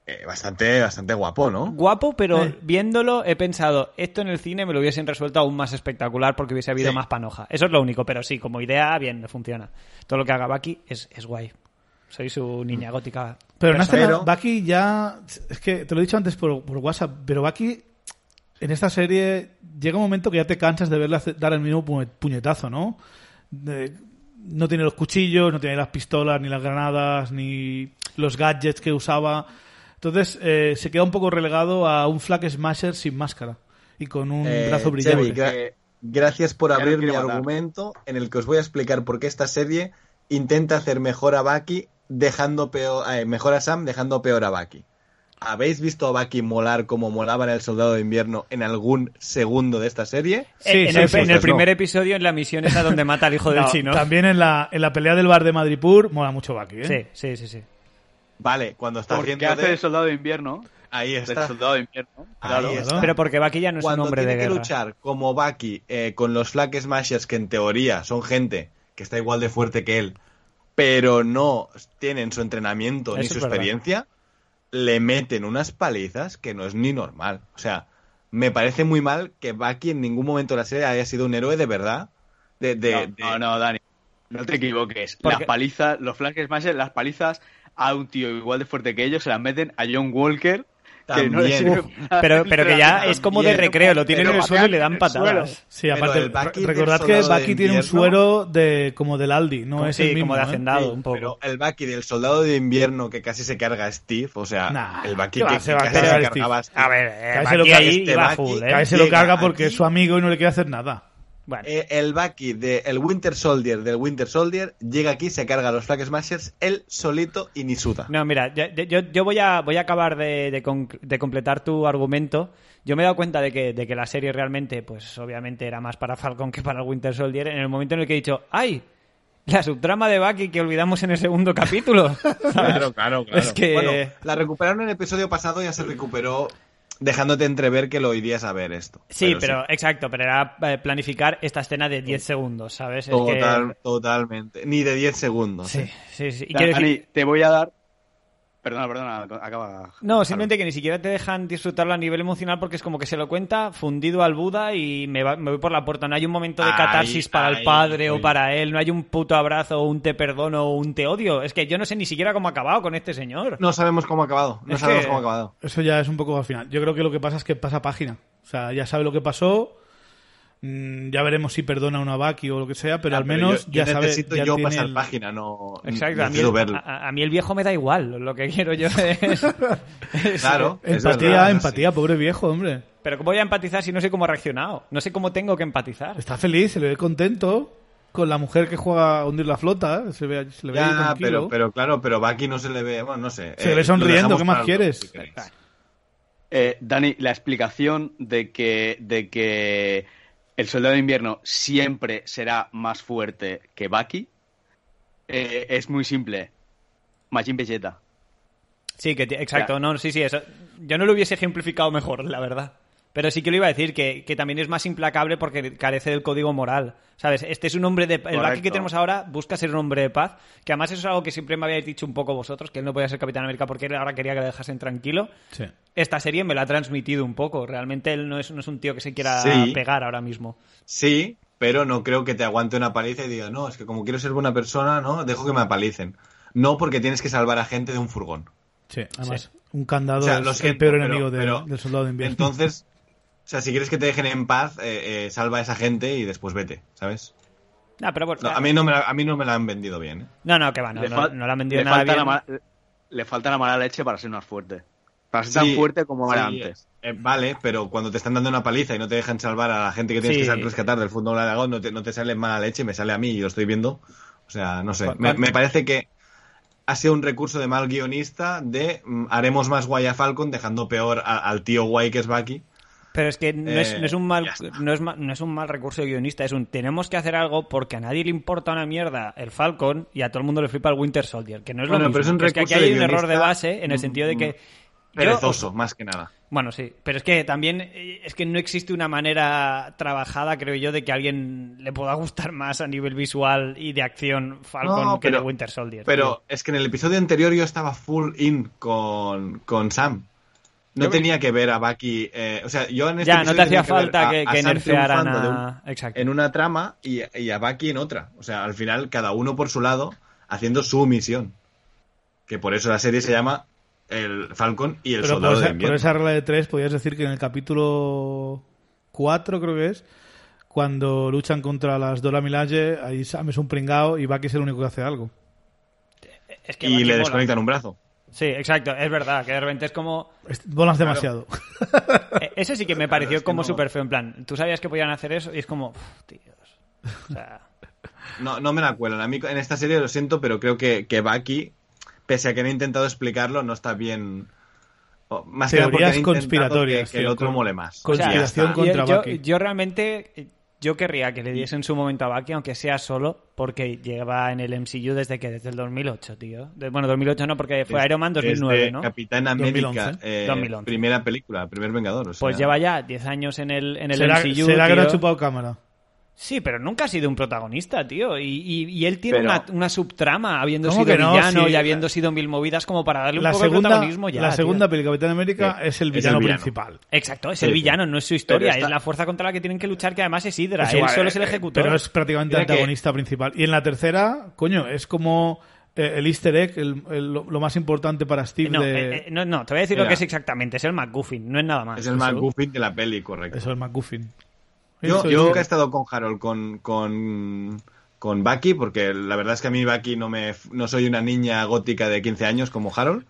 S2: Eh, bastante, bastante guapo, ¿no?
S3: Guapo, pero
S1: Eh.
S3: viéndolo he pensado, esto en el cine me lo hubiesen resuelto aún más espectacular porque hubiese habido
S2: Sí.
S3: más panoja. Eso es lo único, pero sí, como idea, bien, me funciona. Todo lo que haga Bucky es, es guay. Soy su niña gótica.
S1: Pero no hace
S2: Pero-
S1: nada. Bucky ya. Es que te lo he dicho antes por, por WhatsApp, pero Bucky en esta serie llega un momento que ya te cansas de verle hace- dar el mismo pu- puñetazo, ¿no? De- no tiene los cuchillos, no tiene las pistolas, ni las granadas, ni los gadgets que usaba. Entonces eh, se queda un poco relegado a un flag smasher sin máscara y con un
S2: Eh,
S1: brazo
S2: Xavi,
S1: brillante.
S2: gra-
S4: Eh,
S2: gracias por
S4: ya no
S2: abrir mi
S4: quiero matar.
S2: argumento en el que os voy a explicar por qué esta serie intenta hacer mejor a Bucky dejando peor, eh, mejor a Sam dejando peor a Bucky. ¿Habéis visto a Bucky molar como molaba en El Soldado de Invierno en algún segundo de esta serie?
S1: Sí,
S3: en,
S1: sí,
S3: el,
S1: sí,
S3: en
S2: pues
S3: el
S2: no.
S3: primer episodio, en la misión esa donde mata al hijo del
S1: No,
S3: chino.
S1: También en la, en la pelea del bar de Madripur mola mucho Bucky, ¿eh?
S3: Sí, sí, sí, sí.
S2: Vale, cuando está
S4: Porque
S2: haciendo
S4: hace
S2: de-
S4: el soldado de invierno.
S2: Ahí
S4: Del
S2: está.
S4: soldado de invierno. Claro.
S2: Ahí está.
S3: Pero porque Bucky ya no es
S2: cuando
S3: un hombre
S2: tiene
S3: de
S2: que
S3: guerra.
S2: luchar como Bucky eh, con los Flag Smashers, que en teoría son gente que está igual de fuerte que él, pero no tienen su entrenamiento ni
S3: Eso
S2: su
S3: es verdad.
S2: experiencia, le meten unas palizas que no es ni normal. O sea, me parece muy mal que Bucky en ningún momento de la serie haya sido un héroe de verdad. De, de-
S4: No,
S2: de-
S4: no, no, Dani, no te equivoques.
S3: Porque-
S4: Las palizas, los flash smashes, las palizas a un tío igual de fuerte que ellos se las meten a John Walker. Que no le
S2: También.
S4: sirve
S2: Uf,
S4: para
S3: Pero, pero que ya
S4: literalmente
S3: es como de
S4: nada.
S3: recreo, lo tienen en
S4: Pero
S3: el suelo y le dan
S4: patean en el
S3: patadas.
S4: suelo.
S1: Sí,
S2: Pero
S1: aparte,
S2: el Bucky
S1: re-
S2: del
S1: recordad que
S2: soldado de
S1: Bucky tiene un
S2: invierno-
S1: suero de como del Aldi, no
S3: Como-
S1: es
S3: sí,
S1: el mismo.
S3: como de
S1: ¿eh?
S3: hacendado un poco.
S2: Pero el Bucky del soldado de invierno que casi se carga a Steve, o sea,
S1: Nah,
S2: el Bucky
S1: ¿qué
S2: que,
S1: va,
S2: que
S1: se va a
S2: casi se
S1: cargar a
S2: cargaba a Steve.
S3: A ver, eh,
S1: Cállese lo
S3: Bucky
S1: que-
S3: ahí
S2: este
S3: iba
S2: Bucky,
S3: full, ¿eh?
S1: Que a ese lo
S2: Llega
S1: carga porque
S2: aquí.
S1: es su amigo y no le quiere hacer nada.
S3: Bueno,
S2: Eh, el Bucky del Winter Soldier del Winter Soldier llega aquí, se carga a los Flag Smashers él solito y ni suda.
S3: no, mira, yo, yo- yo voy, a, voy a acabar de, de conc- de completar tu argumento. Yo me he dado cuenta de que, de que la serie realmente, pues obviamente era más para Falcon que para el Winter Soldier. En el momento en el que he dicho, ¡ay! La subtrama de Bucky que olvidamos en el segundo capítulo.
S2: Claro, claro, claro.
S3: Es
S1: eh,
S3: que-
S2: Bueno, la recuperaron en el episodio pasado, ya se recuperó dejándote entrever que lo irías a ver esto.
S3: Sí, pero, exacto, pero era eh, planificar esta escena de 10 segundos, ¿sabes? Es que-
S2: Total- Totalmente. Ni de 10 segundos.
S3: Sí,
S2: ¿eh?
S3: sí, sí. Y
S4: Dani,
S3: quiero decir-
S4: te voy a dar. Perdona, perdona, acaba.
S3: No, simplemente que ni siquiera te dejan disfrutarlo a nivel emocional porque es como que se lo cuenta fundido al Buda y me, va- me voy por la puerta. No hay un momento de
S2: Ahí,
S3: catarsis para el
S2: ahí,
S3: padre o
S2: ahí.
S3: para él, no hay un puto abrazo o un te perdono o un te odio. Es que yo no sé ni siquiera cómo ha acabado con este señor.
S2: No sabemos cómo ha acabado. No
S3: Es
S2: sabemos
S3: que-
S2: cómo ha acabado.
S1: Eso ya es un poco al final. Yo creo que lo que pasa es que pasa página. O sea, ya sabe lo que pasó. Mm, ya veremos si perdona una Bucky o lo que sea, pero
S2: Ah,
S1: al menos
S2: yo,
S1: ya
S2: yo
S1: sabe.
S2: necesito
S1: ya
S2: yo
S1: tiene
S2: pasar
S1: el-
S2: página, no.
S3: Exacto, a mí,
S2: necesito
S3: el,
S2: verlo.
S3: a- a mí el viejo me da igual, lo que quiero yo es... es-
S2: Claro. es
S1: Empatía,
S2: verdad, sí.
S1: empatía, pobre viejo, hombre.
S3: Pero ¿cómo voy a empatizar si no sé cómo ha reaccionado? No sé cómo tengo que empatizar.
S1: Está feliz, se le ve contento. Con la mujer que juega a hundir la flota, se, ve, se le ve
S2: Ya,
S1: tranquilo.
S2: pero, pero claro, pero Bucky no se le ve. Bueno, no sé. eh,
S1: Se le ve sonriendo,
S2: lo dejamos
S1: ¿qué más
S2: para
S1: quieres?
S2: si queréis.
S4: Eh, Dani, la explicación de que, de que el soldado de invierno siempre será más fuerte que Bucky eh, es muy simple. Majin Vegeta.
S3: Sí, que ti- exacto, no, sí, sí, eso. Yo no lo hubiese ejemplificado mejor, la verdad. Pero sí que lo iba a decir, que, que también es más implacable porque carece del código moral. ¿Sabes? Este es un hombre de. El Bucky que
S4: Correcto.
S3: tenemos ahora busca ser un hombre de paz. Que además eso es algo que siempre me habíais dicho un poco vosotros, que él no podía ser Capitán América porque él ahora quería que le dejasen tranquilo.
S1: Sí.
S3: Esta serie me la ha transmitido un poco. Realmente él no es, no es un tío que se quiera
S2: Sí.
S3: pegar ahora mismo.
S2: Sí, pero no creo que te aguante una paliza y diga, no, es que como quiero ser buena persona, no, dejo que me apalicen. No, porque tienes que salvar a gente de un furgón.
S1: Sí, además, un candado
S2: O sea,
S1: es
S2: lo
S1: el
S2: siento,
S1: peor
S2: pero-
S1: enemigo de-
S2: pero-
S1: del soldado de invierno.
S2: Entonces, o sea, si quieres que te dejen en paz, eh, eh, salva a esa gente y después vete, ¿sabes?
S3: Ah, pero bueno,
S2: No, a, mí no me la, a mí no me la han vendido bien. ¿eh?
S3: no, no, que va, no,
S4: Le
S3: no,
S4: fal-
S3: no la han vendido
S4: le
S3: nada
S4: falta la
S3: bien.
S4: ma- le falta la mala leche para ser más fuerte. Para ser tan
S2: Sí,
S4: fuerte como era
S2: sí,
S4: antes.
S2: eh, vale, pero cuando te están dando una paliza y no te dejan salvar a la gente que tienes
S3: Sí.
S2: que sal- rescatar del fútbol dragón, no te, no te sale mala leche, me sale a mí y lo estoy viendo. O sea, no sé.
S3: Cu-
S2: Me,
S3: cu-
S2: me parece que ha sido un recurso de mal guionista de mm, haremos más guay a Falcon dejando peor a- al tío guay que es Bucky.
S3: Pero es que no, es,
S2: Eh,
S3: no es un mal,
S2: ya está.
S3: no, es ma- no es un mal recurso guionista, es un tenemos que hacer algo porque a nadie le importa una mierda el Falcon y a todo el mundo le flipa el Winter Soldier, que no es lo
S2: Bueno,
S3: mismo.
S2: pero es un
S3: Que que aquí
S2: recurso de
S3: hay un error de
S2: guionista, mm,
S3: base en el sentido de que... yo-
S2: Perezoso, más que nada.
S3: bueno, sí, pero es que también eh, es que no existe una manera trabajada, creo yo, de que a alguien le pueda gustar más a nivel visual y de acción Falcon
S2: No,
S3: que
S2: pero-
S3: el Winter Soldier.
S2: Pero es que en el episodio anterior yo estaba full in con, con Sam. No
S3: Yo me-
S2: tenía que ver a Bucky. eh, o sea, yo en este
S3: ya, no
S2: episodio
S3: te
S2: tenía
S3: hacía
S2: ver
S3: falta
S2: a-
S3: que,
S2: a
S3: que
S2: Sam
S3: nerfearan
S2: triunfando de un-
S3: a- Exacto.
S2: en una trama y, y a Bucky en otra. O sea, al final cada uno por su lado haciendo su misión. Que por eso la serie se llama El Falcon y el
S1: Pero por
S2: Soldado de
S1: esa, por
S2: Invierno.
S1: esa regla de tres, podrías decir que en el capítulo 4, creo que es, cuando luchan contra las Dora Milaje, ahí Sam es un pringao y Bucky es el único que hace algo.
S3: Es que
S2: Y
S3: Bucky
S2: le
S3: mola.
S2: desconectan un brazo.
S3: Sí, exacto, es verdad, que de repente es como...
S1: Es- Volas demasiado.
S3: Eh, Eso sí que me pareció
S2: es que
S3: como
S2: no-
S3: súper feo. En plan, tú sabías que podían hacer eso y es como, "Uf, tíos. O sea,
S2: No, no me la cuelan. A mí en esta serie lo siento, pero creo que, que Bucky, pese a que han intentado explicarlo, no está bien. o- Más que nada porque
S1: Teorías
S2: han intentado
S1: conspiratorias,
S2: Que, que el
S1: tío,
S2: otro
S1: con-
S2: mole más.
S3: o sea,
S1: Conspiración
S2: Ya está.
S1: con- contra
S3: yo- yo,
S1: Bucky.
S3: yo realmente eh, yo querría que le diesen su momento a Bucky, aunque sea solo, porque lleva en el MCU desde que desde el 2008, tío. De- bueno, 2008 no, porque fue
S2: Desde-
S3: Iron Man 2009,
S2: desde
S3: ¿no?
S2: este Capitán América,
S1: 2011.
S2: eh,
S3: 2011.
S2: primera película, primer Vengador. o sea,
S3: Pues lleva ya 10 años en el en el
S1: será
S3: MCU.
S1: será que no
S3: tío.
S1: ha chupado cámara.
S3: Sí, pero nunca ha sido un protagonista, tío. Y, y- y él tiene
S4: Pero-
S3: una, una subtrama, habiendo
S1: ¿Cómo
S3: sido
S1: que no?
S3: villano
S1: Sí,
S3: y
S1: la-
S3: habiendo sido en mil movidas, como para darle un
S1: La
S3: poco de
S1: segunda,
S3: protagonismo ya.
S1: la
S3: tío.
S1: segunda película de Capitán América es
S2: Sí,
S1: el
S2: es el
S1: villano
S2: villano.
S1: principal.
S3: Exacto, es
S2: Sí,
S3: el
S2: sí.
S3: villano, no es su historia,
S4: Pero está-
S3: es la fuerza contra la que tienen que luchar, que además es Hydra.
S1: Es
S3: él
S1: igual,
S3: solo es el
S1: eh,
S3: ejecutor.
S1: Pero es prácticamente
S3: Mira que-
S1: antagonista principal. Y en la tercera, coño, es como eh, el easter egg, el- el- lo lo más importante para Steve
S3: No,
S1: de...
S3: eh, eh, no, no, te voy a decir lo
S2: Mira.
S3: que es exactamente. Es el McGuffin, no es nada más.
S2: Es el más goofy de la peli, correcto.
S1: Eso, el McGuffin.
S2: Yo,
S1: Eso
S2: yo
S1: es-
S2: nunca he estado con Harold, con, con, con Bucky, porque la verdad es que a mí Bucky no me no soy una niña gótica de 15 años como Harold.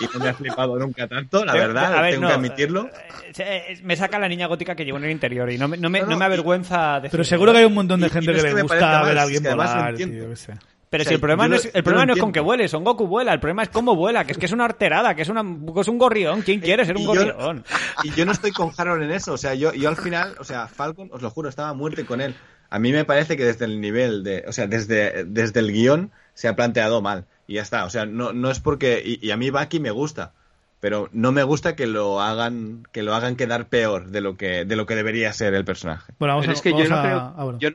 S2: Y no me ha flipado nunca tanto, la
S3: Te-
S2: verdad,
S3: a ver,
S2: tengo
S3: no,
S2: que admitirlo.
S3: eh, eh, me saca la niña gótica que llevo en el interior y no me, no me,
S2: No, no,
S3: no me
S2: y-
S3: avergüenza decirlo.
S1: Pero seguro que hay un montón de
S2: Y- y
S1: gente
S2: no es
S1: que
S2: que
S1: le
S2: me
S1: gusta
S2: parezca
S1: ver
S2: mal,
S1: a
S2: es
S1: alguien
S2: que además lo
S1: volar,
S2: entiendo.
S1: tío, qué sé.
S3: Pero
S2: O sea,
S3: si el problema,
S2: yo
S3: no
S2: lo-
S3: es,
S2: yo
S3: el
S2: lo
S3: problema no es con
S2: entiendo.
S3: que vuele, son Goku vuela, el problema es cómo vuela, que es que es una arterada, que es, una, es un gorrión, ¿quién quiere ser un
S2: Eh, Y yo-
S3: gorrión?
S2: Y yo no estoy con Harold en eso. O sea, yo, yo al final, o sea, Falcon, os lo juro, estaba a muerte con él. A mí me parece que desde el nivel de. O sea, desde, desde el guión se ha planteado mal. Y ya está. O sea, no, no es porque. Y, y a mí Bucky me gusta. Pero no me gusta que lo hagan, que lo hagan quedar peor de lo que, de lo que debería ser el personaje.
S1: Bueno, vamos
S4: Pero
S1: a...
S4: es que
S1: vamos
S4: yo no
S1: a-
S4: creo.
S1: ah, bueno.
S4: yo,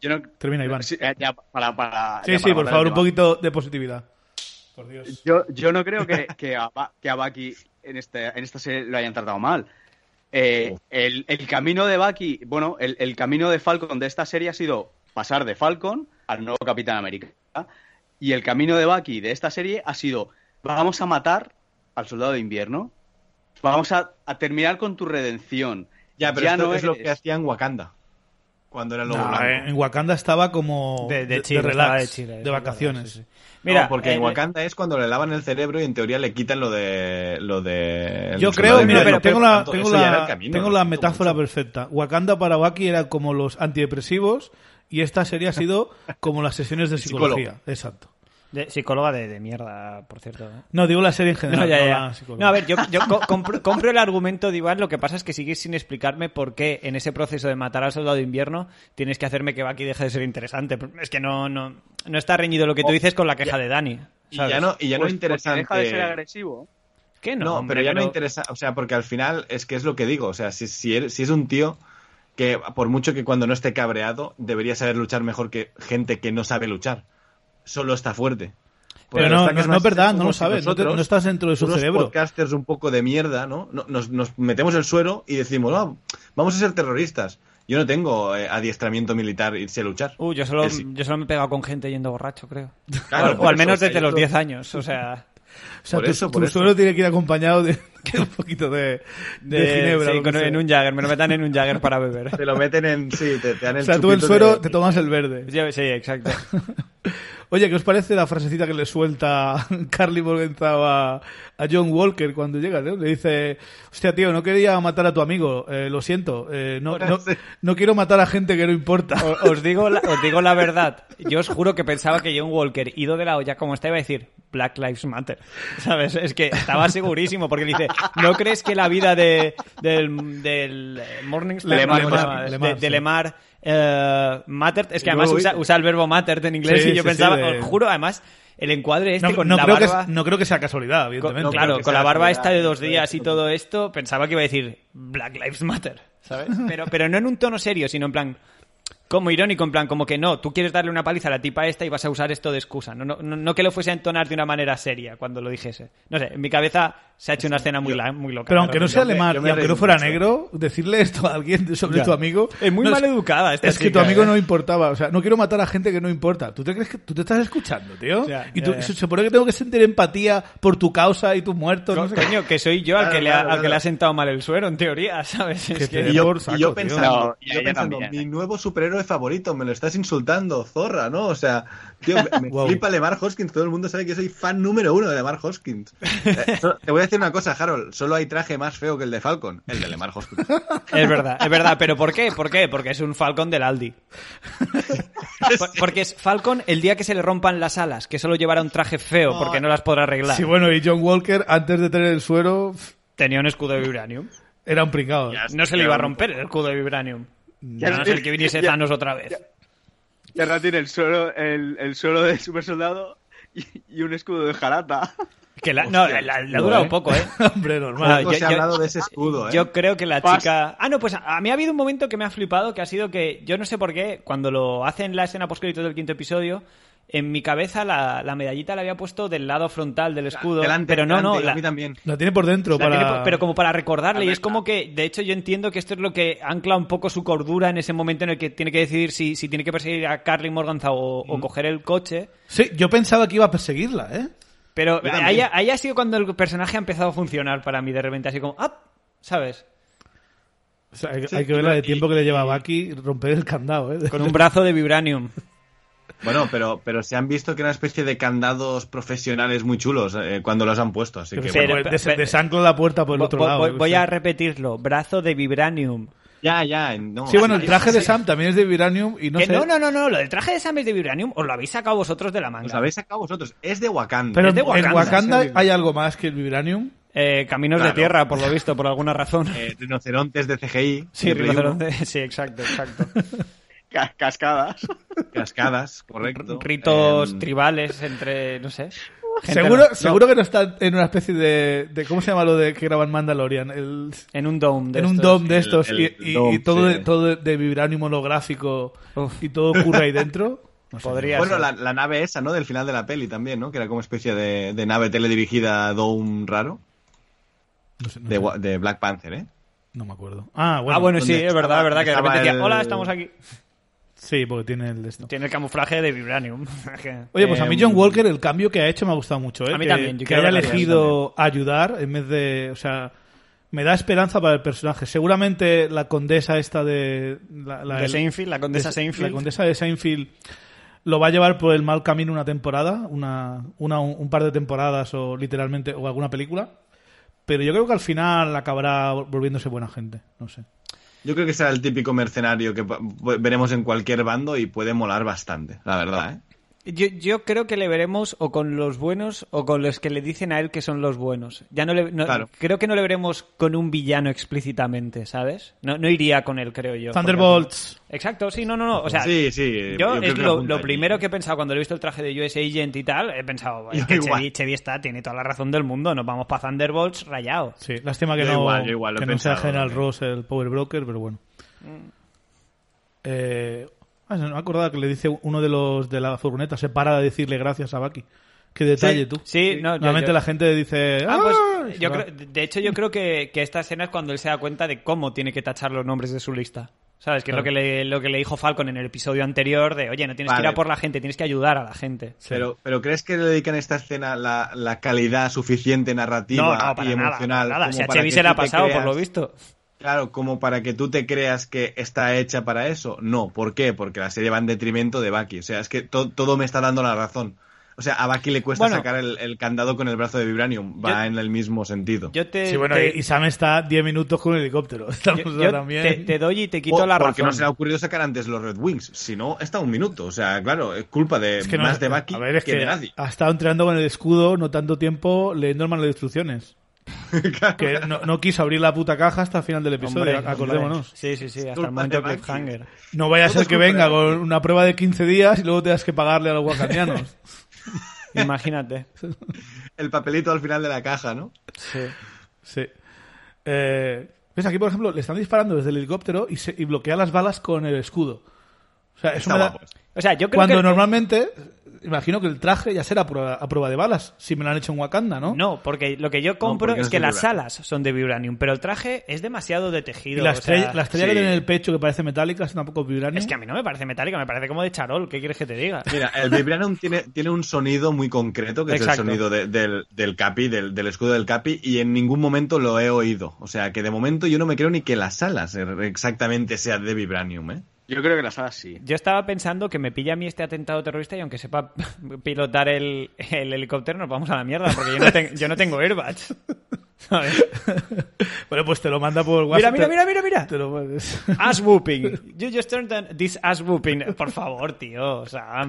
S4: yo no-
S1: Termina, Iván. Sí,
S4: Sí, eh, ya para- para- ya
S1: sí,
S4: para
S1: por
S4: guardar
S1: favor,
S4: el
S1: un
S4: tema.
S1: poquito de positividad. Por Dios.
S4: Yo, yo no creo que, que, a, Ba- que a Bucky en, este, en esta serie lo hayan tratado mal. Eh, el, el camino de Bucky, bueno, el, el camino de Falcon de esta serie ha sido pasar de Falcon al nuevo Capitán América. Y el camino de Bucky de esta serie ha sido, vamos a matar al soldado de invierno, vamos a, a terminar con tu redención.
S2: Ya, pero esto
S4: no
S2: es lo
S4: eres-
S2: que hacía en Wakanda. Cuando era lobo
S1: No, eh,
S2: blanco.
S1: en Wakanda estaba como
S3: De, de Chile, estaba
S1: relax,
S3: de
S1: de,
S3: Chile, es
S1: vacaciones.
S3: verdad, sí, sí.
S2: Mira, porque
S3: eh,
S2: en Wakanda es cuando le lavan el cerebro y en teoría le quitan lo de. Lo de
S1: Yo
S2: el
S1: creo,
S2: soldado
S1: mira,
S2: invierno.
S1: tengo
S2: Por
S1: la,
S2: tanto,
S1: tengo
S2: eso ya era
S1: la,
S2: el camino,
S1: tengo
S2: lo
S1: la
S2: siento
S1: metáfora
S2: mucho.
S1: perfecta. Wakanda para Baki era como los antidepresivos y esta serie ha sido como las sesiones de
S2: psicólogo.
S1: psicología. Exacto.
S3: de- psicóloga de, de mierda, por cierto. ¿no?
S1: No, digo la serie en general.
S3: No, ya,
S1: no
S3: ya.
S1: la psicóloga.
S3: No, a ver, yo, yo co- compro, compro el argumento de Iván, lo que pasa es que sigues sin explicarme por qué en ese proceso de matar al soldado de invierno tienes que hacerme que Bucky deje de ser interesante. Es que no, no, no está reñido lo que tú dices con la queja de Dani.
S2: Oh, Y
S3: ¿sabes?
S2: ya no, y ya no es
S4: Pues- pues
S2: interesante.
S4: deja de ser agresivo.
S3: ¿Qué no?
S2: No,
S3: hombre,
S2: pero ya no interesa, o sea, porque al final es que es lo que digo, o sea, si, si, eres- si es un tío que por mucho que cuando no esté cabreado debería saber luchar mejor que gente que no sabe luchar, solo está fuerte. Porque
S1: Pero no,
S2: los
S1: no,
S2: ataques
S1: no es verdad,
S2: machistas
S1: no lo
S2: somos
S1: sabes, no, te-
S2: nosotros,
S1: no estás dentro de su
S2: unos
S1: cerebro.
S2: podcasters un poco de mierda, ¿no? No- Nos, nos metemos el suero y decimos, "Ah, vamos a ser terroristas. Yo no tengo eh, adiestramiento militar y sé luchar.
S3: Uh, yo solo,
S2: Él sí.
S3: yo solo me he pegado con gente yendo borracho, creo.
S2: Claro,
S3: o,
S2: por
S3: o al
S2: eso,
S3: menos
S2: o sea,
S3: desde
S2: yo
S3: los
S2: creo-
S3: 10 años, o sea...
S1: O sea,
S2: por
S1: tu,
S2: eso,
S1: tu
S2: por eso.
S1: suelo tiene que ir acompañado de, de un poquito de, de ginebra.
S3: sí,
S1: lo que
S3: con-
S1: sea.
S3: en un Jagger, me lo metan en un Jagger para beber.
S2: Te lo meten en... Sí, te, te dan el
S1: o sea, tú el
S2: chupito
S1: suero
S2: de-
S1: te tomas el verde.
S3: Yo- sí, exacto.
S1: Oye, ¿qué os parece la frasecita que le suelta Carly Morgenthau a, a John Walker cuando llega? ¿no? Le dice, hostia, tío, no quería matar a tu amigo, eh, lo siento, eh, no,
S2: Ahora
S1: no,
S2: sí.
S1: no quiero matar a gente que no importa.
S3: O- Os digo, la, os digo la verdad. Yo os juro que pensaba que John Walker, ido de la olla como está, iba a decir Black Lives Matter. ¿Sabes? Es que estaba segurísimo porque le dice, ¿no crees que la vida de, del, del Morningstar,
S1: Lemar,
S3: ¿cómo se llama?
S1: Lemar,
S3: de, de
S1: sí.
S3: Lemar eh, Matter? Es que
S1: Yo
S3: además
S1: lo
S3: usa,
S1: oí.
S3: usa el verbo Matter en inglés
S1: Sí,
S3: y yo
S1: sí,
S3: pensaba,
S1: sí, de-
S3: os juro, además, el encuadre este
S1: No,
S3: con
S1: no
S3: la
S1: creo que,
S3: barba...
S1: es- no creo que sea casualidad,
S3: Con-
S1: evidentemente.
S3: no, claro,
S2: que
S3: con
S2: sea
S3: la barba
S2: verdad,
S3: esta de dos
S2: pero-
S3: días y todo esto, pensaba que iba a decir Black Lives Matter, ¿sabes? Pero, pero no en un tono serio, sino en plan, como irónico, en plan, como que no, tú quieres darle una paliza a la tipa esta y vas a usar esto de excusa. No, no, no, no que lo fuese a entonar de una manera seria cuando lo dijese. No sé, en mi cabeza se ha hecho una escena muy, la- muy loca.
S1: Pero
S3: de
S1: aunque no
S3: repente.
S1: sea
S2: yo me-
S1: alemán
S2: yo
S1: y
S2: me
S1: aunque no
S2: reí
S1: fuera
S2: mucho.
S1: negro, decirle esto a alguien sobre
S3: Ya.
S1: tu amigo...
S3: Es muy
S1: no
S3: maleducada esta
S1: Es que tu
S3: chica,
S1: amigo
S3: ¿eh?
S1: no importaba, o sea, no quiero matar a gente que no importa. ¿Tú te crees que tú te estás escuchando, tío?
S3: Ya,
S1: y
S3: ya,
S1: tú,
S3: ya.
S1: se supone que tengo que sentir empatía por tu causa y tus muertos.
S3: Co-
S1: no sé qué.
S3: Coño, que soy yo al
S2: Claro,
S3: que, le ha,
S2: claro,
S3: al que le ha
S2: claro.
S3: sentado mal el suero, en teoría, ¿sabes? Es
S1: Que
S3: que-
S1: te-
S2: Y yo,
S1: por saco,
S2: y yo
S1: tío.
S2: pensando,
S4: No,
S2: y
S4: ya,
S2: yo
S4: ya
S2: pensando,
S4: también.
S2: mi nuevo superhéroe favorito, me lo estás insultando, zorra, ¿no? O sea, tío, me, me
S1: Wow.
S2: flipa Lemar Hoskins, todo el mundo sabe que soy fan número uno de Lemar Hoskins. Eh, so- te voy a decir una cosa, Harold, solo hay traje más feo que el de Falcon, el de Lemar Hoskins.
S1: Ah,
S3: Es verdad, es verdad. ¿Pero por qué? ¿Por qué? Porque es un Falcon del Aldi. Por- Porque es Falcon el día que se le rompan las alas, que solo llevará un traje feo porque no las podrá arreglar.
S1: Sí, bueno, y John Walker, antes de tener el suero, pf,
S3: Tenía un escudo de vibranium.
S1: era un ¿eh? pringado.
S2: Ya.
S3: No se le iba a romper el escudo de vibranium.
S4: Ya
S3: a no
S4: sé.
S3: ser que viniese
S4: Ya-
S3: Thanos otra vez.
S4: Y ahora tiene el suelo, el, el suelo de super soldado y, y un escudo de jarata.
S3: Que la, no, la, la- la ha durado
S2: ¿eh?
S3: poco, ¿eh?
S1: Hombre, normal.
S3: No, yo-
S2: se ha
S3: yo-
S2: hablado de ese escudo, ¿eh?
S3: Yo creo que la
S4: Pas-
S3: chica. Ah, no, pues a a mí ha habido un momento que me ha flipado, que ha sido que yo no sé por qué, cuando lo hacen la escena postcréditos del quinto episodio, en mi cabeza la, la medallita la había puesto del lado frontal del escudo.
S2: Delante,
S3: pero no,
S2: delante,
S3: no. la-
S2: A mí también.
S1: La tiene por dentro
S3: la
S1: para...
S3: tiene po- pero como para recordarle,
S4: A
S3: y
S4: ver,
S3: es como
S4: la-
S3: que, de hecho, yo entiendo que esto es lo que ancla un poco su cordura en ese momento en el que tiene que decidir si, si tiene que perseguir a Carly Morganza o, o coger el coche.
S1: Sí, yo pensaba que iba a perseguirla, ¿eh?
S3: Pero
S2: Yo
S3: ahí,
S2: también.
S3: ahí ha sido cuando el personaje ha empezado a funcionar para mí, de repente, así como, ¡ah! ¿Sabes?
S1: O sea, hay, hay que ver la de tiempo que le llevaba aquí romper el candado, ¿eh?
S3: Con un brazo de Vibranium.
S2: Bueno, pero, pero se han visto que era una especie de candados profesionales muy chulos eh, cuando los han puesto, así
S1: Yo
S2: que
S1: qué sé,
S3: Pero-
S2: bueno.
S1: pues, des-
S3: pero-
S1: desanclo la puerta por el
S3: Vo-
S1: otro
S3: vo-
S1: lado.
S3: voy-
S1: yo qué
S3: voy
S1: sé.
S3: a repetirlo. Brazo de Vibranium.
S2: Ya, ya, no.
S1: Sí, bueno, el traje de Sam también es de Vibranium y no
S3: Que
S1: sé...
S3: no, no, no, no. Lo del traje de Sam es de Vibranium. Os lo habéis sacado vosotros de la manga.
S2: Os habéis sacado vosotros. Es de Wakanda.
S1: Pero
S3: Es de
S1: en
S3: Wakanda,
S1: Wakanda
S3: es el-
S1: hay algo más que el Vibranium.
S3: Eh, caminos
S2: Claro.
S3: de tierra, por lo visto, por alguna razón.
S2: Eh, rinocerontes de CGI.
S3: sí,
S2: de Play uno,
S3: rinoceronte. Sí, exacto, exacto.
S4: Ca- Cascadas.
S2: Cascadas, correcto.
S3: Ritos
S2: Em,
S3: tribales entre, no sé. gente
S1: Seguro,
S3: ra-
S1: seguro que no está en una especie de, de- ¿Cómo se llama lo de que graban Mandalorian? El-
S3: En un dome. de
S1: en un
S3: estos.
S1: dom de
S2: El-
S1: estos
S2: el
S1: y- y, y
S2: dome,
S1: todo, de,
S2: sí.
S1: todo de- de Vibranium holográfico
S3: Uf.
S1: y todo ocurre ahí dentro.
S3: Podría
S2: Bueno,
S3: ser.
S2: la, la nave esa, ¿no? Del final de la peli también, ¿no? Que era como especie de, de nave teledirigida Dome raro.
S1: No, sé, no
S2: De,
S1: sé,
S2: Wa- de Black Panther, ¿eh?
S1: no me acuerdo. Ah, bueno.
S3: ah, bueno, sí,
S2: donde
S3: es verdad,
S2: estaba-
S3: es verdad. Que de
S2: estaba
S3: repente decía,
S2: el-
S3: hola, estamos aquí.
S1: Sí, porque tiene el... esto.
S3: Tiene el camuflaje de Vibranium. Que-
S1: Oye, pues a mí
S2: Em,
S1: John Walker el cambio que ha hecho me ha gustado mucho, ¿eh?
S3: A mí
S1: que,
S3: también, yo
S1: que
S3: creo
S1: haya
S3: que también,
S1: elegido ayudar en vez de, o sea, me da esperanza para el personaje. Seguramente la condesa esta de la, la-
S3: de Seinfeld, la condesa
S1: de-
S3: Seinfeld.
S1: la condesa de Seinfeld lo va a llevar por el mal camino una temporada, una, una un, un par de temporadas o literalmente o alguna película. Pero yo creo que al final acabará volviéndose buena gente, no sé.
S2: Yo creo que será el típico mercenario que pa- veremos en cualquier bando y puede molar bastante, la verdad, ¿eh?
S3: Yo, yo creo que le veremos o con los buenos o con los que le dicen a él que son los buenos. Ya no le- no-
S2: Claro.
S3: Creo que no le veremos con un villano explícitamente, ¿sabes? No, no iría con él, creo yo.
S1: Thunderbolts.
S3: Porque- Exacto, sí, no, no, no. O sea,
S2: Sí, sí,
S3: Yo,
S2: Eh, yo creo
S3: es
S2: que
S3: lo,
S2: apunta
S3: lo
S2: allí.
S3: primero que he pensado cuando le he visto el traje de US Agent y tal, he pensado, "Vaya,
S2: Yo
S3: que
S2: igual.
S3: Chevy, Chevy está, tiene toda la razón del mundo, nos vamos para Thunderbolts rayado.
S1: Sí, lástima que
S2: Yo
S1: no,
S2: igual, yo igual, lo
S1: que
S2: he
S1: no sea
S2: pensado ¿eh?
S1: General
S2: también.
S1: Ross el Power Broker, pero bueno.
S3: Mm.
S1: Eh, ah, se me acordaba que le dice uno de los de la furgoneta, se para de decirle gracias a Baki. Qué detalle tú.
S3: Sí, no, yo-
S1: Normalmente
S3: yo-
S1: la gente dice.
S3: Ah,
S1: "¡Ay!",
S3: pues,
S1: y
S3: yo
S1: se va.
S3: creo- de hecho, yo creo que, que esta escena es cuando él se da cuenta de cómo tiene que tachar los nombres de su lista. ¿Sabes? Que
S1: Claro.
S3: es lo que, le, lo que le dijo Falcon en el episodio anterior de, oye, no tienes que ir
S2: Vale.
S3: a por la gente, tienes que ayudar a la gente.
S2: Pero, pero ¿crees que le dedican a esta escena la, la calidad suficiente narrativa
S3: no, no, para
S2: y
S3: nada,
S2: emocional?
S3: para nada.
S2: como
S3: Si a
S2: para
S3: Chevy
S2: que
S3: se
S2: tú
S3: la ha
S2: te
S3: pasado, por
S2: creas-
S3: lo visto.
S2: Claro, como para que tú te creas que está hecha para eso. No, ¿por qué? Porque la serie va en detrimento de Bucky. O sea, es que to- todo me está dando la razón. O sea, a Bucky le cuesta
S3: Bueno.
S2: sacar el, el candado con el brazo de Vibranium. Va en el mismo sentido.
S3: Yo te,
S1: Sí, bueno,
S3: te-
S1: y y Sam está 10 minutos con un helicóptero. Estamos
S3: yo-
S1: ahora
S3: yo
S1: también.
S3: te- te doy y te quito
S2: O-
S3: la
S2: porque
S3: razón.
S2: no se le ha ocurrido sacar antes los Red Wings. Si no, está un minuto. O sea, claro, es culpa de
S1: Es que no-
S2: más de Bucky
S1: a ver, es
S2: que, de nadie.
S1: Ha estado entrenando con el escudo no tanto tiempo leyendo el manual de instrucciones. que no, no quiso abrir la puta caja hasta el final del episodio,
S3: Hombre,
S1: acordémonos.
S3: hombre. Sí, sí, sí, hasta el
S2: Culpa
S3: momento
S2: de Bucky.
S3: cliffhanger.
S1: No vaya a
S2: Todo
S1: ser
S2: es
S1: que
S2: culpa
S1: venga
S2: de
S1: con una prueba de 15 días y luego tengas que pagarle a los wakandianos.
S3: Imagínate.
S2: El papelito al final de la caja, ¿no?
S3: Sí.
S1: Sí. Eh, ¿Ves? Aquí, por ejemplo, le están disparando desde el helicóptero y, se- y bloquea las balas con el escudo. O sea, eso
S2: Está
S1: me da-
S2: guapo.
S3: O sea, yo creo
S1: Cuando
S3: que...
S1: normalmente, imagino que el traje ya será a prueba, a prueba de balas, si me lo han hecho en Wakanda, ¿no?
S3: No, porque lo que yo compro
S2: porque
S3: es
S2: es
S3: que
S2: de
S3: las
S2: vibranium.
S3: alas son de vibranium, pero el traje es demasiado de
S1: Y
S3: tejido.
S1: la
S3: o
S1: estrella,
S3: sea,
S1: la estrella que
S2: sí.
S1: tiene en el pecho que parece metálica es tampoco vibranium.
S3: Es que a mí no me parece metálica, me parece como de charol. ¿Qué quieres que te diga?
S2: Mira, el Vibranium tiene, tiene un sonido muy concreto, que es
S3: Exacto.
S2: el sonido de- del, del capi, del, del escudo del capi, y en ningún momento lo he oído. O sea, que de momento yo no me creo ni que las alas er- exactamente sean de Vibranium, ¿eh?
S4: Yo creo que las alas sí.
S3: Yo estaba pensando que me pilla a mí este atentado terrorista y aunque sepa pilotar el, el helicóptero nos vamos a la mierda porque yo no, ten- yo no tengo airbags. ¿Sabes?
S1: Bueno, pues te lo manda por
S3: Mira,
S1: WhatsApp.
S3: mira,
S1: te-
S3: mira, mira, mira.
S1: te lo puedes-
S3: Ass whooping. You just turned on this ass whooping. Por favor, tío. O sea,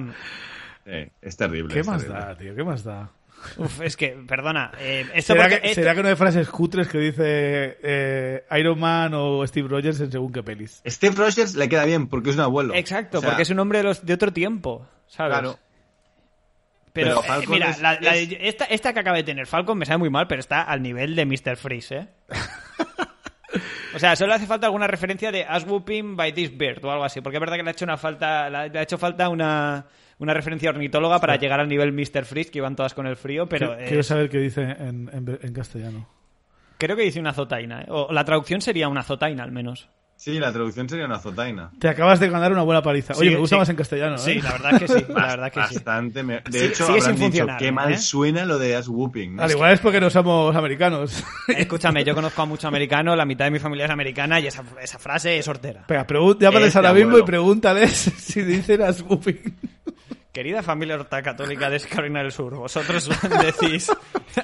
S2: Eh, es terrible.
S1: ¿Qué
S2: es
S1: más
S2: terrible.
S1: da, tío? ¿Qué más da?
S3: uf, es que, perdona. eh, esto
S1: ¿Será,
S3: porque-
S1: que,
S3: eh,
S1: será que no hay frases cutres que dice eh, Iron Man o Steve Rogers en según qué pelis?
S2: Steve Rogers le queda bien porque es un abuelo.
S3: Exacto,
S2: O sea,
S3: porque es un hombre de, los, de otro tiempo, ¿sabes?
S2: Claro.
S3: Pero,
S2: Pero Falcon
S3: eh, mira,
S2: es-
S3: la- la-
S2: es-
S3: esta, esta que acaba de tener Falcon me sabe muy mal, pero está al nivel de Mr. Freeze, ¿eh? O sea, solo hace falta alguna referencia de As Whooping by This Bird o algo así, porque es verdad que le ha hecho una falta, la- le ha hecho falta una, una referencia ornitóloga para llegar al nivel Mr. Freeze, que iban todas con el frío, pero
S1: Qui-
S3: eh,
S1: Quiero saber qué dice en, en- en castellano.
S3: creo que dice una azotaina, ¿eh? o la traducción sería una azotaina al menos.
S2: Sí, la traducción sería una azotaina.
S1: Te acabas de ganar una buena paliza. Oye,
S3: Sí,
S1: me gusta
S3: sí.
S1: más en castellano. ¿eh?
S3: Sí, la verdad es que sí, la verdad es que sí.
S2: Bastante. me- De
S3: Sigue-
S2: hecho,
S3: sigue sin
S2: habrán dicho
S3: funcionar,
S2: qué
S3: ¿eh?
S2: mal suena lo de Ass Whooping. ¿no?
S1: Al igual es porque no somos americanos.
S3: Escúchame, yo conozco a muchos americanos, la mitad de mi familia es americana y esa, esa frase es hortera.
S1: Venga, pregun- llámales
S2: Este
S1: ahora mismo y
S2: abuelo.
S1: pregúntales si dicen a Swooping.
S3: Querida familia horta católica de Carolina del Sur, ¿vosotros decís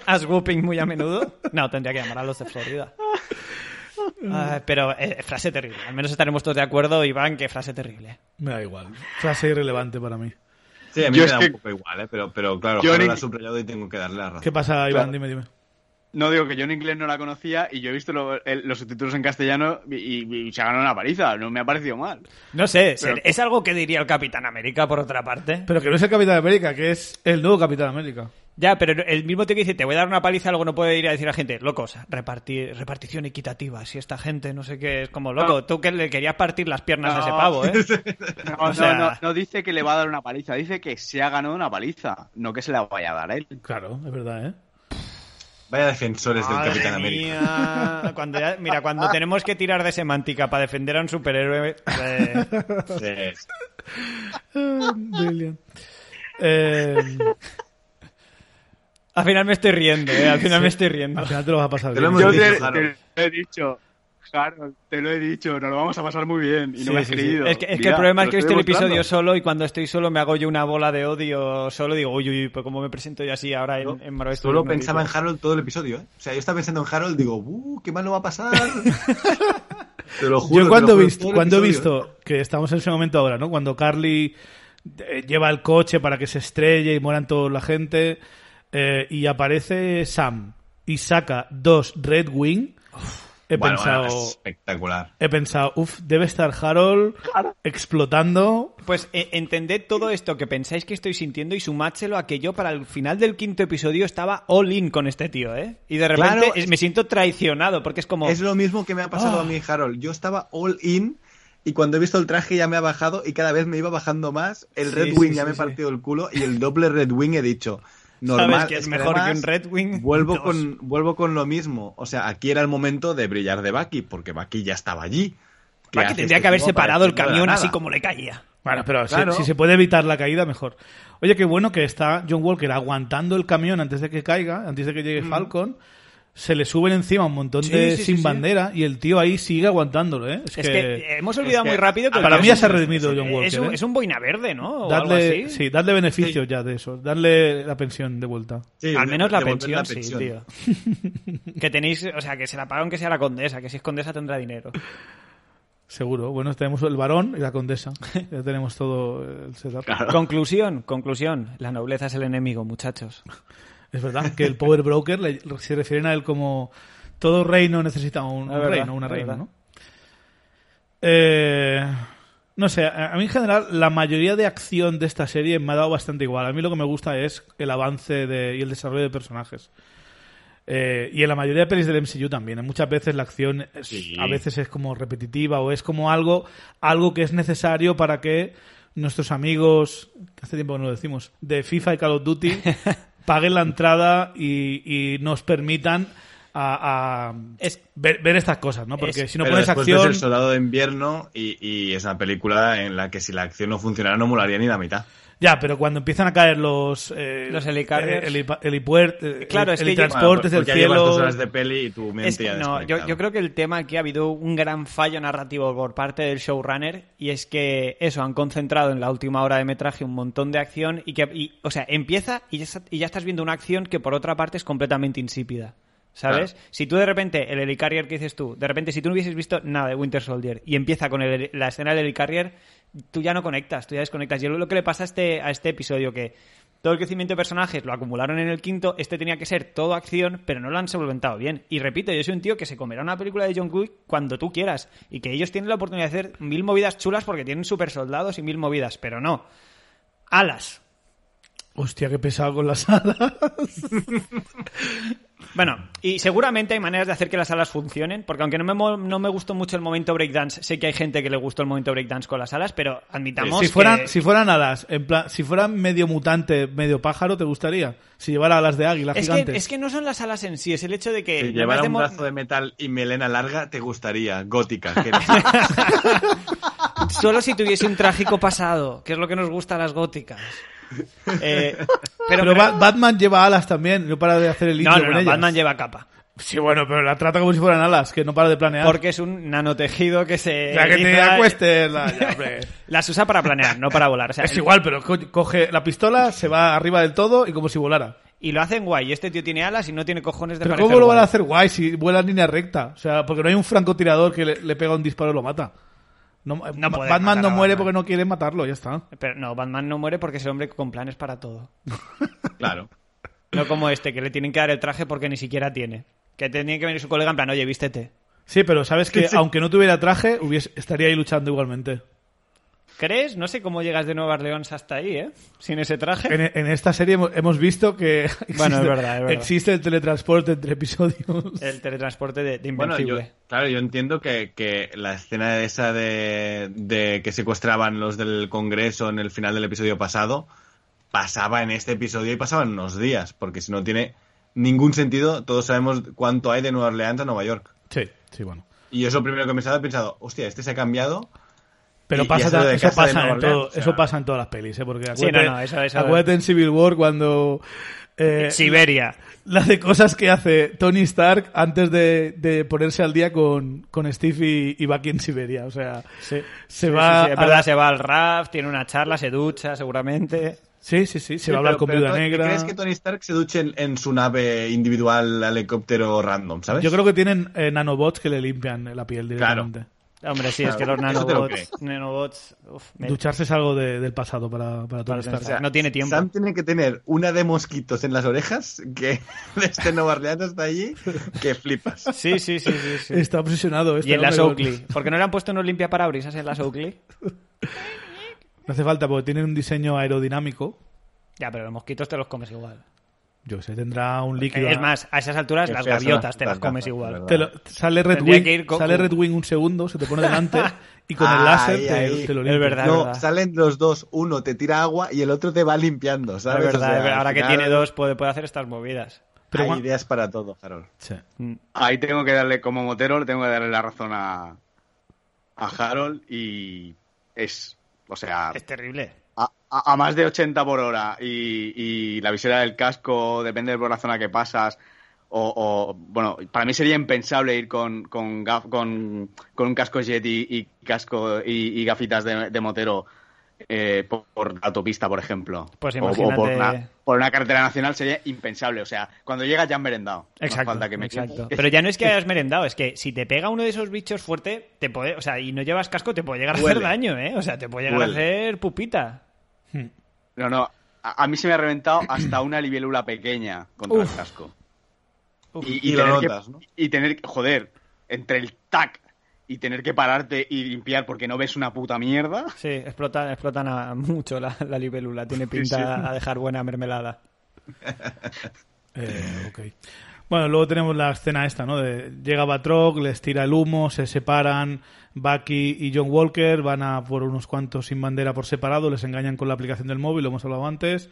S3: as whooping muy a menudo? No, tendría que llamar a los de Florida. Ah, pero eh, frase terrible. Al menos estaremos todos de acuerdo, Iván, que frase terrible.
S1: Me da igual. Frase irrelevante para mí.
S2: Sí, a mí
S4: Yo
S2: me
S4: es
S2: da
S4: que-
S2: un poco igual, ¿eh? pero, pero claro,
S4: Yo
S2: Harold
S4: ni-
S2: la ha subrayado y tengo que darle la razón.
S1: ¿Qué pasa, Iván?
S4: Claro.
S1: Dime, dime.
S4: No digo que yo en inglés no la conocía y yo he visto lo- el- los subtítulos en castellano y, y- y se ha ganado una pariza. No me ha parecido mal.
S3: No sé, se-
S4: Pero-
S3: es algo que diría el Capitán América, por otra parte.
S1: Pero que no es el Capitán América, que es el nuevo Capitán América.
S3: Ya, pero el mismo tío que dice, te voy a dar una paliza, luego no puede ir a decir a la gente, locos, repartir, repartición equitativa, si esta gente no sé qué es como
S4: Ah.
S3: loco, tú que le querías partir las piernas a ese
S4: No.
S3: pavo, ¿eh?
S4: No,
S3: O
S4: no,
S3: sea-
S4: no, no dice que le va a dar una paliza, dice que se ha ganado una paliza, no que se la vaya a dar a él.
S1: Claro, es verdad, ¿eh?
S2: Vaya defensores del
S3: Madre
S2: Capitán América.
S3: mía. Cuando ya- mira,
S4: Ah.
S3: cuando tenemos que tirar de semántica para defender a un superhéroe, eh,
S2: Sí.
S1: Ah, Brilliant. Eh,
S3: al final me estoy riendo, eh, al final me estoy riendo.
S1: al final te lo vas a pasar
S2: Te lo
S1: bien.
S4: Yo
S2: hemos
S4: te,
S2: dicho, Harold.
S4: te lo he dicho, Harold, te lo he dicho, nos lo vamos a pasar muy bien y
S1: Sí,
S4: no me has
S1: sí, sí.
S4: creído.
S3: Es que, es que
S4: Mira,
S3: el problema es
S4: lo
S3: que he visto
S4: estoy
S3: el
S4: demostrando.
S3: episodio solo y cuando estoy solo me hago yo una bola de odio solo digo, uy, uy, uy, pues cómo me presento yo así ahora en, en Marvel
S2: Solo
S3: Studios, no
S2: pensaba en
S3: digo.
S2: Harold todo el episodio, ¿eh? O sea, yo estaba pensando en Harold, digo, ¡uh, qué mal lo va a pasar! te lo juro.
S1: Yo
S2: te
S1: cuando,
S2: lo
S1: he
S2: juro,
S1: visto,
S2: todo el
S1: cuando he
S2: episodio, ¿eh?
S1: visto que estamos en ese momento ahora, ¿no? Cuando Carly eh, lleva el coche para que se estrelle y mueran toda la gente eh, y aparece Sam y saca dos Red Wing, he
S2: Bueno,
S1: pensado...
S2: bueno, es espectacular.
S1: He pensado, uff, debe estar Harold explotando.
S3: Pues eh, entended todo esto que pensáis que estoy sintiendo y sumádselo a que yo para el final del quinto episodio estaba all in con este tío, ¿eh? Y de repente
S2: Claro,
S3: es- me siento traicionado porque es como... Ah.
S2: Es lo mismo que me ha pasado a mí, Harold. Yo estaba all in y cuando he visto el traje ya me ha bajado y cada vez me iba bajando más. El
S3: Sí,
S2: Red
S3: sí,
S2: Wing
S3: sí,
S2: ya me he
S3: sí.
S2: partido el culo y el doble Red Wing he dicho. Normal,
S3: Sabes que es mejor que
S2: además
S3: un Red Wing.
S2: Vuelvo
S3: Dos.
S2: con, vuelvo con lo mismo. O sea, aquí era el momento de brillar de Bucky, porque Bucky ya estaba allí. ¿Qué
S3: Bucky
S2: hace
S3: tendría
S2: este
S3: que haber
S2: tipo
S3: separado el
S2: apareciendo de la
S3: camión así
S2: nada?
S3: como le caía.
S1: Bueno, pero si-
S2: Claro.
S1: si, se puede evitar la caída, mejor. Oye, qué bueno que está John Walker aguantando el camión antes de que caiga, antes de que llegue Falcon. Se le suben encima un montón
S3: Mm. Sí,
S1: de
S3: sí, sí,
S1: sin
S3: sí.
S1: bandera y el tío ahí sigue aguantándolo, ¿eh? Es,
S3: Es
S1: que,
S3: que hemos olvidado
S2: es
S3: muy
S2: que
S3: rápido que...
S1: para
S3: que
S1: mí ya
S3: es
S1: se ha
S3: un-
S1: redimido John
S3: Es
S1: Walker.
S3: un,
S1: ¿eh?
S3: es un boina verde, ¿no? O algo
S1: Dadle,
S3: así.
S1: sí, dadle beneficios ya de eso. Dadle la pensión de vuelta.
S2: Sí,
S3: Al
S2: de-
S3: menos la
S2: devolver
S3: pensión, sí, tío. que tenéis, o sea, que se la paga aunque sea la condesa, que si es condesa tendrá dinero.
S1: Seguro. Bueno, tenemos el varón y la condesa. Ya tenemos todo el setup.
S3: Conclusión, conclusión. La nobleza es el enemigo, muchachos.
S1: Es verdad que el Power Broker le- se refieren a él como todo reino necesita un, un
S3: Es verdad,
S1: reino, una
S3: es
S1: reina,
S3: verdad.
S1: ¿no? Eh, no sé, a a mí en general la mayoría de acción de esta serie me ha dado bastante igual. A mí lo que me gusta es el avance de- y el desarrollo de personajes. Eh, y en la mayoría de pelis del MCU también. ¿eh? Muchas veces la acción es-
S2: Sí.
S1: a veces es como repetitiva o es como algo, algo que es necesario para que nuestros amigos, que hace tiempo que no lo decimos, de FIFA y Call of Duty paguen la entrada y, y nos permitan a, a
S3: Es-
S1: ver, ver estas cosas, ¿no? Porque
S3: es-
S1: si no
S2: Pero
S1: pones
S2: después
S1: acción...
S2: ves el soldado de invierno y, y es una película en la que si la acción no funcionara no molaría ni la mitad.
S1: Ya, pero cuando empiezan a caer los... eh,
S3: Los helicarriers.
S1: eh, helipa- helipuert- eh,
S3: Claro,
S1: heli-
S3: es que yo-
S1: helitransportes
S2: Bueno, pues porque
S1: del
S2: ya llevas dos
S1: cielo...
S2: horas de peli y tu mente
S3: Es que-
S2: ya
S3: no, yo,
S2: desconectada.
S3: yo creo que el tema aquí ha habido un gran fallo narrativo por parte del showrunner y es que eso, han concentrado en la última hora de metraje un montón de acción y que, y, o sea, empieza y ya, está- y ya estás viendo una acción que por otra parte es completamente insípida. ¿Sabes?
S2: Claro.
S3: Si tú de repente, el Helicarrier que dices tú, de repente si tú no hubieses visto nada de Winter Soldier y empieza con el- la escena del Helicarrier, tú ya no conectas, tú ya desconectas. Y es lo que le pasa a este, a este episodio que todo el crecimiento de personajes lo acumularon en el quinto, este tenía que ser todo acción, pero no lo han solventado bien. Y repito, yo soy un tío que se comerá una película de John Wick cuando tú quieras y que ellos tienen la oportunidad de hacer mil movidas chulas porque tienen super soldados y mil movidas, pero no. Alas.
S1: Hostia, qué pesado con las alas.
S3: Bueno, y seguramente hay maneras de hacer que las alas funcionen, porque aunque no me, mo- no me gustó mucho el momento breakdance, sé que hay gente que le gustó el momento breakdance con las alas, pero admitamos
S1: Eh, Si fueran,
S3: que...
S1: si fueran alas, en plan, si fueran medio mutante, medio pájaro, ¿te gustaría? Si llevara alas de águila
S3: es, que,
S1: gigante.
S3: es que no son las alas en sí, es el hecho de que...
S2: Si
S3: además
S2: llevara
S3: de
S2: un
S3: mo-
S2: brazo de metal y melena larga, te gustaría. Gótica. que eres.
S3: Solo si tuviese un trágico pasado, que es lo que nos gusta a las góticas. Eh, pero
S1: Pero, Ba- Batman lleva alas también, no para de hacer el indio
S3: no, no,
S1: con
S3: no,
S1: ellas.
S3: Batman lleva capa.
S1: Sí, bueno, pero la trata como si fueran alas, que no para de planear.
S3: Porque es un nanotejido que se...
S1: la Ah. que te
S3: eriza-
S1: acuestes. la- ya, hombre.
S3: Las usa para planear, no para volar. O sea,
S1: es igual, pero co- coge la pistola, se va arriba del todo y como si volara.
S3: Y lo hacen guay. Este tío tiene alas y no tiene cojones de
S1: Pero
S3: parecer
S1: ¿cómo lo van a
S3: guay.
S1: hacer guay si vuela en línea recta? O sea, porque no hay un francotirador que le, le pega un disparo y lo mata. No-
S3: No puede
S1: Batman
S3: matar
S1: no
S3: a
S1: muere
S3: Batman.
S1: porque no quiere matarlo, ya está.
S3: Pero no, Batman no muere porque es el hombre con planes para todo.
S2: claro.
S3: No como este, que le tienen que dar el traje porque ni siquiera tiene. Que tenía que venir su colega en plan, oye, vístete.
S1: Sí, pero sabes que aunque no tuviera traje, hubiese- estaría ahí luchando igualmente.
S3: ¿Crees? No sé cómo llegas de Nueva Orleans hasta ahí, ¿eh? Sin ese traje.
S1: En, en esta serie hemos, hemos visto que existe,
S3: Bueno, es verdad, es verdad.
S1: existe el teletransporte entre episodios.
S3: El teletransporte de, de
S2: Bueno,
S3: Invencible.
S2: yo, claro, yo entiendo que, que la escena esa de, de que secuestraban los del Congreso en el final del episodio pasado pasaba en este episodio y pasaba en unos días, porque si no tiene ningún sentido, todos sabemos cuánto hay de Nueva Orleans a Nueva York.
S1: Sí, sí, bueno.
S2: Y yo es lo primero que he pensado, he pensado, hostia, este se ha cambiado.
S1: Pero
S2: Y- y
S1: pasa,
S2: eso de
S1: eso,
S2: casa de
S1: pasa en
S2: Nueva Orleans,
S1: todo-
S2: o sea.
S1: eso pasa en todas las pelis, ¿eh? Porque
S3: Sí,
S1: acuérdate,
S3: no, no, eso- eso-
S1: acuérdate en Civil War cuando... eh,
S3: Siberia.
S1: la de cosas que hace Tony Stark antes de, de ponerse al día con, con Steve y, y Bucky en Siberia. O sea,
S3: Sí.
S1: se va...
S3: Sí, sí, es
S1: a
S3: verdad,
S1: la-
S3: se va al raft, tiene una charla, se ducha seguramente.
S1: sí, sí, sí, se va a hablar
S2: Pero-
S1: con
S2: pero
S1: Viuda
S2: ¿tú-
S1: Negra.
S2: ¿Crees que Tony Stark se duche en, en su nave individual helicóptero random, sabes?
S1: Yo creo que tienen eh, nanobots que le limpian la piel directamente.
S3: Hombre, sí, es que los
S2: Eso te lo
S3: nanobots... nanobots uf, me-
S1: Ducharse es algo de- del pasado para, para Tony
S3: Para
S1: Stark.
S3: Tony Stark. no tiene tiempo.
S2: Sam tiene que tener una de mosquitos en las orejas que desde Nueva Orleans hasta allí que flipas.
S3: Sí, sí, sí, sí. sí.
S1: Está obsesionado este
S3: Y en las
S1: hombre con-
S3: Oakley. ¿Por qué no le han puesto unos limpiaparabrisas en las Oakley?
S1: No hace falta porque tienen un diseño aerodinámico.
S3: Ya, pero los mosquitos te los comes igual. Eh,
S1: Yo sé, tendrá un líquido.
S3: Es más, a esas alturas
S2: Qué
S3: las
S2: feas son
S3: gaviotas
S2: las-
S3: te las
S2: las
S3: comes
S2: gafas,
S3: igual.
S2: ¿verdad?
S1: Te lo- sale, Red
S3: Tendría
S1: Wing,
S3: que ir Goku.
S1: sale Red Wing un segundo, se te pone delante y con el
S2: Ahí,
S1: láser te,
S2: ahí.
S1: te lo
S3: Es
S1: limpia.
S3: verdad.
S2: no, salen los dos, uno te tira agua y el otro te va limpiando,
S3: La
S2: ¿sabes?
S3: verdad,
S2: O sea,
S3: es verdad.
S2: al
S3: ahora que
S2: final
S3: tiene dos puede, puede hacer estas movidas. Mm.
S1: Pero
S2: hay
S1: Juan-
S2: ideas para todo, Harold.
S1: Sí.
S4: Ahí tengo que darle, como motero, le tengo que darle la razón a, a Harold y es, o sea,
S3: Es terrible.
S4: a, a- a más de 80 por hora y, y la visera del casco, depende de por la zona que pasas. O, o, bueno, para mí sería impensable ir con, con, gaf- con, con un casco jet y, y casco y, y gafitas de, de motero eh, por, por la autopista, por ejemplo.
S3: Pues
S4: O- o por,
S3: imagínate-
S4: una, por una carretera nacional sería impensable. O sea, cuando llegas ya han merendado. No hace
S3: Exacto.
S4: falta que me-
S3: exacto. Pero ya no es que hayas merendado, es que si te pega uno de esos bichos fuerte, te puede, o sea, y no llevas casco, te puede llegar a hacer
S2: Huele.
S3: daño, ¿eh? O sea, te puede llegar a
S2: Huele.
S3: hacer pupita.
S4: No, no. A, a mí se me ha reventado hasta una libélula pequeña contra el casco.
S3: Uf.
S2: Y lo
S4: tener que-
S2: notas, ¿no?
S4: Y tener, joder, entre el tac y tener que pararte y limpiar porque no ves una puta mierda.
S3: Sí, explotan, explotan a- mucho la, la libélula. Tiene pinta a dejar buena mermelada.
S1: Eh, ok. Bueno, luego tenemos la escena esta, ¿no? De, llega Batroc, les tira el humo, se separan, Bucky y John Walker van a por unos cuantos sin bandera por separado, les engañan con la aplicación del móvil, lo hemos hablado antes,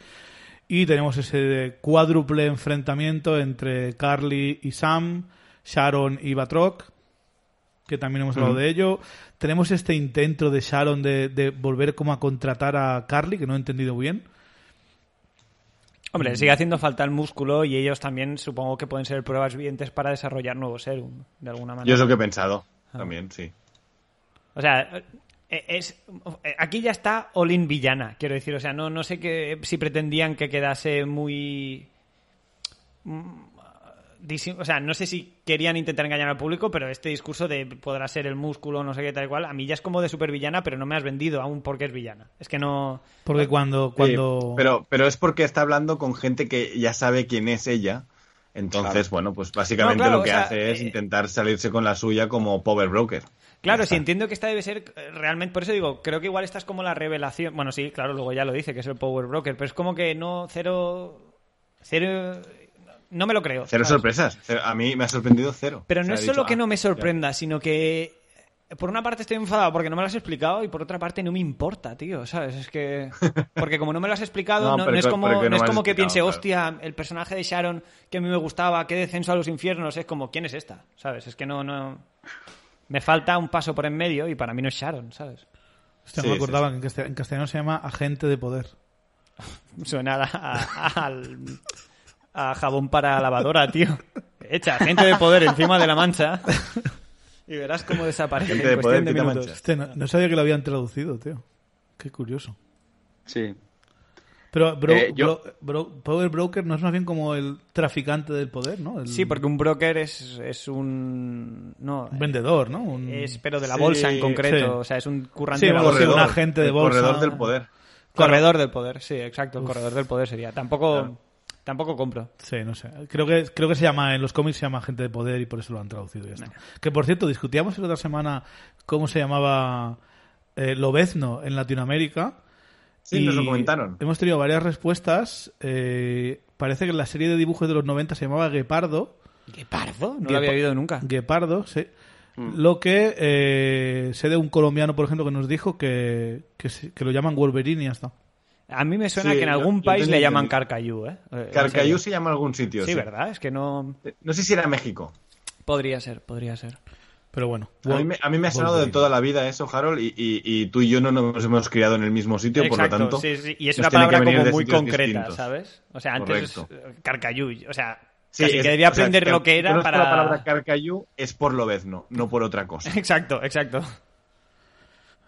S1: y tenemos ese cuádruple enfrentamiento entre Carly y Sam, Sharon y Batroc, que también hemos hablado de ello. Tenemos este intento de Sharon de, de volver como a contratar a Carly, que no he entendido bien.
S2: Mm.
S3: Hombre, le sigue haciendo falta el músculo y ellos también supongo que pueden ser pruebas vivientes para desarrollar nuevos serum, de alguna manera.
S2: Yo es lo que he pensado
S3: Ah.
S2: también, sí.
S3: O sea, eh, es, eh, aquí ya está Olin villana, quiero decir. O sea, no, no sé que, si pretendían que quedase muy... mm, disi- O sea, no sé si querían intentar engañar al público, pero este discurso de podrá ser el músculo, no sé qué, tal y cual, a mí ya es como de supervillana, pero no me has vendido aún porque es villana. Es que no...
S1: Porque cuando... cuando...
S2: eh, Sí, Pero, pero es porque está hablando con gente que ya sabe quién es ella. Entonces, bueno, pues básicamente
S3: No, claro,
S2: lo que
S3: o sea,
S2: hace es
S3: eh,
S2: intentar salirse con la suya como Power Broker.
S3: Claro, sí, entiendo que esta debe ser eh, realmente, por eso digo, creo que igual esta es como la revelación. Bueno, sí, claro, luego ya lo dice, que es el Power Broker, pero es como que no, cero, cero, no me lo creo.
S2: Cero
S3: ¿sabes?
S2: sorpresas. Cero- a mí me ha sorprendido cero.
S3: Pero
S2: O
S3: no
S2: sea,
S3: es
S2: he
S3: solo
S2: dicho,
S3: que
S2: "Ah,
S3: no me
S2: ya".
S3: sorprenda, sino que eh, por una parte estoy enfadado porque no me lo has explicado y por otra parte no me importa, tío, ¿sabes? Es que... Porque como no me lo has explicado,
S2: No,
S3: no, no
S2: pero
S3: es
S2: co-
S3: como,
S2: porque
S3: no
S2: no me
S3: es
S2: has
S3: como que
S2: explicado,
S3: piense,
S2: claro.
S3: hostia, el personaje de Sharon que a mí me gustaba, qué descenso a los infiernos, es como, ¿quién es esta? ¿Sabes? Es que no, no... Me falta un paso por en medio y para mí no es Sharon, ¿sabes?
S1: Hostia,
S2: Sí,
S1: no me
S2: sí,
S1: acordaba que en castia- en castellano se llama agente de poder.
S3: Suena a, a- al- a jabón para lavadora, tío. Echa gente de poder encima de la mancha y verás cómo desaparece
S2: Gente
S3: en
S2: de poder,
S3: cuestión de
S2: quita
S3: minutos.
S2: mancha.
S1: Hostia, no, no sabía que lo habían traducido, tío. Qué curioso.
S4: Sí.
S1: Pero bro-
S4: Eh, yo-
S1: bro- bro- Power Broker no es más bien como el traficante del poder, ¿no? El
S3: Sí, porque un broker es, es un... No,
S1: Mm. un vendedor, ¿no? Un-
S3: es, pero de la
S2: Sí,
S3: bolsa en concreto.
S1: sí.
S3: O sea, es un currante
S1: Sí,
S3: de la
S1: bueno,
S3: bolsa.
S1: sí,
S2: Corredor,
S1: un agente de
S2: el
S1: bolsa.
S2: Corredor del poder.
S3: Corredor del poder, sí, exacto. El corredor del poder sería. Tampoco, tampoco compro.
S1: Sí, no sé. Creo que, creo que se llama, en los cómics se llama agente de poder y por eso lo han traducido y ya está. Que por cierto, discutíamos la otra semana cómo se llamaba eh, Lobezno en Latinoamérica.
S2: Sí, nos lo
S1: Y
S2: comentaron.
S1: Hemos tenido varias respuestas. Eh, parece que en la serie de dibujos de los 90 se llamaba Guepardo.
S3: ¿Guepardo? No
S1: Guepa-
S3: lo había oído Mm. nunca.
S1: Guepardo, sí. Lo que eh, sé de un colombiano, por ejemplo, que nos dijo que, que, se- que lo llaman Wolverine y ya está.
S3: A mí me suena
S2: Sí,
S3: que en
S2: yo-
S3: algún
S2: yo
S3: país
S2: tenía
S3: le llaman
S2: entendido.
S3: Carcayú, ¿eh? Eh, en
S2: Carcayú
S3: serio.
S2: se llama en algún sitio.
S3: Sí, ¿verdad? Es que no...
S2: No sé si era México.
S3: Podría ser, podría ser.
S1: Pero bueno.
S2: A mí, me, a mí me ha sonado de
S1: Wolverine.
S2: toda la vida eso, Harold, y, y- y tú y yo no nos hemos criado en el mismo sitio, por lo
S3: Exacto,
S2: tanto.
S3: sí, sí. Y es
S2: nos
S3: una
S2: tiene que
S3: palabra
S2: venir
S3: como
S2: de
S3: muy
S2: sitios
S3: concreta,
S2: distintos.
S3: ¿sabes? O sea, antes
S2: Correcto.
S3: es eh, carcayú, o sea,
S2: Sí,
S3: casi
S2: es-
S3: que debía
S2: o sea,
S3: aprender
S2: que-
S3: lo que
S2: pero
S3: era
S2: es
S3: para...
S2: La palabra Carcayú es por lobezno, no por otra cosa.
S3: Exacto, exacto.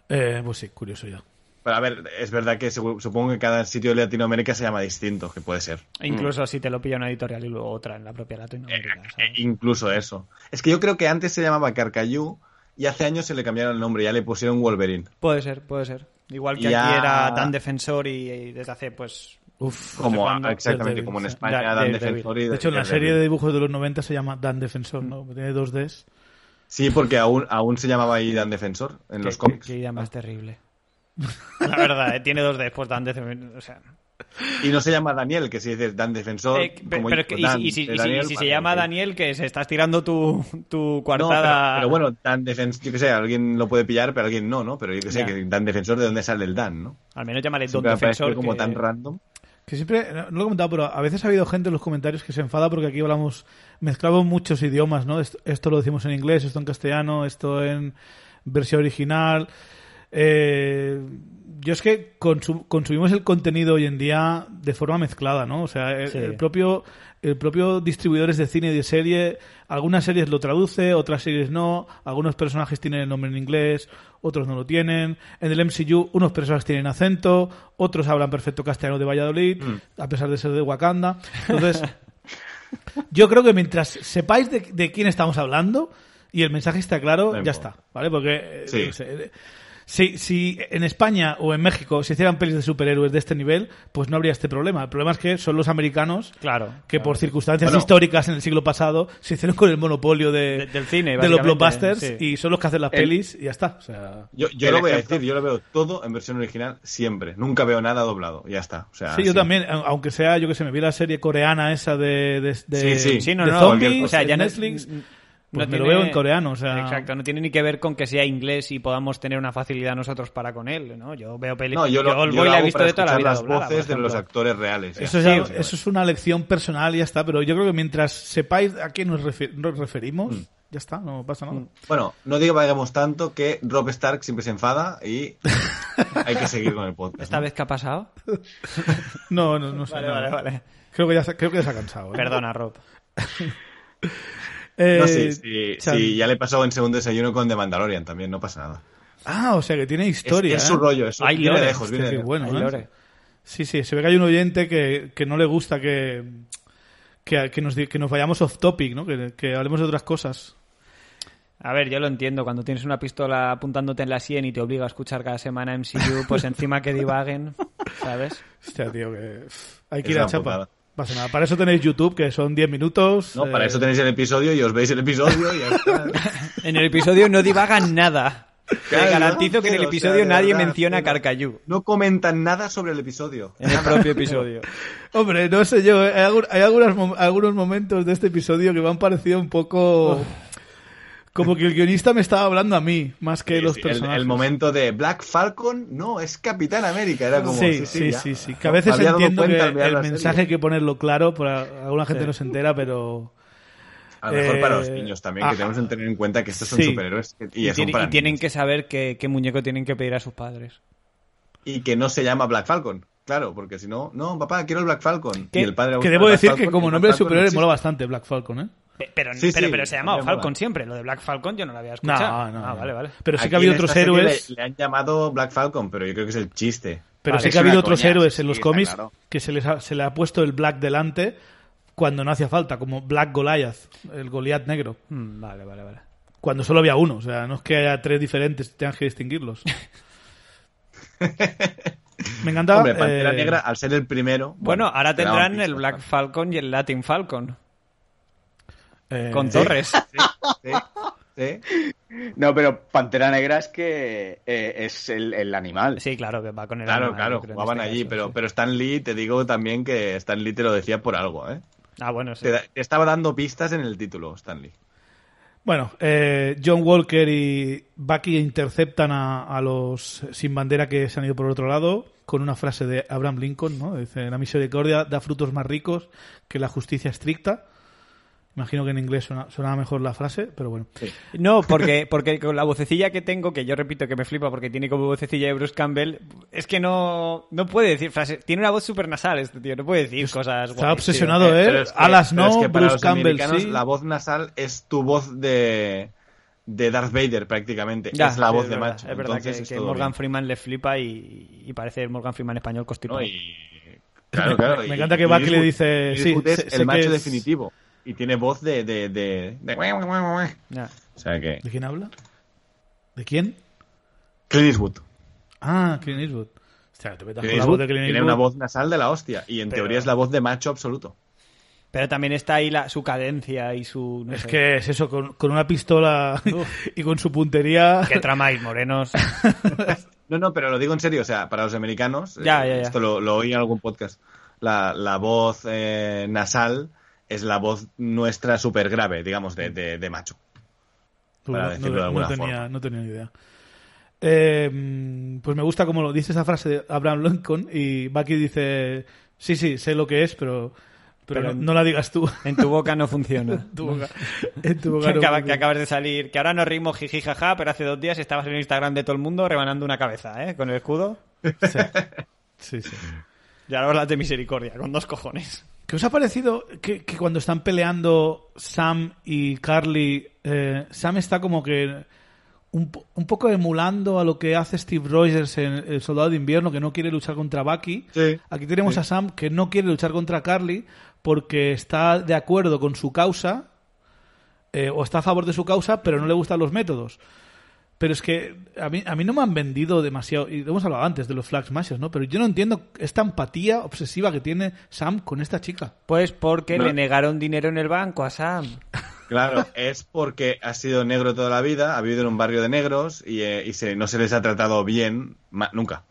S1: Eh, pues sí, curioso ya.
S2: Pero a ver, es verdad que segu- supongo que cada sitio de Latinoamérica se llama distinto, que puede ser.
S3: E Incluso si te lo pilla una editorial y luego otra en la propia Latinoamérica.
S2: E-
S3: ¿sabes?
S2: incluso eso. Es que yo creo que antes se llamaba Carcayú y hace años se le cambiaron el nombre, ya le pusieron Wolverine.
S3: Puede ser, puede ser. Igual que
S2: Ya.
S3: aquí era tan defensor y, y desde hace, pues...
S1: Uf,
S2: Como
S3: cuándo?
S2: exactamente
S1: Daredevil,
S2: como en
S1: sí.
S2: España
S3: Da-
S2: Dan
S3: Daredevil.
S2: Defensor y Mm.
S1: de hecho, en la
S2: Daredevil.
S1: serie de dibujos de los 90 se llama Dan Defensor, ¿no? Tiene dos Ds.
S2: Sí, porque aún, aún se llamaba ahí Dan Defensor en los
S3: qué-
S2: cómics. Ah.
S3: Qué idea más terrible. La verdad, eh, tiene dos después tan de... O sea,
S2: Y no se llama Daniel, que si dices Dan Defensor.
S3: Eh, pe-
S2: como
S3: pero
S2: hizo
S3: que- y,
S2: Dan
S3: si- y si,
S2: de
S3: y si-
S2: Daniel,
S3: y si se
S2: vale,
S3: llama
S2: ok.
S3: Daniel, que se estás tirando tu, tu
S2: No, pero,
S3: coartada.
S2: pero bueno, Dan Defensor, yo que sé, alguien lo puede pillar, pero alguien no, ¿no? Pero yo que sé,
S3: Ya.
S2: que Dan Defensor, ¿de dónde sale el Dan, no?
S3: al menos llámale Don
S2: Siempre me ha parecido
S3: Defensor.
S2: como
S3: que-
S2: tan random.
S1: Que siempre, no no lo he comentado, pero a veces ha habido gente en los comentarios que se enfada porque aquí hablamos, mezclamos muchos idiomas, ¿no? Esto, esto lo decimos en inglés, esto en castellano, esto en versión original. Eh, yo es que consu- consumimos el contenido hoy en día de forma mezclada, ¿no? O sea, el,
S3: Sí.
S1: el propio el propio distribuidores de cine y de serie, algunas series lo traduce, otras series no, algunos personajes tienen el nombre en inglés, otros no lo tienen. En el MCU unos personajes tienen acento, otros hablan perfecto castellano de Valladolid, a pesar de ser de Wakanda. Entonces, yo creo que mientras sepáis de, de quién estamos hablando y el mensaje está claro,
S2: No
S1: ya
S2: importa.
S1: está, ¿vale? Porque eh,
S2: Sí.
S1: yo qué sé, eh, si, si en España o en México se hicieran pelis de superhéroes de este nivel, pues no habría este problema. El problema es que son los americanos
S3: Claro.
S1: que por circunstancias
S2: Bueno.
S1: históricas en el siglo pasado se hicieron con el monopolio de,
S3: De- del cine,
S1: de los
S3: básicamente,
S1: blockbusters
S3: sí.
S1: y son los que hacen las
S4: El-
S1: pelis y ya está. O sea,
S2: Yo, yo
S4: El
S2: lo voy a
S4: ejemplo-
S2: decir, yo lo veo todo en versión original siempre. Nunca veo nada doblado, ya está. O sea,
S1: sí, yo
S2: Ah, sí.
S1: también, a- aunque sea, yo que sé, me vi la serie coreana esa de, de, de-
S2: Sí, sí.
S3: Sí, no,
S1: de
S3: no.
S1: zombies,
S2: cualquier
S3: o sea,
S1: en
S3: ya no-
S1: Netflix,
S3: n-
S1: pues
S3: no
S1: me lo
S3: tiene-
S1: veo en coreano, o sea...
S3: Exacto, no tiene ni que ver con que sea inglés y podamos tener una facilidad nosotros para con él, ¿no? Yo veo películas.
S2: No, yo lo, yo lo
S3: la he
S2: hago
S3: visto
S2: para
S3: de toda la
S2: escuchar
S3: vida.
S2: las
S3: doblada, por
S2: voces de los
S3: ejemplo.
S2: actores reales. ya
S1: Eso, es
S2: está,
S1: algo-
S2: básicamente.
S1: eso es una lección personal y ya está, pero yo creo que mientras sepáis a quién nos, refi- nos referimos,
S2: Mm.
S1: ya está, no pasa nada.
S2: Bueno, no digo vayamos tanto que Rob Stark siempre se enfada y hay que seguir con el podcast.
S3: ¿Esta
S2: ¿no?
S3: vez qué ha pasado?
S1: No, no, no sé.
S3: Vale,
S1: no.
S3: vale, vale.
S1: Creo que ya, se- creo que ya se ha cansado. ¿eh?
S3: Perdona, Rob.
S1: Eh,
S2: No, sí, sí,
S1: Chan-
S2: sí, ya le pasó en segundo desayuno con The Mandalorian también, no pasa nada.
S1: Ah, o sea que tiene
S2: Es,
S1: historia.
S2: es
S1: ¿eh?
S2: su rollo, es su,
S3: Hay
S2: viene
S3: lore,
S2: de lejos, viene
S1: Hostia, qué
S2: de lejos.
S1: bueno,
S3: Ay,
S1: ¿eh?
S3: Lore.
S1: Sí, sí, se ve que hay un oyente que, que no le gusta que, que, que nos, di- que nos vayamos off topic, ¿no? Que, que hablemos de otras cosas.
S3: A ver, yo lo entiendo. Cuando tienes una pistola apuntándote en la sien y te obliga a escuchar cada semana MCU, pues encima que divaguen, ¿sabes?
S1: Hostia, tío, que pff, hay que
S2: Es
S1: ir a
S2: una
S1: chapa.
S2: putada.
S1: pasa nada. Para eso tenéis YouTube, que son 10 minutos.
S2: No, para
S1: eh,
S2: eso tenéis el episodio y os veis el episodio y ya está.
S3: En el episodio no divagan nada. Te
S2: Claro,
S3: garantizo que en el
S2: pero, o sea,
S3: episodio
S2: de
S3: nadie
S2: verdad,
S3: menciona a
S2: pero-
S3: Carcayú.
S2: No comentan nada sobre el episodio.
S3: En el propio episodio.
S1: Hombre, no sé yo. eh, Hay, algu- hay algunas mom- algunos momentos de este episodio que me han parecido un poco... Como que el guionista me estaba hablando a mí, más que
S2: Sí,
S1: los
S2: sí, el-
S1: personajes.
S2: El, momento de Black Falcon, no, es Capitán América. Era como.
S1: sí, sí,
S2: ya.
S1: sí, sí. Que a veces
S2: Me había dado
S1: entiendo que
S2: cuenta al mirar
S1: el
S2: la
S1: mensaje
S2: serie.
S1: hay que ponerlo claro, para alguna gente no se entera, pero...
S2: A lo mejor
S1: eh,
S2: para los niños también, que
S1: ajá.
S2: tenemos que tener en cuenta que estos son
S1: Sí.
S2: superhéroes que- y,
S3: Y,
S2: son
S3: tiene-
S2: para
S3: y tienen
S2: niños.
S3: que saber qué, qué muñeco tienen que pedir a sus padres.
S2: y que no se llama Black Falcon. Claro, porque si no, no, papá, quiero el Black Falcon.
S3: Que-
S2: Y el padre
S1: Que
S2: busca
S1: debo
S2: Black
S1: decir
S2: Falcon
S1: que
S2: y
S1: como
S2: Black
S1: nombre
S2: Falcon
S1: superior
S2: no
S1: le
S2: existe.
S1: mola bastante Black Falcon, ¿eh?
S3: Pe- Pero,
S2: Sí,
S3: pero,
S2: sí,
S3: pero se ha llamado
S2: me mola.
S3: Falcon siempre. Lo de Black Falcon yo no lo había
S1: No,
S3: escuchado.
S1: no,
S3: ah,
S1: no.
S3: vale, vale.
S1: Pero sí
S2: Aquí
S1: que ha habido
S2: en esta
S1: otros
S2: serie
S1: héroes.
S2: Le, le han llamado Black Falcon, pero yo creo que es el chiste.
S1: Pero
S3: Vale,
S1: sí
S4: es
S1: que ha habido
S4: una
S1: otros
S4: coña,
S1: héroes
S4: sí,
S1: en los
S4: está
S1: cómics
S4: claro.
S1: que se les ha- se le ha puesto el Black delante cuando no hacía falta, como Black Goliath, el Goliath negro.
S3: Mm, vale, vale, vale.
S1: Cuando solo había uno, o sea, no es que haya tres diferentes, tengas que distinguirlos. Me encantaba.
S2: Hombre, Pantera
S1: eh,
S2: Negra, al ser el primero.
S3: Bueno, ahora
S2: te daban
S3: tendrán
S2: pistas,
S3: el Black
S2: ¿no?
S3: Falcon y el Latin Falcon.
S1: eh,
S3: Con Torres.
S2: Sí, sí.
S4: No, pero Pantera Negra es que eh, es el, el animal.
S3: Sí, claro, que va con el
S2: Claro,
S3: animal, yo
S2: claro,
S3: creo, en
S2: jugaban
S3: este
S2: allí,
S3: caso,
S2: pero,
S3: sí.
S2: pero Stan Lee, te digo también que Stan Lee te lo decía por algo, ¿eh?
S3: Ah, bueno, sí.
S2: Te, da- te estaba dando pistas en el título, Stan Lee.
S1: Bueno, eh, John Walker y Bucky interceptan a, a los sin bandera que se han ido por el otro lado con una frase de Abraham Lincoln, ¿no? Dice, la misericordia da frutos más ricos que la justicia estricta. Imagino que en inglés suena- sonaba mejor la frase, pero bueno.
S3: No, porque, porque con la vocecilla que tengo, que yo repito que me flipa porque tiene como vocecilla de Bruce Campbell, es que no, no puede decir frases. Tiene una voz super nasal este tío, no puede decir cosas
S1: Está
S3: guays,
S1: obsesionado,
S3: tío.
S1: ¿eh?
S2: Pero es que-
S1: Alas
S2: pero
S1: no,
S2: es que para
S1: Bruce
S2: los
S1: Campbell
S2: americanos
S1: sí.
S2: La voz nasal es tu voz de, de Darth Vader prácticamente.
S3: Ya,
S2: es la voz de
S3: verdad,
S2: macho.
S3: Es verdad
S2: Entonces
S3: que-
S2: es
S3: que,
S2: todo
S3: Morgan
S2: bien,
S3: Freeman le flipa y, y parece el Morgan Freeman español
S2: ¿no?
S3: constipado.
S2: Y- Claro, claro.
S1: Me
S2: y-
S1: encanta que
S2: y
S1: Bucky le
S2: Eastwood-
S1: dice, sí,
S2: Eastwood es
S1: sé- sé que
S2: el macho
S1: es-
S2: definitivo. Y tiene voz de... de, de, de- O
S3: Ya.
S2: sea que...
S1: ¿De quién habla? ¿De quién?
S2: Clint Eastwood.
S1: Ah, Clint Eastwood. Hostia, te metas con la voz
S2: Clint Eastwood
S1: de Clint
S2: tiene
S1: Eastwood.
S2: una voz nasal de la hostia. Y en
S3: Pero-
S2: teoría es la voz de macho absoluto.
S3: Pero también está ahí la, su cadencia y su... no
S1: Es
S3: sé.
S1: que es eso, con, con una pistola y con su puntería.
S3: ¿Qué tramáis, morenos?
S2: No, no, pero lo digo en serio, o sea, para los americanos,
S3: Ya,
S2: eh,
S3: ya, ya.
S2: esto lo, lo oí en algún podcast, la, la voz eh, nasal es la voz nuestra súper grave, digamos, de, de- de macho.
S1: Tú,
S2: para decirlo de alguna
S1: tenía,
S2: forma.
S1: no tenía ni idea. Eh, mm, pues me gusta como lo dice esa frase de Abraham Lincoln y Bucky dice, sí, sí, sé lo que es, pero, pero,
S3: Pero-
S1: no, no la digas tú.
S3: En tu boca no funciona.
S1: En tu boca- en tu
S3: Que,
S1: boca no
S3: acaba- que
S1: funciona.
S3: acabas de salir, que ahora no rimos jiji jaja, pero hace dos días estabas en el Instagram de todo el mundo rebanando una cabeza, ¿eh? Con el escudo.
S1: Sí, sí.
S3: Y ahora hablas de misericordia, con dos cojones.
S1: ¿Qué os ha parecido que, que cuando están peleando Sam y Carly, eh, Sam está como que un, po- un poco emulando a lo que hace Steve Rogers en El Soldado de Invierno, que no quiere luchar contra Bucky?
S2: Sí.
S1: Aquí tenemos a Sam que no quiere luchar contra Carly porque está de acuerdo con su causa eh, o está a favor de su causa, pero no le gustan los métodos. Pero es que a mí, a mí no me han vendido demasiado, y lo hemos hablado antes de los Flag Smashers, ¿no? Pero yo no entiendo esta empatía obsesiva que tiene Sam con esta chica.
S3: Pues porque
S2: No.
S3: le negaron dinero en el banco a Sam.
S2: Claro, es porque ha sido negro toda la vida, ha vivido en un barrio de negros y, eh, y se- no se les ha tratado bien ma- nunca.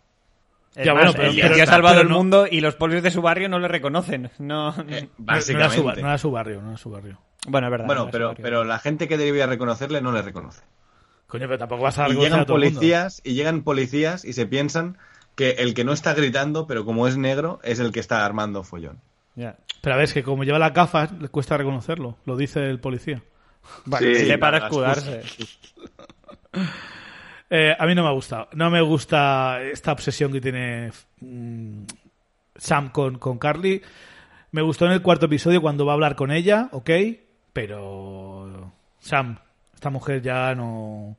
S3: Es
S1: Ya,
S3: más,
S1: bueno, pero-
S3: el
S1: pero
S3: tío ha
S1: está-
S3: salvado
S1: pero
S3: el
S1: no-
S3: mundo y los polios de su barrio no le reconocen. No...
S2: Eh,
S1: Mm, No- No era, su,
S2: básicamente.
S1: bar- no era su barrio, no era su barrio.
S3: Bueno, es verdad.
S2: bueno,
S3: no,
S2: pero,
S3: es
S2: pero la gente que debía reconocerle no le reconoce.
S1: Coño, pero tampoco vas a
S2: y
S1: reconocer
S2: llegan
S1: a todo el mundo.
S2: policías y llegan policías y se piensan que el que no está gritando, pero como es negro, es el que está armando follón.
S3: Ya.
S1: Pero a ver, es que como lleva las gafas, le cuesta reconocerlo. Lo dice el policía.
S3: Vale,
S4: Sí,
S3: sirve para
S2: las
S3: escudarse.
S1: Eh, a mí no me ha gustado. No me gusta esta obsesión que tiene mm, Sam con, con Carly. Me gustó en el cuarto episodio cuando va a hablar con ella, ok. Pero. Sam, esta mujer ya no.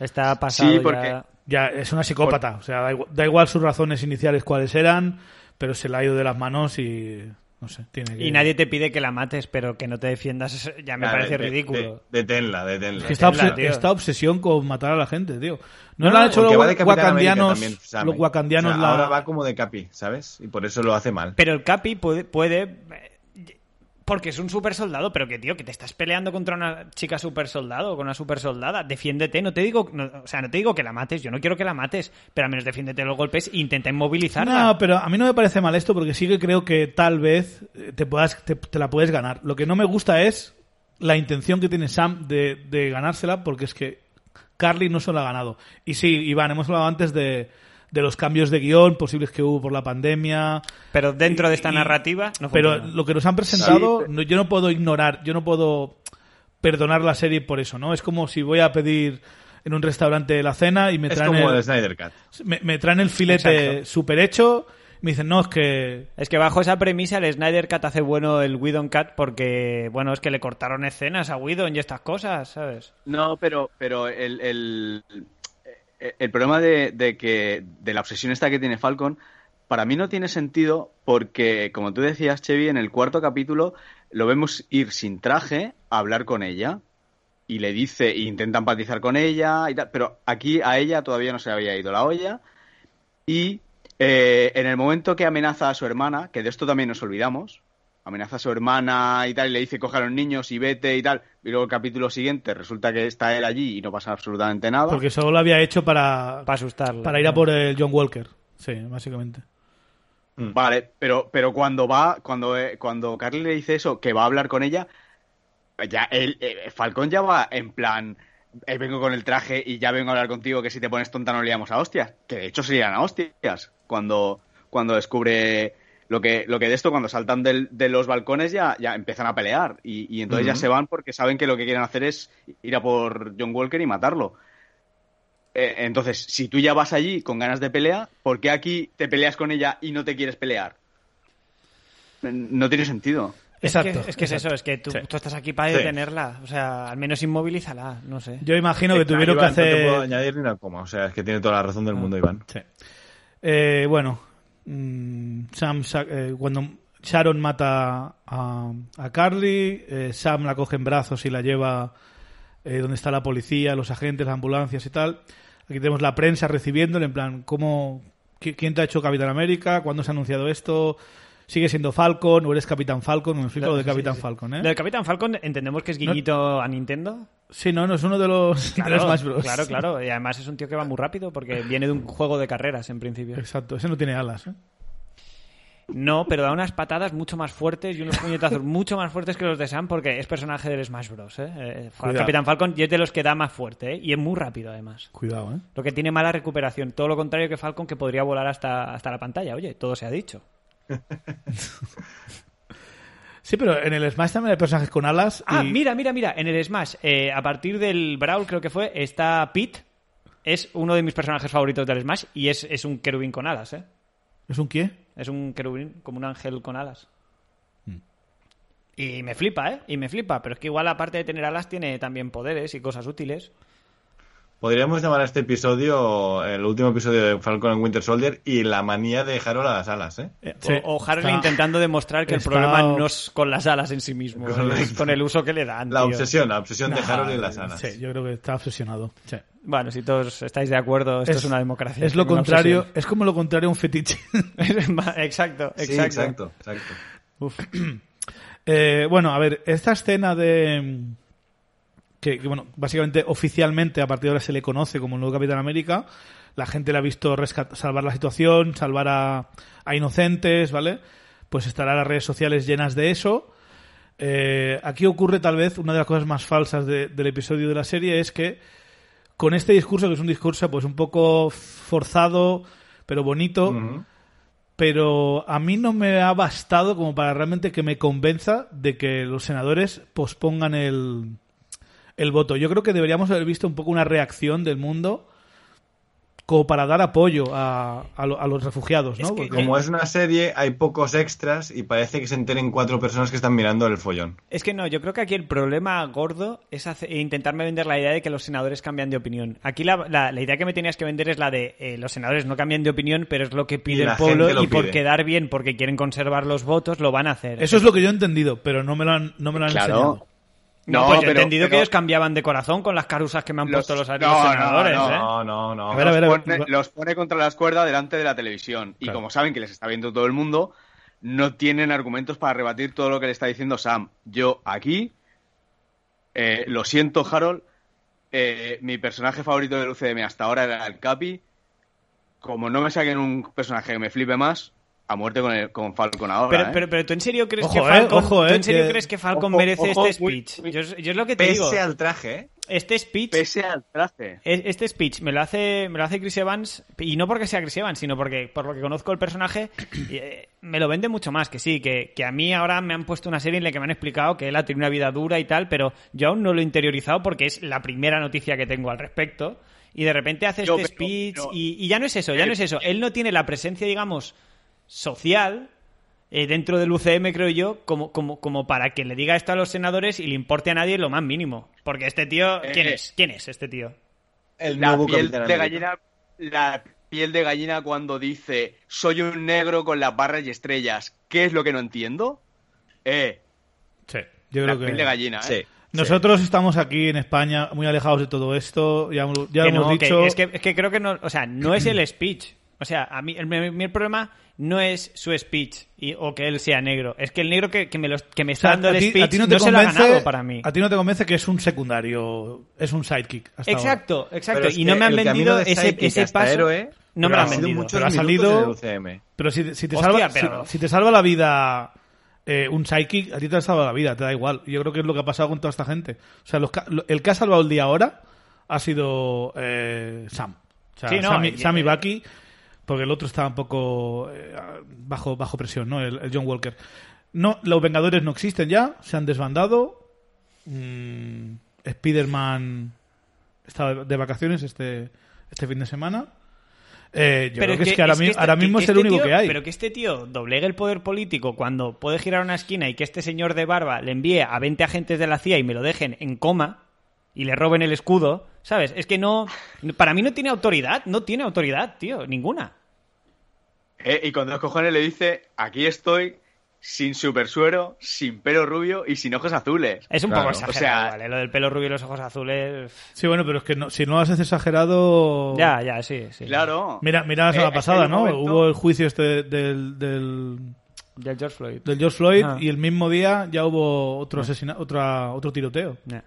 S3: Está pasado
S4: Sí, porque-
S3: ya.
S1: Ya es una psicópata. O sea, da igual, da igual sus razones iniciales cuáles eran, pero se la ha ido de las manos y. No sé, tiene que...
S3: Y nadie te pide que la mates, pero que no te defiendas, ya me
S2: Claro,
S3: parece
S2: de- de-
S3: ridículo.
S2: deténla, deténla.
S1: Es que esta, obse-
S3: Claro, tío.
S1: esta obsesión con matar a la gente, tío. No,
S2: No,
S1: lo han hecho
S2: porque
S1: los
S2: va de Capitán América
S1: wakandianos.
S2: también, Sam. ¿eh?
S1: los wakandianos
S2: O sea, Ahora
S1: la-
S2: va como de capi, ¿sabes? Y por eso lo hace mal.
S3: Pero el Capi puede, puede eh, porque es un super soldado, pero que tío, que te estás peleando contra una chica super soldado o con una super soldada, defiéndete, no te digo, no- o sea, no te digo que la mates, yo no quiero que la mates, pero al menos defiéndete de los golpes e intenta inmovilizarla.
S1: No, pero a mí no me parece mal esto porque sí que creo que tal vez eh, te, puedas, te, te la puedes ganar. Lo que no me gusta es la intención que tiene Sam de, de ganársela porque es que Carly no se la ha ganado. Y sí, Iván, hemos hablado antes de, de los cambios de guión posibles que hubo por la pandemia.
S3: Pero dentro de esta
S1: Y-
S3: narrativa no
S1: Pero
S3: funciona.
S1: lo que nos han presentado,
S4: Sí, pe-
S1: no- yo no puedo ignorar, yo no puedo perdonar la serie por eso, ¿no? Es como si voy a pedir en un restaurante la cena y me
S2: es
S1: traen
S2: como el
S1: el,
S2: Snyder Cut.
S1: me, me traen el filete
S3: Exacto.
S1: super hecho. Me dicen, no, es que
S3: Es que bajo esa premisa el Snyder Cut hace bueno el Whedon Cut porque, bueno, es que le cortaron escenas a Whedon y estas cosas, ¿sabes?
S4: No, pero, pero el, el, Eh, el problema de, de que de la obsesión esta que tiene Falcon, para mí no tiene sentido porque, como tú decías, Chevy, en el cuarto capítulo lo vemos ir sin traje a hablar con ella y le dice, e intenta empatizar con ella, y tal, pero aquí a ella todavía no se le había ido la olla y eh, en el momento que amenaza a su hermana, que de esto también nos olvidamos, amenaza a su hermana y tal, y le dice coge a los niños y vete y tal, y luego el capítulo siguiente resulta que está él allí y no pasa absolutamente nada.
S1: Porque solo lo había hecho para,
S3: Para asustarla.
S1: para ir a por el John Walker. Sí, básicamente.
S4: Vale, pero, pero cuando va, cuando, eh, cuando Carly le dice eso, que va a hablar con ella, ya él, eh, Falcón ya va en plan, eh, vengo con el traje y ya vengo a hablar contigo, que si te pones tonta no liamos a hostias, que de hecho se lían a hostias cuando, cuando descubre lo que, lo que de esto, cuando saltan del- de los balcones ya, ya empiezan a pelear y, y entonces ya
S2: Ujú.
S4: se van porque saben que lo que quieren hacer es ir a por John Walker y matarlo. Eh, entonces, si tú ya vas allí con ganas de pelea, ¿por qué aquí te peleas con ella y no te quieres pelear? No tiene sentido.
S3: Es que-
S1: Exacto.
S3: es que es
S1: exacto.
S3: eso, es que tú,
S1: Sí.
S3: tú estás aquí para
S2: Sí.
S3: detenerla. O sea, al menos inmovilízala, no sé.
S1: Yo imagino que
S2: Nah,
S1: tuvieron que
S2: Iván, No te puedo
S1: hacer.
S2: añadir ni una coma. O sea, es que tiene toda la razón del mundo, Iván.
S1: Sí. Eh, bueno, mm, Sam sa- eh, cuando Sharon mata a, a Carly, eh, Sam la coge en brazos y la lleva eh, donde está la policía, los agentes, las ambulancias y tal. Aquí tenemos la prensa recibiéndole, en plan, ¿cómo, qui- ¿quién te ha hecho Capitán América? ¿Cuándo se ha anunciado esto? ¿Sigue siendo Falcon o eres Capitán Falcon? Me explico lo de
S3: Sí,
S1: Capitán
S3: sí.
S1: Falcon,
S3: Lo
S1: ¿eh?
S3: del Capitán Falcon entendemos que es guiñito a Nintendo.
S1: Sí, no, no, es uno de los, de los Smash Bros.
S3: claro, claro. Y además es un tío que va muy rápido porque viene de un juego de carreras en principio.
S1: Exacto, ese no tiene alas, ¿eh?
S3: No, pero da unas patadas mucho más fuertes y unos puñetazos mucho más fuertes que los de Sam porque es personaje del Smash Bros. ¿eh? Eh,
S1: Cuidado.
S3: Capitán Falcon y es de los que da más fuerte ¿eh? y es muy rápido además.
S1: Cuidado, ¿eh?
S3: Lo que tiene mala recuperación. Todo lo contrario que Falcon que podría volar hasta, hasta la pantalla. Oye, todo se ha dicho.
S1: Sí, pero en el Smash también hay personajes con alas.
S3: Ah,
S1: y-
S3: mira, mira, mira. En el Smash, eh, a partir del Brawl, creo que fue, está Pete. Es uno de mis personajes favoritos del Smash y es, es un querubín con alas, ¿eh?
S1: ¿Es un qué?
S3: Es un querubín, como un ángel con alas.
S1: Mm.
S3: Y me flipa, ¿eh? Y me flipa. Pero es que igual, aparte de tener alas, tiene también poderes y cosas útiles.
S2: Podríamos llamar a este episodio el último episodio de Falcon and Winter Soldier y la manía de Harold a las alas, ¿eh?
S1: Eh,
S3: O-
S1: sí,
S3: o Harold
S1: está-
S3: intentando demostrar que
S1: está-
S3: el problema no es con las alas en sí mismo, es
S2: Correcto.
S3: con el uso que le dan.
S2: La
S3: tío.
S2: obsesión, la obsesión de Harold y las
S1: Ah,
S2: alas.
S1: Sí, yo creo que está obsesionado. Sí.
S3: Bueno, si todos estáis de acuerdo, esto es, una democracia.
S1: Es lo
S3: una
S1: contrario,
S3: obsesión.
S1: es como lo contrario a un fetiche.
S3: exacto, exacto.
S2: Sí, exacto, exacto.
S1: Eh, bueno, a ver, esta escena de. mm, Que, que, bueno, básicamente oficialmente a partir de ahora se le conoce como el nuevo Capitán América. La gente la ha visto rescat- salvar la situación, salvar a, a inocentes, ¿vale? Pues estará las redes sociales llenas de eso. Eh, aquí ocurre tal vez una de las cosas más falsas de- del episodio de la serie es que con este discurso, que es un discurso pues un poco forzado, pero bonito,
S2: Ujú.
S1: pero a mí no me ha bastado como para realmente que me convenza de que los senadores pospongan el, el voto. Yo creo que deberíamos haber visto un poco una reacción del mundo como para dar apoyo a, a, lo- a los refugiados, ¿no?
S3: Es que-
S1: Porque-
S2: Como es una serie, hay pocos extras y parece que se enteren cuatro personas que están mirando el follón.
S3: Es que no, yo creo que aquí el problema gordo es hace- e intentarme vender la idea de que los senadores cambian de opinión. Aquí la, la- la idea que me tenías que vender es la de eh, los senadores no cambian de opinión, pero es lo que pide
S2: Y la
S3: el pueblo
S2: gente lo
S3: y por
S2: pide.
S3: quedar bien, porque quieren conservar los votos, lo van a hacer.
S1: Eso es lo que yo he entendido, pero no me lo han, no me lo han enseñado.
S4: Claro.
S3: No, pues yo he
S4: pero-
S3: entendido que
S4: pero-
S3: ellos cambiaban de corazón con las carusas que me han
S4: Los-
S3: puesto los,
S4: no,
S3: los
S4: no,
S3: senadores,
S4: no,
S3: ¿eh?
S2: No, no, no.
S1: A ver, a ver, a
S4: los,
S1: ver.
S4: pone, los pone contra las cuerdas delante de la televisión. Y
S1: Claro.
S4: como saben que les está viendo todo el mundo, no tienen argumentos para rebatir todo lo que le está diciendo Sam. Yo aquí, eh, lo siento, Harold, eh, mi personaje favorito del UCM hasta ahora era el Capi. Como no me saquen un personaje que me flipe más, a muerte con, el, con Falcon ahora.
S3: Pero,
S4: ¿eh?
S3: pero, pero tú en serio crees
S1: Ojo,
S3: que
S1: eh,
S3: Falcon,
S1: ojo,
S3: ¿tú
S1: eh,
S3: en serio
S1: que-
S3: crees que Falcon
S2: ojo,
S3: merece
S2: ojo,
S3: este
S2: muy-
S3: speech?
S2: muy-
S3: Yo, es- yo es lo que te digo.
S2: Pese al traje, ¿eh?
S3: Este speech
S4: Pese al traje.
S3: Es- Este speech me lo hace me lo hace Chris Evans y no porque sea Chris Evans, sino porque por lo que conozco el personaje eh, me lo vende mucho más que sí, que, que a mí ahora me han puesto una serie en la que me han explicado que él ha tenido una vida dura y tal, pero yo aún no lo he interiorizado porque es la primera noticia que tengo al respecto y de repente hace
S4: Yo,
S3: este
S4: pero-
S3: speech
S4: pero- Eh,
S3: y, y ya no es eso, ya no es eso, él no tiene la presencia digamos social eh, dentro del UCM, creo yo, como, como, como para que le diga esto a los senadores y le importe a nadie lo más mínimo. Porque este tío, ¿quién
S4: Eh,
S3: es? ¿Quién es este tío?
S2: El
S4: la
S2: nuevo
S4: piel
S2: Capitán
S4: de
S2: América.
S4: gallina la piel de gallina cuando dice soy un negro con las barras y estrellas qué es lo que no entiendo eh
S1: Sí, yo
S4: la
S1: creo que...
S4: piel de gallina ¿eh?
S2: Sí.
S1: Nosotros estamos aquí en España muy alejados de todo esto, ya, hemos- ya
S3: Que
S1: lo hemos
S3: no, que-
S1: dicho.
S3: es, que, es que creo que no, o sea, no es el speech. O sea, a mí el, mi- mi problema no es su speech y- o que él sea negro. Es que el negro que, que me, los- que
S1: O
S3: me está
S1: sea,
S3: dando el
S1: a ti-
S3: speech
S1: a ti
S3: no,
S1: no, te
S3: se lo ha
S1: convence-
S3: ganado para mí.
S1: A ti no te convence que es un secundario, es un sidekick. hasta ahora.
S3: Exacto, exacto.
S2: Pero es
S3: Y no
S2: que
S3: me han
S2: el camino
S3: vendido
S2: de
S3: ese,
S2: sidekick
S3: ese
S2: hasta
S3: paso.
S2: héroe,
S1: pero
S3: no me lo
S1: ha
S3: han
S1: sido
S3: vendido.
S1: mucho- pero ha salido- Pero si, si te
S3: Hostia,
S1: salva,
S3: pero-
S1: si, si te salva la vida eh, un psychic, a ti te ha salvado la vida, te da igual. Yo creo que es lo que ha pasado con toda esta gente. O sea, los ca- lo- el que ha salvado el día ahora ha sido eh, Sam. O sea,
S3: Sí, no,
S1: Sam, y-
S3: eh,
S1: Sam y
S3: eh,
S1: Bucky, porque el otro estaba un poco eh, bajo, bajo presión, ¿no? El, el John Walker. No, los Vengadores no existen ya, se han desbandado. Mm, Spider-Man está de vacaciones este, este fin de semana. Eh, yo creo que, es que ahora, mi-
S3: este-
S1: ahora
S3: que-
S1: mismo
S3: que
S1: es el
S3: este
S1: único
S3: tío-
S1: que hay.
S3: Pero que este tío doblegue el poder político cuando puede girar una esquina y que este señor de barba le envíe a 20 agentes de la CIA y me lo dejen en coma y le roben el escudo, ¿sabes? Es que no. Para mí no tiene autoridad, no tiene autoridad, tío, ninguna.
S4: Eh, y con dos cojones le dice aquí estoy sin supersuero sin pelo rubio y sin ojos azules
S3: Es un poco
S2: Claro, o
S3: exagerado,
S4: sea-
S3: ¿vale? Lo del pelo rubio y los ojos azules.
S1: Sí, bueno, pero es que no- si no lo haces exagerado.
S3: Ya, ya, sí, sí.
S4: claro
S1: Mira, mira la semana
S4: Eh,
S1: pasada,
S4: en un
S1: ¿no?
S4: momento-
S1: Hubo el juicio este del, del,
S3: Del George Floyd.
S1: del George Floyd
S3: Ah.
S1: y el mismo día ya hubo otro asesina otra, otro tiroteo.
S3: No.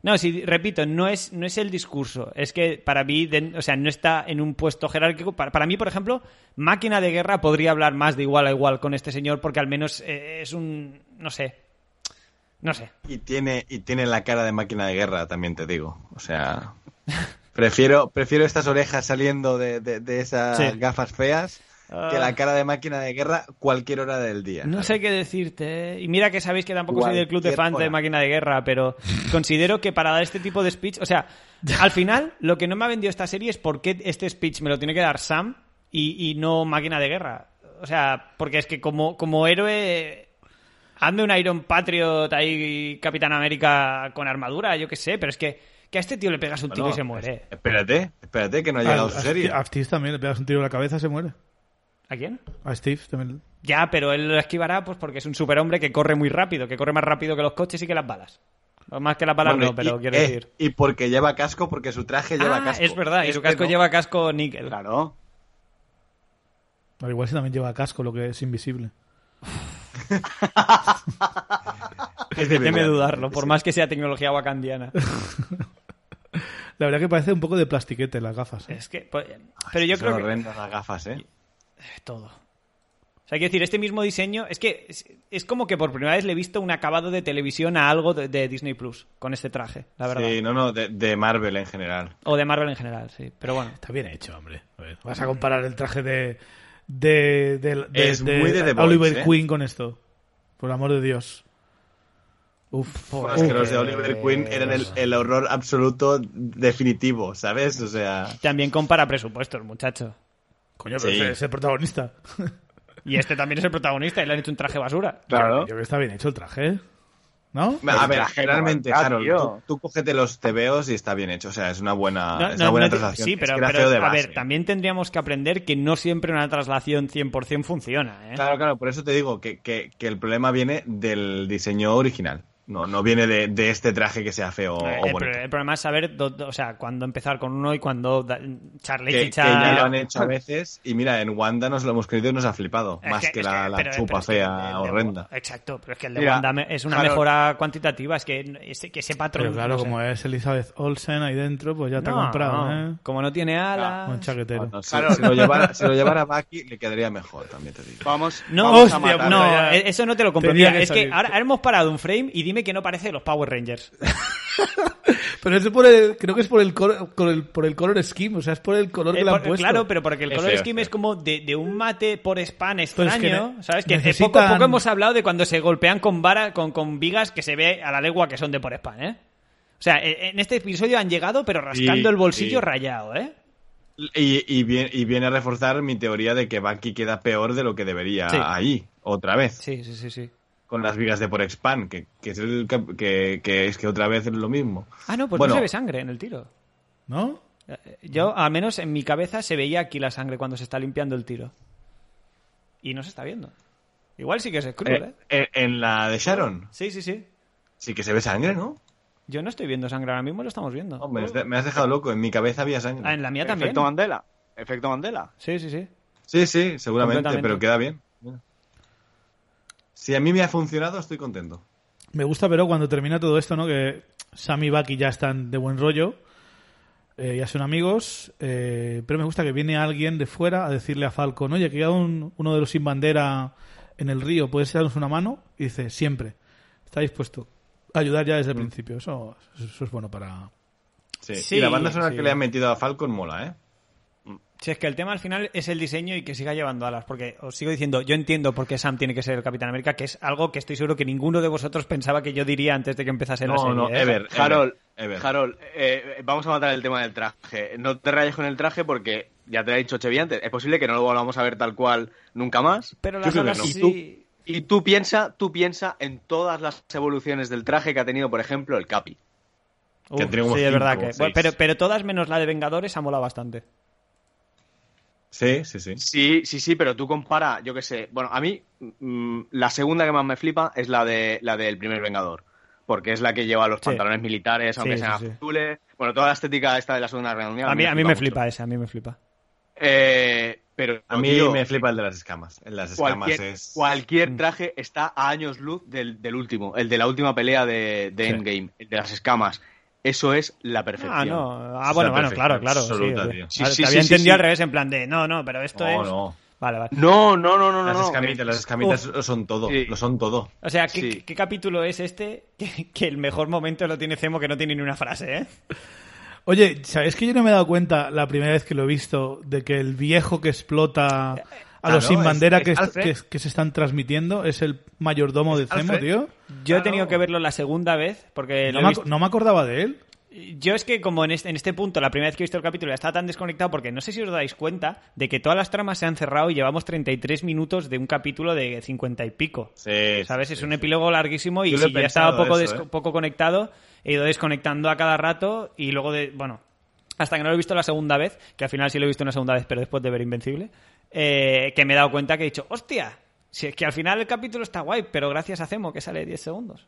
S3: No, sí, repito, no es, no es el discurso. Es que para mí, den- o sea, no está en un puesto jerárquico. Para, para mí, por ejemplo, máquina de guerra podría hablar más de igual a igual con este señor porque al menos eh, es un, no sé, no sé.
S2: Y tiene, y tiene la cara de máquina de guerra, también te digo. O sea, prefiero, prefiero estas orejas saliendo de, de- de esas
S1: Sí.
S2: gafas feas
S3: Ah.
S2: que la cara de máquina de guerra cualquier hora del día.
S3: No sé qué decirte. ¿eh? Y mira que sabéis que tampoco soy del club de
S2: Cualquier
S3: fans de
S2: hora.
S3: Máquina de Guerra, pero considero que para dar este tipo de speech, o sea, al final lo que no me ha vendido esta serie es por qué este speech me lo tiene que dar Sam y, y no Máquina de Guerra. O sea, porque es que como, como héroe, hazme un Iron Patriot ahí, Capitán América con armadura, yo qué sé, pero es que, que a este tío le pegas un tiro
S2: Bueno,
S3: y se muere.
S2: Espérate, espérate que no ha
S1: Al-
S2: llegado
S1: a,
S2: su serie.
S1: Ah, Steve- a Steve también le pegas un tiro en la cabeza, se muere.
S3: ¿A quién?
S1: A Steve también.
S3: Ya, pero él lo esquivará pues porque es un superhombre que corre muy rápido, que corre más rápido que los coches y que las balas. O más que las balas
S2: Bueno,
S3: no, pero
S2: y,
S3: quiero
S2: eh,
S3: decir.
S2: Y porque lleva casco, porque su traje lleva
S3: Ah,
S2: casco. Este
S3: es verdad, y su casco
S2: no.
S3: lleva casco níquel.
S4: claro
S1: Al igual si también lleva casco, lo que es invisible.
S2: Es de
S3: Déjeme
S2: verdad.
S3: dudarlo, por más que sea tecnología wakandiana.
S1: La verdad que parece un poco de plastiquete las gafas. ¿eh?
S3: es que, pues, pero yo
S2: Son
S3: creo que
S2: horrendas las gafas, ¿eh?
S3: todo. O sea, quiero decir, este mismo diseño es que es, es como que por primera vez le he visto un acabado de televisión a algo de, de Disney Plus con este traje, la verdad.
S2: Sí, no, no, de, de Marvel en general.
S3: O de Marvel en general, sí. Pero bueno,
S1: Está bien hecho, hombre. A ver, vas a comparar el traje de. de. de, de-
S2: Es
S1: de
S2: muy de The Boys,
S1: Oliver
S2: ¿eh?
S1: Queen con esto. Por amor de Dios.
S3: Uf,
S2: Pues que los de Oliver Queen eran el, el horror absoluto definitivo, ¿sabes? O sea,
S3: También compara presupuestos, muchacho.
S1: Coño, pero
S2: Sí.
S1: ese es el protagonista.
S3: Y este también es el protagonista y le han hecho un traje basura.
S1: Yo creo que está bien hecho el traje. ¿eh? ¿No?
S2: A ver, generalmente,
S4: Ah,
S2: Harold,
S4: tío.
S2: tú, tú cógete los tebeos y está bien hecho. O sea, es una buena,
S3: No,
S2: Ah, es
S3: no,
S2: una buena
S3: no te-
S2: transacción.
S3: sí,
S2: es
S3: pero,
S2: que era
S3: pero,
S2: feo de
S3: a
S2: base.
S3: ver, también tendríamos que aprender que no siempre una traslación 100% funciona. ¿eh?
S2: Claro, claro, por eso te digo que, que- que el problema viene del diseño original. No, no viene de, de este traje que sea feo
S3: Eh,
S2: o
S3: el,
S2: bonito.
S3: pro- el problema es saber dó- dó- o sea, cuándo empezar con uno y cuándo da- Charlie
S2: Que, que
S3: Chicha...
S2: ya lo han hecho a veces y mira, en Wanda nos lo hemos creído y nos ha flipado.
S3: Es
S2: más que, la,
S3: es
S2: la
S3: pero- pero
S2: chupa
S3: es que el de-
S2: fea
S3: el de-
S2: horrenda.
S3: exacto, pero es que el de
S4: Mira,
S3: Wanda me- es una
S4: Harold-
S3: mejora cuantitativa, es que n- ese, que ese patrón...
S1: Pero claro,
S3: no sé.
S1: como es Elizabeth Olsen ahí dentro, pues ya te
S3: No,
S1: ha comprado,
S3: no, Ah.
S1: ¿eh?
S3: Como no tiene alas...
S1: Un chaquetero.
S2: Bueno, si,
S4: Claro.
S2: si lo llevara, si lo llevara Bucky, le quedaría mejor, también te digo.
S4: Vamos,
S3: No,
S4: vamos a
S1: hostia,
S4: matar.
S3: no,
S1: ya-
S3: e- eso no te lo compro.
S1: Tenía
S3: Mira,
S1: que
S3: es que
S1: salir.
S3: ahora, ahora hemos parado un frame y dime que no parece los Power Rangers.
S1: Pero es por el, creo que es por el, color, por el, por el color scheme, o sea, es por el color que
S3: Eh,
S1: le han
S3: por-
S1: puesto.
S3: Claro, pero porque el
S2: Es
S3: color
S2: feo,
S3: scheme
S2: es
S3: es como de, de un mate por span
S1: Pero
S3: extraño,
S1: es que ne-
S3: ¿sabes? Que hace
S1: necesitan-
S3: poco a poco hemos hablado de cuando se golpean con vara, con, con vigas que se ve a la legua que son de por span, ¿eh? O sea, e- en este episodio han llegado pero rascando
S2: Y-
S3: el bolsillo
S2: y-
S3: rayado, ¿eh?
S2: Y, y vie- y viene a reforzar mi teoría de que Bucky queda peor de lo que debería
S3: Sí.
S2: ahí, otra vez.
S3: Sí, sí, sí, sí.
S2: con las vigas de Porexpan, que, que es el cap- que, que es que otra vez es lo mismo.
S3: Ah, no, pues
S2: Bueno.
S3: no se ve sangre en el tiro.
S1: ¿No?
S3: Eh, Yo, al menos en mi cabeza, se veía aquí la sangre cuando se está limpiando el tiro. Y no se está viendo. Igual sí que es cruel, ¿eh?
S2: Eh, eh, en la de Sharon
S3: Sí, sí, sí.
S2: sí que se ve sangre, ¿no?
S3: Yo no estoy viendo sangre ahora mismo, lo estamos viendo.
S2: Hombre, es de- me has dejado loco, en mi cabeza había sangre.
S3: Ah, en la mía también.
S4: Efecto Mandela. Efecto Mandela.
S3: Sí, sí, sí.
S2: Sí, sí, seguramente,
S3: Completamente.
S2: pero queda bien. Si a mí me ha funcionado, estoy contento.
S1: Me gusta, pero cuando termina todo esto, ¿no? Que Sam y Bucky ya están de buen rollo, eh, ya son amigos, eh, pero me gusta que viene alguien de fuera a decirle a Falcon, oye, que hay un, uno de los sin bandera en el río, ¿puedes darnos una mano? Y dice, siempre, está dispuesto a ayudar ya
S2: Mm.
S1: desde el principio. Eso, eso es bueno para...
S2: Sí.
S3: Sí,
S2: y la banda sonora
S3: sí.
S2: que le han metido a Falcon mola, ¿eh?
S3: Si es que el tema al final es el diseño y que siga llevando alas, porque os sigo diciendo, yo entiendo por qué Sam tiene que ser el Capitán América, que es algo que estoy seguro que ninguno de vosotros pensaba que yo diría antes de que empezase la
S2: No,
S3: serie.
S2: no,
S3: ¿eh?
S2: Ever, Ever,
S4: Harold,
S2: Ever.
S4: Harold, eh, eh, vamos a matar el tema del traje. No te rayes con el traje porque ya te lo he dicho Chevy antes. Es posible que no lo volvamos a ver tal cual nunca más.
S3: Pero
S2: Yo
S3: las
S2: creo que
S3: alas
S2: no.
S4: Y
S3: sí...
S4: tú, y tú piensa, tú piensa en todas las evoluciones del traje que ha tenido, por ejemplo, el Capi.
S2: Que
S3: Uf,
S2: tiene como
S3: sí, es verdad
S2: cinco,
S3: que...
S2: seis.
S3: bueno, pero, pero todas menos la de Vengadores ha molado bastante.
S2: Sí, sí, sí.
S4: Sí, sí, sí, pero tú compara, yo qué sé. Bueno, a mí mm, la segunda que más me flipa es la de la del primer Vengador, porque es la que lleva los
S3: Sí.
S4: pantalones militares, aunque
S3: Sí,
S4: sean
S3: sí, sí.
S4: azules. Bueno, toda la estética esta de la Segunda Guerra Mundial.
S3: A mí, a mí me
S4: mucho.
S3: flipa esa, a mí me flipa.
S4: Eh, pero
S3: Pues
S2: A mí
S4: tío,
S2: me flipa el de las escamas. El de las escamas
S4: cualquier,
S2: es...
S3: Mm.
S4: cualquier traje está a años luz del, del último, el de la última pelea de, de
S1: Sí.
S4: Endgame, el de las escamas. Eso es la perfección.
S3: Ah, no. Ah,
S2: Es
S3: bueno,
S2: la
S3: bueno,
S2: perfección
S3: claro, claro. sí,
S2: absoluta,
S3: sí.
S2: tío.
S4: Sí,
S3: Vale,
S4: sí,
S3: te había
S4: sí, sí,
S3: entendido
S4: sí.
S3: al revés, en plan de, no, no, pero esto
S2: No,
S3: es...
S2: no.
S3: Vale, vale.
S4: No, no, no, no, no.
S2: Las
S4: no.
S2: escamitas, las escamitas
S3: Uf.
S2: lo son todo,
S4: Sí.
S2: lo son todo.
S3: O sea, ¿qué,
S4: Sí.
S3: qué- qué capítulo es este que, que el mejor momento lo tiene Cemo que no tiene ni una frase, eh?
S1: Oye, ¿sabéis que yo no me he dado cuenta la primera vez que lo he visto de que el viejo que explota a los sin
S2: es-
S1: bandera
S2: Eh, ah, es
S1: que, est-
S2: Alfred.
S1: que, que se están transmitiendo es el mayordomo de Zemo,
S2: Alfred.
S1: tío?
S3: Yo he tenido que verlo la segunda vez porque
S1: No
S3: lo he
S1: me, ac-
S3: visto-
S1: no me acordaba de él.
S3: yo es que como en este, en este punto, la primera vez que he visto el capítulo ya estaba tan desconectado porque no sé si os dais cuenta de que todas las tramas se han cerrado y llevamos 33 minutos de un capítulo de 50 y pico.
S2: Sí,
S3: ¿Sabes?
S2: sí,
S3: Es
S2: sí.
S3: un epílogo larguísimo y
S2: Yo lo he
S3: si ya estaba
S2: pensado
S3: poco,
S2: eso,
S3: desco-
S2: ¿eh?
S3: poco conectado, he ido desconectando a cada rato y luego de. Bueno, hasta que no lo he visto la segunda vez, que al final sí lo he visto una segunda vez, pero después de ver Invencible, eh, que me he dado cuenta que he dicho, ¡hostia! Si es que al final el capítulo está guay, pero gracias a Cemo que sale 10 segundos.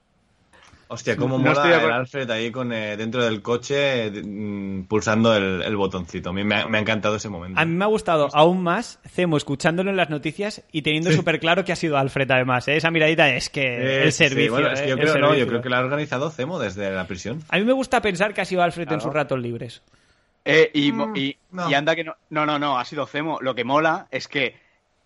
S2: Hostia, cómo
S4: No
S2: mola
S4: estoy de
S2: el
S4: acuerdo.
S2: Alfred ahí con, eh, dentro del coche eh, mm, pulsando el, el botoncito. A mí me ha, me ha encantado ese momento.
S3: A mí me ha gustado aún más Cemo escuchándolo en las noticias y teniendo súper claro que ha sido Alfred, además. ¿eh? Esa miradita es que
S2: Eh,
S3: el
S2: sí, sí.
S3: servicio.
S2: Bueno, es
S3: ¿eh?
S2: que yo
S3: El
S2: creo, no, yo
S3: servicio.
S2: creo que lo ha organizado Cemo desde la prisión.
S3: A mí me gusta pensar que ha sido Alfred en
S4: Claro.
S3: sus ratos libres.
S4: Eh, y, mo- y-
S2: no.
S4: y anda que no. No, no, no, ha sido Cemo. Lo que mola es que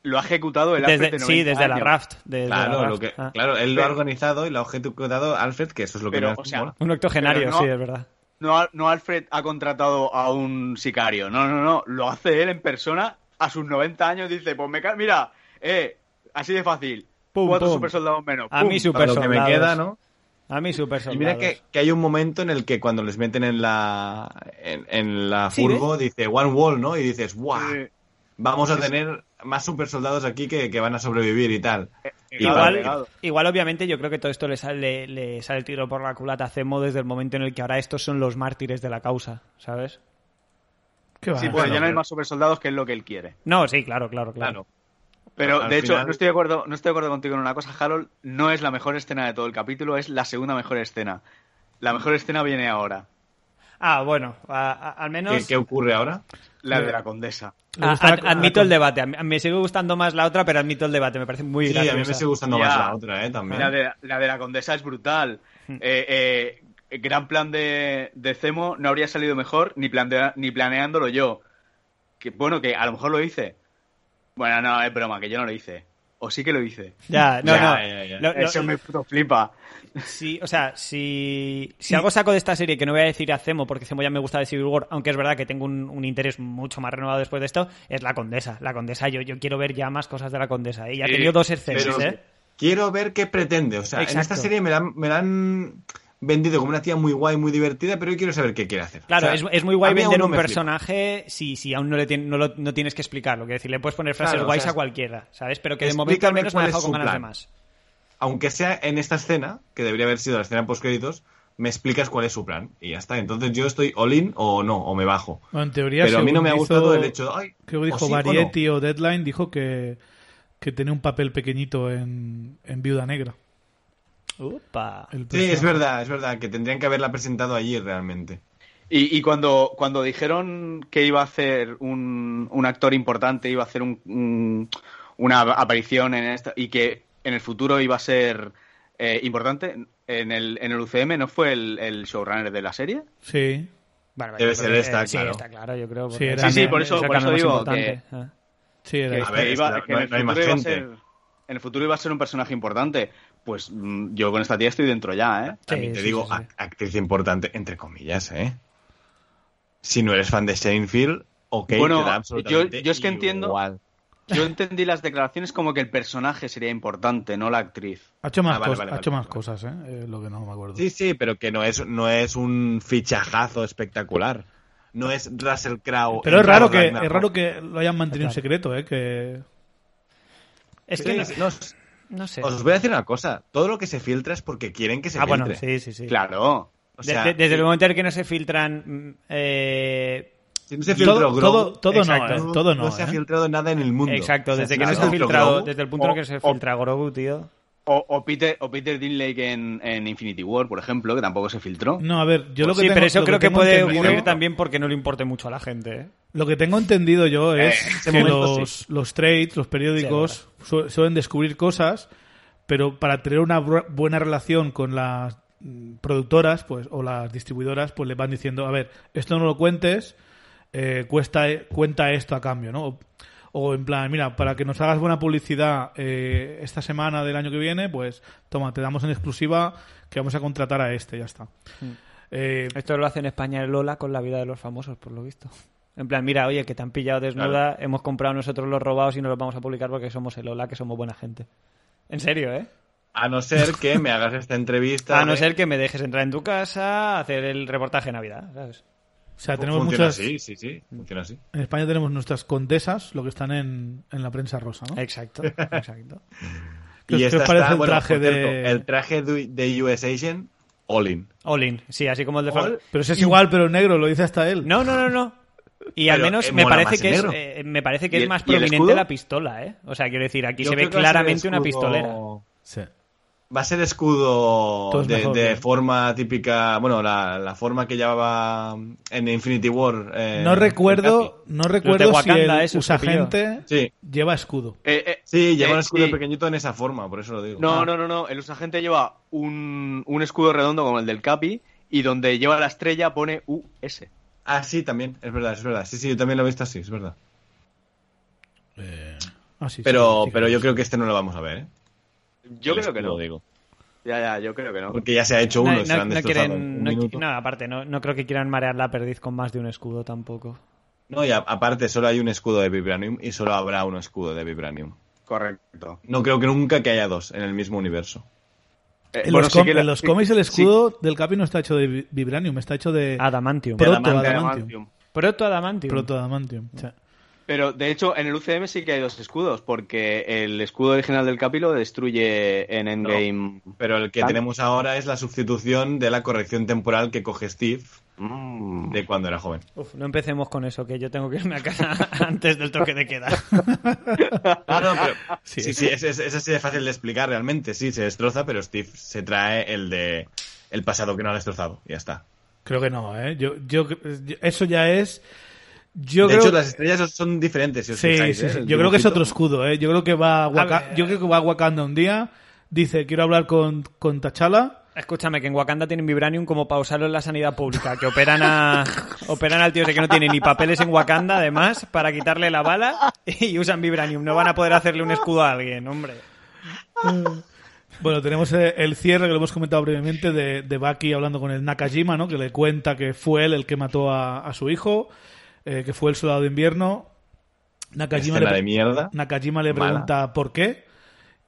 S4: lo ha ejecutado el
S3: Desde-
S4: Alfred de
S3: sí,
S4: 90
S3: desde la
S4: años.
S3: raft. desde la
S2: Claro,
S3: raft.
S2: lo que,
S3: Ah.
S2: claro, él lo ha
S4: Pero-
S2: organizado y lo ha ejecutado Alfred, que eso es lo que
S4: Pero,
S2: me hace
S4: o sea,
S2: mola.
S3: Un octogenario,
S4: Pero no-
S3: sí, es verdad.
S4: No, Al- no Alfred ha contratado a un sicario. No, no, no. Lo hace él en persona a sus 90 años. Dice, pues me ca- mira, eh, así de fácil.
S3: Pum,
S4: cuatro
S3: pum. Ah,
S4: super soldados menos.
S3: A
S4: Pum.
S3: mí super
S2: Para lo que me
S3: soldados.
S2: queda, ¿no?
S3: A mí super
S2: Y
S3: soldados.
S2: mira que, que hay un momento en el que cuando les meten en la en, en la
S3: Sí,
S2: furgo dice One Wall, ¿no? Y dices,
S3: ah.
S2: ¡guau!
S4: Sí.
S2: Vamos a tener más super soldados aquí que, que van a sobrevivir y tal. Y
S4: Igual,
S2: vale.
S3: Igual, obviamente, yo creo que todo esto le sale, le sale el tiro por la culata a Zemo desde el momento en el que ahora estos son los mártires de la causa, ¿sabes?
S1: Qué va.
S2: pues,
S4: Sí, bueno, ya no hay más supersoldados, que es lo que él quiere.
S3: No, sí, claro, claro, claro.
S2: Claro.
S4: Pero,
S2: Al
S4: de hecho,
S2: final-
S4: no estoy de acuerdo, no estoy de acuerdo contigo en una cosa, Harold. No es la mejor escena de todo el capítulo, es la segunda mejor escena. La mejor escena viene ahora,
S3: Ah, bueno, a- a- al menos...
S2: ¿Qué, qué ocurre ahora?
S4: la de la condesa.
S1: Le
S3: a-
S1: gusta
S3: Ah, ad-
S1: la-
S3: admito
S1: la-
S3: el debate. A mí- Me sigue gustando más la otra, pero admito el debate. Me parece muy
S2: Sí, a mí me
S3: graciosa.
S2: sigue gustando
S4: Ya.
S2: más la otra, ¿eh? También.
S4: La de, la de la condesa es brutal. Eh, eh, gran plan de, de Cemo no habría salido mejor ni, plantea- ni planeándolo yo. Que, bueno, que a lo mejor lo hice. Bueno, no, es broma, que yo no lo hice. O sí que lo hice.
S3: Ya, no,
S2: Ya,
S3: no.
S2: ya, ya.
S3: Lo- lo-
S4: Eso me puto flipa.
S3: Sí, o sea, si, si algo saco de esta serie que no voy a decir a Zemo, porque Zemo ya me gusta de Civil War, aunque es verdad que tengo un, un interés mucho más renovado después de esto, es la condesa. La condesa, yo, yo quiero ver ya más cosas de la condesa. Ella ha
S4: Sí,
S3: tenido dos escenas,
S2: Pero
S3: ¿eh?
S2: quiero ver qué pretende. O sea, en
S3: Exacto.
S2: esta serie me la, han- me la han vendido como una tía muy guay, muy divertida, pero yo quiero saber qué quiere hacer.
S3: Claro,
S2: O sea,
S3: es, es muy guay
S2: a mí
S3: vender
S2: aún
S3: un
S2: no me flipa.
S3: personaje si, si aún no, le tien- no, lo- no tienes que explicarlo. Quiero decir, le puedes poner frases
S2: Claro, o
S3: guays
S2: sea,
S3: a cualquiera, ¿sabes? Pero que de momento al
S2: explícame
S3: menos me ha
S2: cuál
S3: dejado
S2: es
S3: con
S2: su
S3: ganas de
S2: plan.
S3: más.
S2: Aunque sea en esta escena, que debería haber sido la escena post-créditos, me explicas cuál es su plan. Y ya está. Entonces yo estoy all-in o no, o me bajo.
S1: Bueno, en teoría,
S2: Pero a mí no
S1: según
S2: me ha
S1: hizo-
S2: gustado el hecho de... Ay,
S1: Creo
S2: o
S1: que dijo
S2: sí, o no.
S1: Variety o Deadline, dijo que, que tenía un papel pequeñito en, en Viuda Negra.
S3: Upa.
S1: El
S2: Uh. Sí, es
S1: personaje.
S2: verdad, es verdad, que tendrían que haberla presentado allí realmente.
S4: Y, y cuando, cuando dijeron que iba a hacer un, un actor importante, iba a hacer un- un- una aparición en esta y que en el futuro iba a ser eh, importante, en el, en el UCM no fue el, el showrunner de la serie.
S1: Sí.
S3: Vale, vale,
S2: Debe
S3: yo
S2: ser
S3: creo que-
S2: esta,
S3: sí,
S2: claro.
S3: está claro, yo creo.
S1: Sí,
S3: porque
S1: era-
S3: también
S1: Sí, sí, por
S3: es
S4: eso-
S3: el
S4: por eso
S3: canal más
S4: digo
S3: importante. Ah.
S1: Sí, era
S4: Que,
S1: esa.
S2: A ver,
S4: que iba-
S2: espera,
S4: que
S2: este, no-
S4: en el
S2: no hay más
S4: futuro iba a
S2: gente.
S4: ser- en el futuro iba a ser un personaje importante. Pues mm, yo con esta tía estoy dentro ya, ¿eh?
S3: Sí,
S2: También te
S3: sí,
S2: digo, ah,
S3: sí, sí.
S2: a- actriz importante, entre comillas, ¿eh? Si no eres fan de Seinfeld, ok,
S4: Bueno,
S2: te da absolutamente
S4: yo- yo es que entiendo-
S2: igual.
S4: Yo entendí las declaraciones como que el personaje sería importante, no la actriz.
S1: Ha hecho más,
S2: Ah, vale,
S1: cos-
S2: vale,
S1: ha
S2: vale,
S1: hecho más
S2: vale.
S1: cosas, ¿eh? Eh, Lo que no me acuerdo.
S2: Sí, sí, pero que no es, no es un fichajazo espectacular. No es Russell Crowe.
S1: Pero
S2: en
S1: es raro,
S2: Thor
S1: que,
S2: Ragnarok.
S1: es raro que lo hayan mantenido en
S3: Claro.
S1: secreto, ¿eh? Que...
S3: Es
S2: Sí,
S3: que no,
S2: sí, no, os-
S3: no sé.
S2: os voy a decir una cosa. Todo lo que se filtra es porque quieren que se
S3: Ah, bueno,
S2: filtre.
S3: sí, sí, sí.
S4: Claro.
S2: O
S3: De-
S2: sea,
S3: de- desde el momento en el que no se filtran mm, eh,
S2: si no se filtró
S1: Todo,
S2: Grogu,
S1: todo, todo no,
S3: exacto.
S1: ¿eh? Todo no,
S2: se ha
S1: ¿eh?
S2: filtrado nada en el mundo.
S3: Exacto,
S2: O sea,
S3: desde
S2: si
S3: que no se ha
S2: filtró
S3: filtrado,
S2: Grogu,
S3: desde el punto en el que se
S4: o-
S3: filtra Grogu, tío.
S4: O, o Peter, o Peter Dinlake en, en Infinity War, por ejemplo, que tampoco se filtró.
S1: No, a ver, yo lo que
S3: Pues sí,
S1: tengo,
S3: pero eso
S1: lo
S3: creo que
S1: tengo
S3: puede
S1: entendido-
S3: ocurrir también porque no le importe mucho a la gente. ¿eh?
S1: Lo que tengo entendido yo es
S2: Eh, ese
S1: que
S2: momento
S1: los, los trades, los periódicos, su- suelen descubrir cosas, pero para tener una bu- buena relación con las mm, productoras pues o las distribuidoras, pues les van diciendo, a ver, esto no lo cuentes, eh, cuesta, cuenta esto a cambio, ¿no? O, o en plan, mira, para que nos hagas buena publicidad eh, esta semana del año que viene, pues toma, te damos en exclusiva que vamos a contratar a este, ya está.
S2: Hmm.
S1: Eh,
S3: Esto lo hace en España el Lola con la vida de los famosos, por lo visto. En plan, mira, oye, que te han pillado desnuda, hemos comprado nosotros los robados y no los vamos a publicar porque somos el Lola, que somos buena gente. En serio, ¿eh?
S2: A no ser que me hagas esta entrevista.
S3: A no
S2: de-
S3: ser que me dejes entrar en tu casa, hacer el reportaje de Navidad, ¿sabes?
S1: o sea, tenemos
S2: funciona
S1: muchas...
S2: así, sí, sí, funciona así.
S1: En España tenemos nuestras condesas, lo que están en, en la prensa rosa,
S2: Eh,
S1: ¿no?
S3: Exacto, exacto.
S1: ¿Qué os- qué os
S2: esta
S1: parece el
S2: bueno,
S1: traje
S2: por cierto,
S1: de-
S2: el traje de, de US Asian, all in.
S3: Olin, sí, así como el de Fran-
S2: All-
S1: Pero ese es igual, pero negro, lo dice hasta él.
S3: No, no, no, no. Y al
S2: Pero,
S3: menos
S2: eh,
S3: me
S2: mola
S3: parece,
S2: más
S3: que
S2: en
S3: es,
S2: negro.
S3: eh, me parece que
S4: ¿Y
S3: es
S4: el-
S3: más
S4: y el
S3: prominente
S4: escudo?
S3: la pistola, ¿eh? O sea, quiero decir, aquí
S2: Yo
S3: se ve
S2: creo que va a ser
S3: claramente una
S2: escudo-
S3: pistolera.
S2: Va a ser escudo
S1: es
S2: de,
S1: mejor, ¿eh?
S2: de
S1: ¿no?
S2: forma típica, bueno, la, la forma que llevaba en Infinity War. eh,
S1: No recuerdo, no recuerdo si el
S3: Wakanda, esos que pilló.
S1: usagente
S2: Sí,
S1: lleva escudo.
S4: Eh, eh,
S2: sí, lleva
S4: eh,
S2: un escudo
S4: sí.
S2: pequeñito en esa forma, por eso lo digo.
S1: Ah.
S2: Ah,
S4: No, no, no, no. El usagente lleva un, un escudo redondo como el del Capi y donde lleva la estrella pone US.
S2: Ah, sí, también, es verdad, es verdad. Sí, sí, yo también lo he visto así, es verdad.
S1: Ah, sí, sí,
S2: Pero,
S1: sí,
S2: pero
S1: sí.
S2: yo creo que este no lo vamos a ver, ¿eh?
S4: Yo
S2: El
S4: creo que
S2: escudo,
S4: no.
S2: digo.
S4: Ya, ya, yo creo que no.
S2: Porque ya se ha hecho
S3: No,
S2: uno,
S3: no-
S2: y se lo han
S3: no
S2: destrozado en
S3: quieren,
S2: un
S3: no,
S2: minuto.
S3: no, aparte, no, no creo que quieran marear la perdiz con más de un escudo tampoco.
S2: No, y a- aparte, solo hay un escudo de Vibranium y solo habrá un escudo de Vibranium.
S4: Correcto.
S2: No creo que nunca que haya dos en el mismo universo.
S1: Eh, en, bueno, los sí la... en, los cómics el escudo sí. del Capi no está hecho de vibranium, está hecho de...
S3: Adamantium.
S1: Proto adamantium.
S3: Proto adamantium.
S1: Proto adamantium. O sea.
S5: Pero de hecho en el UCM sí que hay dos escudos, porque el escudo original del Capi lo destruye en Endgame.
S2: No, pero el que ¿Tan? tenemos ahora es la sustitución de la corrección temporal que coge Steve mm. de cuando era joven.
S3: Uf, no empecemos con eso, que yo tengo que irme a casa antes del toque de queda.
S2: ah, no, pero, sí, sí, sí es, es, es, así de fácil de explicar realmente. Sí, se destroza, pero Steve se trae el de el pasado que no ha destrozado. Y ya está.
S1: Creo que no, ¿eh? yo, yo, yo eso ya es... Yo
S2: de
S1: creo...
S2: hecho, las estrellas son diferentes. Si os
S1: sí,
S2: fijáis,
S1: sí,
S2: ¿eh?
S1: sí. Yo creo que es otro escudo. ¿eh? Yo, creo que va a Waka... Yo creo que va a Wakanda un día. Dice, quiero hablar con, con T'Challa.
S3: Escúchame, que en Wakanda tienen Vibranium como para usarlo en la sanidad pública. Que operan, a... operan al tío ese que no tiene ni papeles en Wakanda, además, para quitarle la bala y usan Vibranium. No van a poder hacerle un escudo a alguien, hombre.
S1: Bueno, tenemos el cierre que lo hemos comentado brevemente de, de Baki hablando con el Nakajima, ¿no? Que le cuenta que fue él el que mató a, a su hijo. Eh, que fue el soldado de invierno. Nakajima
S2: Estela le, de mierda.
S1: Nakajima le pregunta Mala. por qué.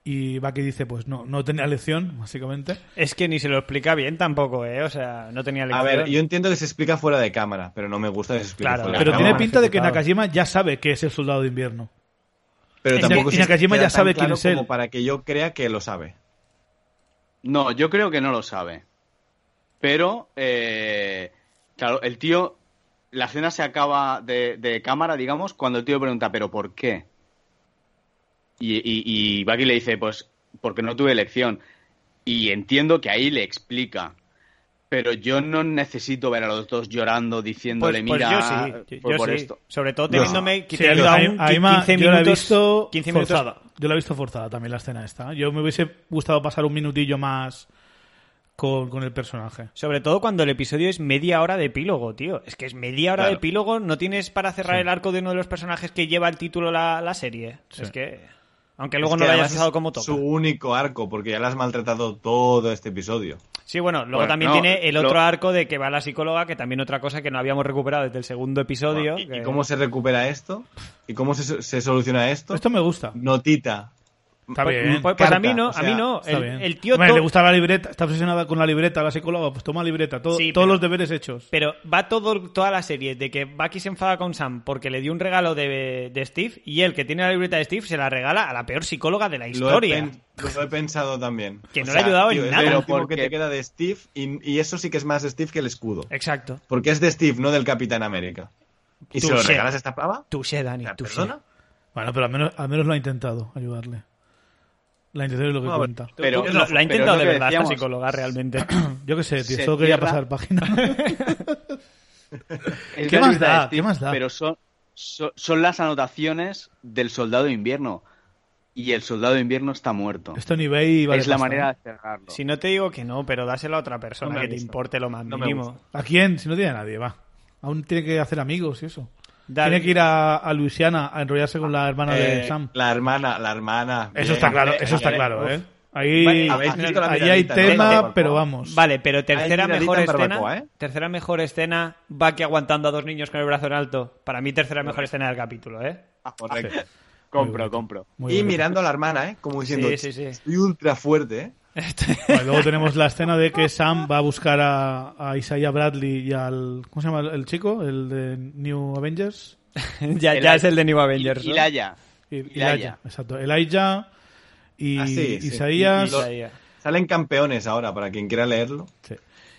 S1: Y Baki dice, pues no, no tenía lección, básicamente.
S3: Es que ni se lo explica bien tampoco, ¿eh? O sea, no tenía lección.
S2: A ver, yo entiendo que se explica fuera de cámara, pero no me gusta que se explique claro, fuera
S1: Pero
S2: de
S1: tiene
S2: cámara.
S1: pinta de que Nakajima ya sabe que es el soldado de invierno.
S2: Pero tampoco
S1: y se Nakajima ya sabe quién
S2: claro
S1: es él.
S2: Como para que yo crea que lo sabe.
S5: No, yo creo que no lo sabe. Pero, eh, claro, el tío la escena se acaba de, de, cámara, digamos, cuando el tío pregunta, ¿pero por qué? Y, y, y Bucky le dice, pues, porque no tuve elección. Y entiendo que ahí le explica. Pero yo no necesito ver a los dos llorando, diciéndole,
S3: pues,
S5: mira,
S3: pues yo sí, por, yo por sí. esto. Sobre todo teniéndome no. quitando sí, a un, a 15
S1: yo la he
S3: minutos,
S1: visto
S3: 15 minutos.
S1: forzada. Yo la he visto forzada también la escena esta. Yo me hubiese gustado pasar un minutillo más... Con, con, el personaje.
S3: Sobre todo cuando el episodio es media hora de epílogo, tío. Es que es media hora claro. de epílogo, no tienes para cerrar sí. el arco de uno de los personajes que lleva el título la, la serie. Sí. Es que. Aunque luego es que no lo hayas usado como toca.
S2: Su único arco, porque ya la has maltratado todo este episodio.
S3: Sí, bueno, luego bueno, también no, tiene el otro lo... arco de que va la psicóloga, que también otra cosa que no habíamos recuperado desde el segundo episodio.
S2: Bueno, ¿y,
S3: que...
S2: ¿y cómo se recupera esto? ¿Y cómo se, se soluciona esto?
S1: Esto me gusta.
S2: Notita.
S1: Está bien.
S3: Pues, pues, a mí no, o sea, a mí no. El, el tío
S1: Hombre, le gusta la libreta, está obsesionada con la libreta, la psicóloga, pues toma libreta, todo, sí, todos pero, los deberes hechos.
S3: Pero va todo, toda la serie de que Bucky se enfada con Sam porque le dio un regalo de, de Steve y él que tiene la libreta de Steve se la regala a la peor psicóloga de la historia.
S2: Lo he, pen, lo he pensado también.
S3: Que no o sea, le ha ayudado tío, en nada.
S2: Pero porque te queda de Steve y, y, eso sí que es más Steve que el escudo.
S3: Exacto.
S2: Porque es de Steve, no del Capitán América. ¿Y tú se lo sé. regalas a esta pava?
S3: Tú sé, Dani, ¿La tú persona? Sé.
S1: Bueno, pero al menos, al menos lo ha intentado ayudarle. La intención es lo que no, cuenta.
S3: Pero, ¿Tú, tú, no, la ha intentado de verdad decíamos, esta psicóloga realmente.
S1: Yo qué sé, tío, solo quería pasar página. ¿Qué más, da, Steve, ¿Qué más da?
S5: Pero son, son, son, las anotaciones del soldado de invierno. Y el soldado de invierno está muerto.
S1: Esto en eBay Este vale ¿eh?
S5: Es la manera de cerrarlo.
S3: Si no te digo que no, pero dáselo a otra persona no que te importe lo más mínimo.
S1: ¿A quién? Si no tiene a nadie, va. Aún tiene que hacer amigos y eso. Dale. Tiene que ir a, a, Luisiana a enrollarse con la hermana eh, de Sam.
S2: La hermana, la hermana.
S1: Eso bien, está claro, bien, eso bien, está claro, ¿eh? Ahí, vale, ahí hay tema, ¿no? pero vamos.
S3: Vale, pero tercera mejor escena. Barbacoa, ¿eh? Tercera mejor escena, va que aguantando a dos niños con el brazo en alto. Para mí, tercera mejor escena del capítulo, ¿eh?
S5: Ah, correcto. Sí. Compro, compro.
S2: Muy y bonito. mirando a la hermana, ¿eh? Como diciendo, sí, sí, estoy ultra fuerte, ¿eh?
S1: bueno, luego tenemos la escena de que Sam va a buscar a, a, Isaiah Bradley y al. ¿Cómo se llama el chico? ¿El de New Avengers?
S3: ya, el, ya es el de New Avengers.
S5: Y, Ilaya.
S1: ¿no? Ilaya. Exacto. Elijah y ah, sí, sí. Isaías. Y, y
S2: salen campeones ahora, para quien quiera leerlo.
S1: Sí.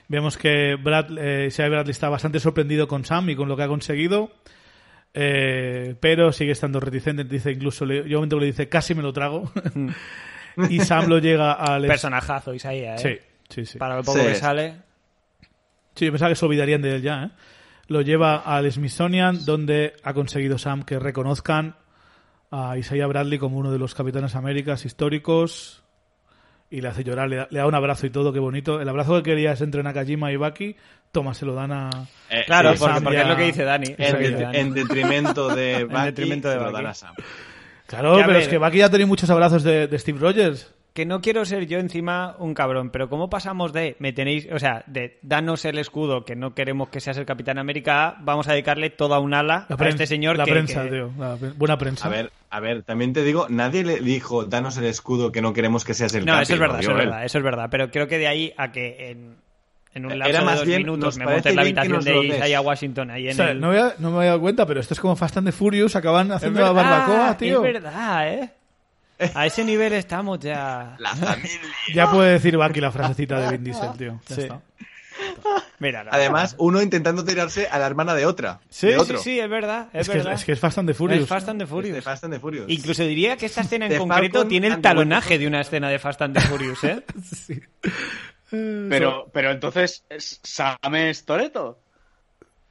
S1: Vemos que Brad, eh, Isaiah Bradley está bastante sorprendido con Sam y con lo que ha conseguido. Eh, pero sigue estando reticente. Dice incluso, le, yo momento le dice, casi me lo trago. y Sam lo llega al.
S3: Personajazo, Isaías,
S1: ¿eh? Sí, sí, sí.
S3: Para lo poco sí. que sale.
S1: Sí, yo pensaba que se olvidarían de él ya, ¿eh? Lo lleva al Smithsonian, donde ha conseguido Sam que reconozcan a Isaiah Bradley como uno de los capitanes Américas históricos. Y le hace llorar, le da, le da un abrazo y todo, qué bonito. El abrazo que querías entre Nakajima y Baki, toma, se lo dan a.
S3: Eh, claro, porque, Sam porque a... es lo que dice Dani.
S2: En,
S3: dice
S2: de,
S3: Dani.
S2: en detrimento de Baki, en detrimento de se lo dan a Sam.
S1: Claro, pero ver, es que Bucky ya ha tenido muchos abrazos de, de Steve Rogers.
S3: que no quiero ser yo encima un cabrón, pero ¿cómo pasamos de me tenéis, o sea, de danos el escudo que no queremos que seas el Capitán América, a, vamos a dedicarle toda un ala a este señor
S1: La
S3: que-
S1: prensa,
S3: que-
S1: tío. La pre- buena prensa.
S2: A ver, a ver, también te digo, nadie le dijo, danos el escudo que no queremos que seas el
S3: No,
S2: capi",
S3: eso es
S2: lo
S3: verdad, eso
S2: dijo
S3: es
S2: él.
S3: verdad, eso es verdad, pero creo que de ahí a que en, en un
S2: Era
S3: lapso
S2: más
S3: de dos
S2: bien,
S3: minutos
S2: nos
S3: me
S2: parece
S3: monte en la
S2: bien que
S3: habitación
S2: nos
S3: de
S2: lo des.
S3: Isaiah Washington ahí en
S1: O sea,
S3: el...
S1: no, me había, no me había dado cuenta, pero esto es como Fast and the Furious, acaban haciendo la barbacoa, tío.
S3: Ah, Es verdad, ¿eh? A ese nivel estamos ya.
S1: Ya puede decir Bucky la frasecita de Vin Diesel, tío. Ya
S3: Sí.
S1: está.
S3: Mira, la-
S2: Además, uno intentando tirarse a la hermana de otra.
S3: eh. sí,
S2: de
S3: sí,
S2: otro.
S3: sí, es verdad, es,
S1: Es, que,
S3: verdad.
S1: es que es Fast and the Furious.
S3: Es Fast and the
S2: De
S3: Furious.
S2: Fast and the Furious.
S3: Incluso diría que esta escena en
S2: The
S3: concreto
S2: Falcon
S3: tiene el
S2: and the Winter
S3: talonaje de una escena de Fast and the Furious, ¿eh?
S5: Pero, pero entonces, ¿es- ¿Sam es Toreto?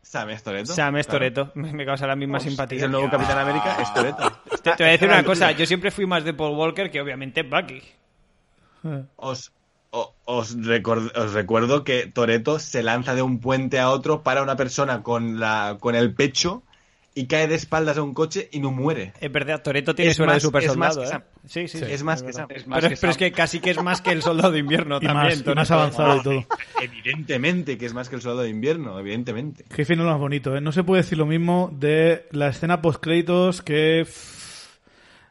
S2: Sam es Toretto.
S3: Sam es
S2: Claro.
S3: Toreto. Me me causa la misma simpatía.
S2: Es el nuevo Capitán América, es Toretto.
S3: Te, te voy a decir una cosa. Yo siempre fui más de Paul Walker que obviamente Bucky.
S2: Os, o- os, record- os recuerdo que Toreto se lanza de un puente a otro para una persona con, la, con el pecho y cae de espaldas a un coche y no muere.
S3: Es verdad, Toreto tiene
S2: Es
S3: suena de
S2: más-
S3: super
S2: es más
S3: soldado,
S2: que Sam.
S3: Sí, sí, sí.
S2: es más que
S3: verdad.
S2: Sam.
S5: Es más
S3: Pero,
S5: que
S3: pero es
S5: Sam.
S3: que casi que es más que el soldado de invierno
S1: Y
S3: también.
S1: más, y
S3: Toretto. ¿eh?
S1: más avanzado y todo.
S2: Evidentemente que es más que el soldado de invierno, evidentemente.
S1: Qué final más bonito, ¿eh? No se puede decir lo mismo de la escena post-créditos que pff,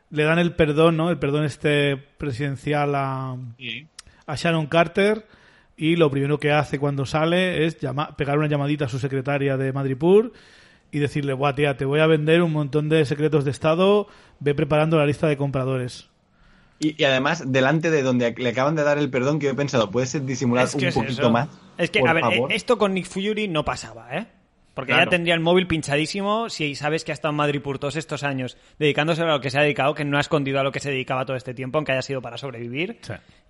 S1: le dan el perdón, ¿no? El perdón este presidencial a, a Sharon Carter y lo primero que hace cuando sale es llama- pegar una llamadita a su secretaria de Madripur y decirle, guau, tía, te voy a vender un montón de secretos de Estado, ve preparando la lista de compradores.
S2: Y, y además, delante de donde le acaban de dar el perdón, que yo he pensado, puede ser disimular
S3: Es que
S2: un
S3: es
S2: poquito
S3: eso.
S2: más.
S3: Es que,
S2: por
S3: a ver,
S2: favor?
S3: eh, esto con Nick Fury no pasaba, ¿eh? Porque ya
S2: Claro.
S3: tendría el móvil pinchadísimo si sabes que ha estado en Madrid por todos estos años dedicándose a lo que se ha dedicado, que no ha escondido a lo que se dedicaba todo este tiempo, aunque haya sido para sobrevivir.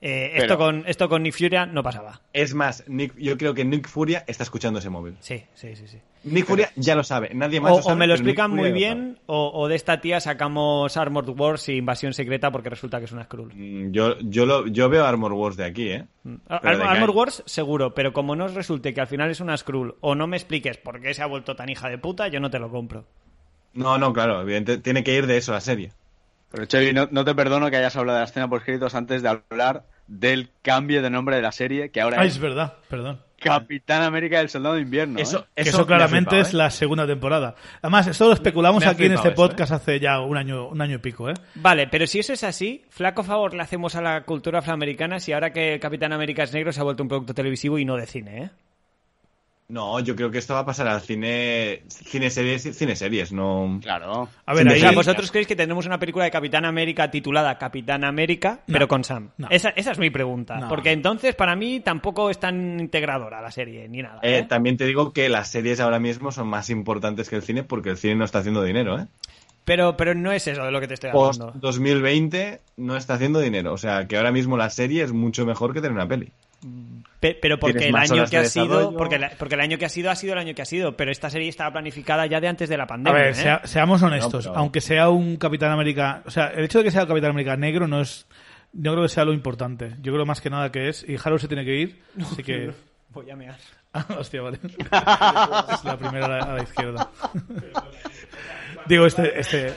S3: Eh, esto,
S5: Pero-
S3: con, esto con Nick Fury no pasaba.
S2: Es más, Nick, yo creo que Nick Furia está escuchando ese móvil.
S3: Sí, sí, sí. sí.
S2: Nick Furia ya lo sabe, nadie
S3: O,
S2: más lo sabe.
S3: o me lo
S2: pero Nick
S3: explican
S2: Furia
S3: muy
S2: lo
S3: bien, o, o de esta tía sacamos Armored Wars y Invasión Secreta porque resulta que es una Skrull.
S2: sabe. Mm, Yo, yo, lo, yo veo Armor Wars de aquí, ¿eh?
S1: Mm.
S3: Ar-
S2: Pero de
S3: Armor
S2: calle.
S3: Wars, seguro, pero como no os resulte que al final es una Skrull, o no me expliques por qué se ha vuelto tan hija de puta, yo no te lo compro.
S2: No, no, claro, evidente, tiene que ir de eso la serie.
S5: Pero Chevy, no, no te perdono que hayas hablado de la escena por escritos antes de hablar del cambio de nombre de la serie, que ahora
S1: Ah,
S5: es
S1: es verdad, perdón.
S5: Capitán América del Soldado de Invierno. ¿eh?
S2: Eso,
S1: Que
S2: eso
S1: eso,
S2: me ha
S1: claramente
S2: flipado,
S1: es
S2: ¿eh?
S1: la segunda temporada. Además, eso lo especulamos
S2: Me ha
S1: aquí en
S2: flipado
S1: este
S2: eso, ¿eh?
S1: podcast hace ya un año, un año y pico, ¿eh?
S3: Vale, pero si eso es así, flaco favor le hacemos a la cultura afroamericana si ahora que el Capitán América es negro se ha vuelto un producto televisivo y no de cine, ¿eh?
S2: No, yo creo que esto va a pasar al cine, cine series, cine series, no.
S5: Claro.
S1: A ver,
S2: Sin
S1: ahí,
S3: O sea,
S2: Sí.
S3: vosotros creéis que tenemos una película de Capitán América titulada Capitán América, pero con Sam.
S1: No.
S3: Esa, esa es mi pregunta.
S1: No.
S3: Porque entonces, para mí, tampoco es tan integradora la serie, ni nada.
S2: Eh,
S3: ¿eh?
S2: También te digo que las series ahora mismo son más importantes que el cine porque el cine no está haciendo dinero, ¿eh?
S3: Pero, pero no es eso de lo que te estoy
S2: Post
S3: hablando.
S2: 2020 no está haciendo dinero, o sea que ahora mismo la serie es mucho mejor que tener una peli.
S3: Pe- pero porque
S2: Tienes
S3: el
S2: más
S3: año
S2: horas
S3: que
S2: de
S3: ha sido,
S2: desarrollo.
S3: porque, la- porque el año que ha sido ha sido el año que ha sido, pero esta serie estaba planificada ya de antes de la
S1: a
S3: pandemia.
S1: ver,
S3: ¿eh?
S1: sea- seamos honestos.
S2: No, pero-
S1: Aunque sea un Capitán América. O sea, el hecho de que sea el Capitán América negro no es. No creo que sea lo importante. Yo creo más que nada que es. Y Harold se tiene que ir. así que.
S3: Voy a mear.
S1: Ah, hostia, vale. es la primera a la, a la izquierda. Digo, este, este.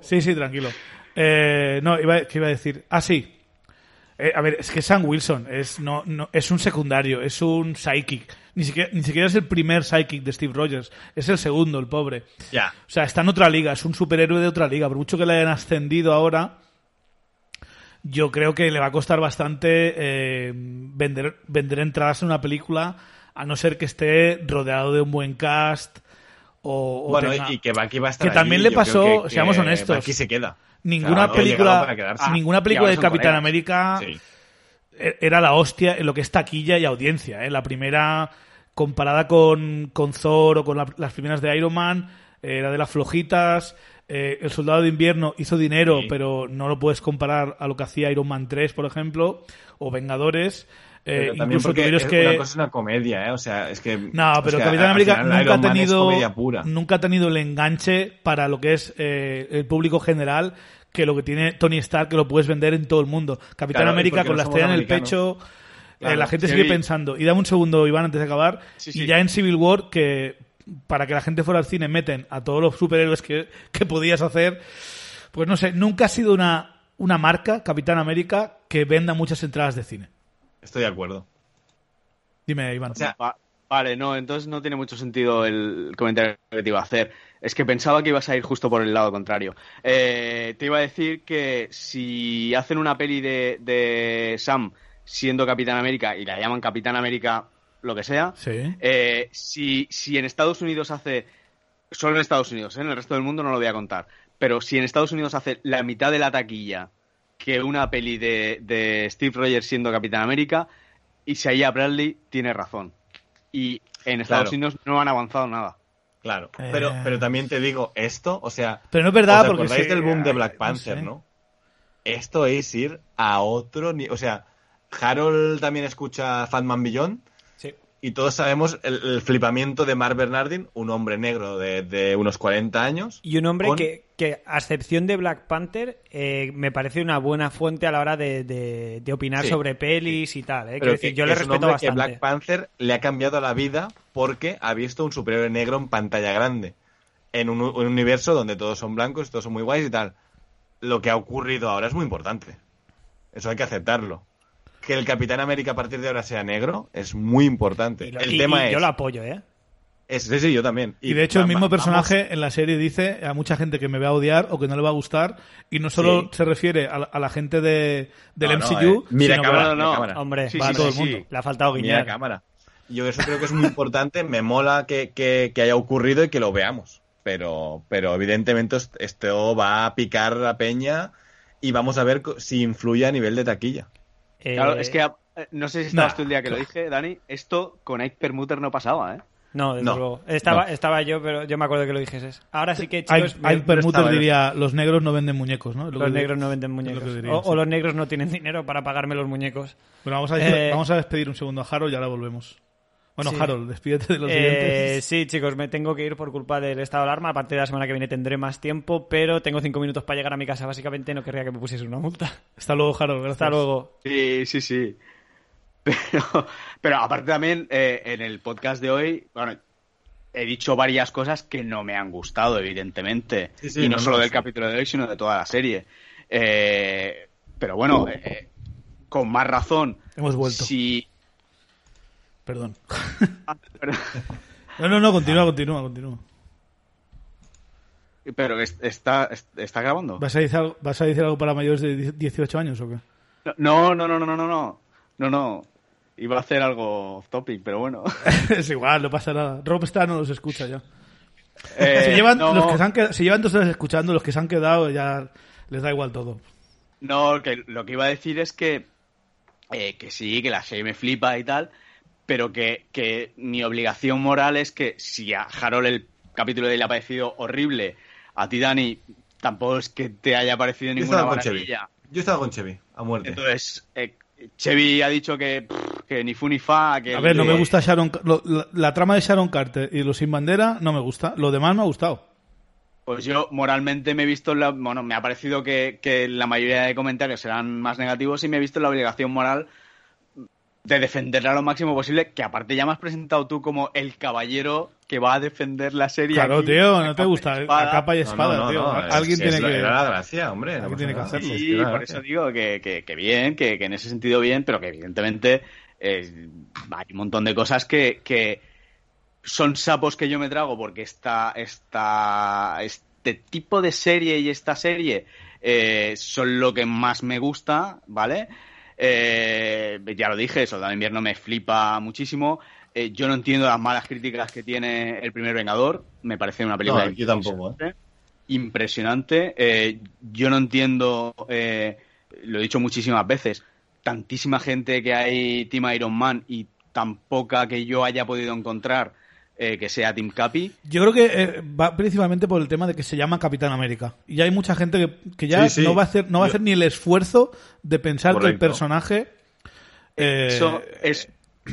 S1: Sí, sí, tranquilo. Eh, no, iba, ¿qué iba a decir? Ah, sí. Eh, a ver, es que Sam Wilson es, no, no, es un secundario, es un psychic. Ni siquiera, ni siquiera es el primer psychic de Steve Rogers, es el segundo, el pobre.
S2: Ya.
S1: O sea, está en otra liga, es un superhéroe de otra liga. Por mucho que le hayan ascendido ahora, yo creo que le va a costar bastante eh, vender, vender entradas en una película, a no ser que esté rodeado de un buen cast. O, o
S2: Bueno,
S1: tenga-
S2: y que Bucky va a estar
S1: Que también
S2: allí,
S1: le
S2: yo creo
S1: pasó,
S2: que- que
S1: seamos honestos.
S2: Bucky se queda.
S1: ninguna,
S2: Claro, ha llegado para
S1: película,
S2: quedarse.
S1: ninguna
S5: Ah,
S1: película
S5: y ahora
S1: de
S5: son
S1: Capitán
S5: colegas.
S1: América
S2: Sí.
S1: e- era la hostia en lo que es taquilla y audiencia. ¿eh? La primera, comparada con, con Thor o con la- las primeras de Iron Man, eh, la de las flojitas. eh, el Soldado de Invierno hizo dinero, pero no lo puedes comparar a lo que hacía Iron Man 3, por ejemplo, o Vengadores. Eh,
S2: Pero también
S1: incluso
S2: porque
S1: tuvieron
S2: es-
S1: que.
S2: una cosa es una comedia, ¿eh? O sea, es que...
S1: No,
S2: o
S1: pero
S2: sea,
S1: Capitán
S2: al
S1: América
S2: final
S1: nunca ha,
S2: Iron Man es
S1: tenido,
S2: comedia pura.
S1: nunca ha tenido el enganche para lo que es eh, el público general que lo que tiene Tony Stark, que lo puedes vender en todo el mundo. Capitán
S2: Claro, y
S1: América
S2: porque
S1: con
S2: no
S1: la
S2: somos
S1: estrella en el
S2: americanos.
S1: pecho, eh,
S2: Claro,
S1: la gente
S5: sí.
S1: sigue pensando. Y dame un segundo, Iván, antes de acabar.
S5: Sí,
S1: Y
S5: sí.
S1: ya en Civil War, que para que la gente fuera al cine meten a todos los superhéroes que, que podías hacer, pues no sé, nunca ha sido una una marca, Capitán América, que venda muchas entradas de cine.
S2: Estoy de acuerdo.
S1: Dime, Iván.
S4: O sea, va- vale, no, entonces no tiene mucho sentido el comentario que te iba a hacer. Es que pensaba que ibas a ir justo por el lado contrario. Eh, te iba a decir que si hacen una peli de, de Sam siendo Capitán América y la llaman Capitán América lo que sea,
S1: sí.
S4: eh, si, si en Estados Unidos hace, solo en Estados Unidos, ¿eh? en el resto del mundo no lo voy a contar, pero si en Estados Unidos hace la mitad de la taquilla que una peli de, de Steve Rogers siendo Capitán América, Isaiah Bradley tiene razón. Y en Estados
S2: Claro.
S4: Unidos no han avanzado nada.
S2: Claro.
S1: Eh.
S2: Pero, pero también te digo, esto, o sea,
S1: Pero no es verdad,
S2: ¿Os
S1: porque
S2: acordáis
S1: se-
S2: del boom de
S1: ay,
S2: Black
S1: no
S2: Panther,
S1: sé.
S2: no, Esto es ir a otro ni- O sea, Harold también escucha Fatman Beyond
S3: Sí.
S2: y todos sabemos el, el flipamiento de Mark Bernardin, un hombre negro de, de unos 40 años.
S3: Y un hombre
S2: con-
S3: que, que, a excepción de Black Panther, eh, me parece una buena fuente a la hora de, de- de opinar
S2: Sí.
S3: sobre pelis y tal. ¿eh? Quiero
S2: pero
S3: decir,
S2: que
S3: yo le
S2: es un
S3: respeto
S2: hombre
S3: bastante.
S2: que Black Panther le ha cambiado la vida porque ha visto un superhéroe negro en pantalla grande. En un, un universo donde todos son blancos, todos son muy guays y tal. Lo que ha ocurrido ahora es muy importante. Eso hay que aceptarlo. Que el Capitán América a partir de ahora sea negro es muy importante.
S3: Y lo-
S2: el
S3: y-
S2: tema
S3: y
S2: es,
S3: Yo lo apoyo, ¿eh?
S2: es- Sí, sí, yo también.
S1: Y de hecho, el
S2: va-
S1: mismo
S2: vamos-
S1: personaje en la serie dice a mucha gente que me va a odiar o que no le va a gustar, y no solo
S2: Sí.
S1: se refiere a la, a la gente de, del
S2: No, no,
S1: MCU,
S2: eh, mira
S1: sino que-
S2: cámara,
S4: no, no,
S2: mira cámara.
S3: Hombre,
S4: Sí,
S3: va
S1: sí,
S3: a todo
S1: sí,
S3: el mundo.
S4: sí.
S3: Le ha faltado
S2: Mira
S3: guiñar.
S2: cámara. Yo eso creo que es muy importante, me mola que, que- que haya ocurrido y que lo veamos. Pero, pero evidentemente est- esto va a picar la peña y vamos a ver co- si influye a nivel de taquilla.
S3: Eh,
S4: Claro, es que eh, no sé si estabas
S1: nah.
S4: tú el día que lo dije, Dani, esto con Ike Permuter no pasaba, ¿eh?
S3: No, desde
S2: No,
S3: luego. Estaba,
S2: no.
S3: estaba yo, pero yo me acuerdo que lo dijeses. Ahora sí que,
S1: Hay,
S3: chicos, me-
S1: hay Permuter
S2: estaba, yo-
S1: diría, los negros no venden muñecos, ¿no? Lo
S3: los
S1: que-
S3: negros no venden
S1: es lo que
S3: muñecos.
S1: diría,
S3: o, o
S1: sí.
S3: los negros no tienen dinero para pagarme los muñecos.
S1: Bueno, vamos a,
S3: Eh,
S1: vamos a despedir un segundo a Harold y ahora volvemos. Bueno,
S3: Sí.
S1: Harold, despídete de los
S3: Eh,
S1: dientes.
S3: sí, chicos, me tengo que ir por culpa del estado de alarma. A partir de la semana que viene tendré más tiempo, pero tengo cinco minutos para llegar a mi casa. Básicamente no querría que me pusiese una multa.
S1: Hasta luego, Harold. Gracias.
S3: Hasta luego.
S4: Sí, sí, sí. Pero, pero aparte también, eh, en el podcast de hoy, bueno, he dicho varias cosas que no me han gustado, evidentemente.
S2: Sí, sí,
S4: y no,
S2: no,
S4: solo
S2: no,
S4: del
S2: sí.
S4: capítulo de hoy, sino de toda la serie. Eh, pero bueno, eh, eh, con más razón.
S1: Hemos vuelto.
S4: Si...
S1: Perdón.
S4: Ah, perdón.
S1: No, no, no, continúa, continúa, continúa.
S4: Pero es- está, está grabando.
S1: ¿Vas a, decir algo, ¿Vas a decir algo para mayores de 18 años o qué?
S4: No, no, no, no, no, no, no. No, no. Iba a hacer algo off topic, pero bueno.
S1: es igual, no pasa nada. Robstar no los escucha ya.
S4: Eh,
S1: se, llevan,
S4: no.
S1: los que se, han qued- se llevan dos horas escuchando, los que se han quedado ya les da igual todo.
S4: No, que lo que iba a decir es que, eh, que sí, que la serie me flipa y tal, pero que, que mi obligación moral es que si a Harold el capítulo de él le ha parecido horrible, a ti, Dani, tampoco es que te haya parecido
S2: Yo
S4: ninguna
S2: estaba con Chevy.
S4: maravilla.
S2: Yo estaba con Chevy, a muerte.
S4: Entonces, eh, Chevy ha dicho que, pff, que ni fu ni fa, que...
S1: A ver, no
S4: eh,
S1: me gusta Sharon. Car- lo- la, la trama de Sharon Carter y los sin bandera no me gusta. Lo demás me ha gustado.
S4: Pues yo moralmente me he visto, en la, bueno, me ha parecido que, que la mayoría de comentarios serán más negativos y me he visto en la obligación moral de defenderla lo máximo posible, que aparte ya me has presentado tú como el caballero que va a defender la serie.
S1: Claro,
S4: aquí,
S1: tío,
S4: a
S1: no te
S4: capa y
S1: gusta.
S4: espada.
S1: A capa y
S2: No,
S1: espada,
S2: no, no,
S1: tío.
S2: no, es-
S1: Alguien
S2: es
S1: tiene
S2: la-
S1: que.
S2: Era la gracia, hombre.
S1: Alguien
S2: pasa
S1: tiene que
S2: nada.
S1: hacerlo.
S2: Es eh.
S4: Sí,
S2: la
S4: por
S2: gracia.
S4: eso digo que, que- que bien, que, que en ese sentido bien, pero que evidentemente eh, hay un montón de cosas que, que son sapos que yo me trago porque esta, esta, este tipo de serie y esta serie eh, son lo que más me gusta, ¿vale? Eh, ya lo dije, Soldado de Invierno me flipa muchísimo. Eh, yo no entiendo las malas críticas que tiene El Primer Vengador. Me parece una película
S2: No, yo tampoco, ¿eh?
S4: impresionante. Eh, yo no entiendo, eh, lo he dicho muchísimas veces, tantísima gente que hay Team Iron Man y tan poca que yo haya podido encontrar eh, que sea Team Capi.
S1: Yo creo que eh, va principalmente por el tema de que se llama Capitán América. Y ya hay mucha gente que, que ya
S2: Sí, sí.
S1: no va a hacer, no va a
S2: Yo-
S1: hacer ni el esfuerzo de pensar que el
S2: Correcto.
S1: personaje. eh,
S4: Eso es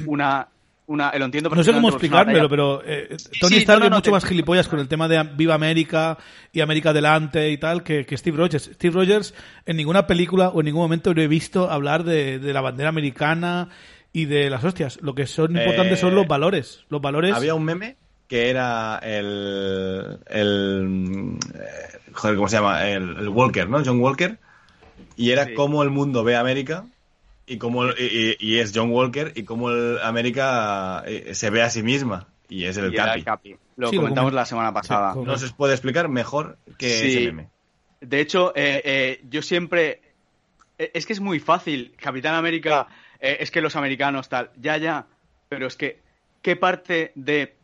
S4: una... una lo entiendo
S1: No sé cómo
S4: perfectamente,
S1: explicármelo,
S4: porque
S1: pero eh,
S4: sí,
S1: Tony
S4: no,
S1: Stark
S4: no,
S1: es
S4: no,
S1: mucho
S4: te-
S1: más gilipollas con el tema de Viva América y América Adelante y tal que, que Steve Rogers. Steve Rogers en ninguna película o en ningún momento lo he visto hablar de, de la bandera americana y de las hostias. Lo que son importantes
S2: Eh,
S1: son los valores. Los valores...
S2: Había un meme que era el. el eh, joder, ¿cómo se llama? El, el Walker, ¿no? John Walker. y era como cómo el mundo ve a América y cómo el- y, y- y es John Walker y cómo el América eh, se ve a sí misma y es el
S4: Y era
S2: Capi.
S4: el Capi. Lo
S1: Sí, lo
S4: comentamos
S1: comen-
S4: la semana pasada.
S1: Sí,
S2: No se os puede explicar mejor que
S4: Sí.
S2: ese meme.
S4: De hecho, eh, eh, yo siempre. eh, Es que es muy fácil. Capitán América, eh, es que los americanos tal. Ya, ya. Pero es que, ¿qué parte de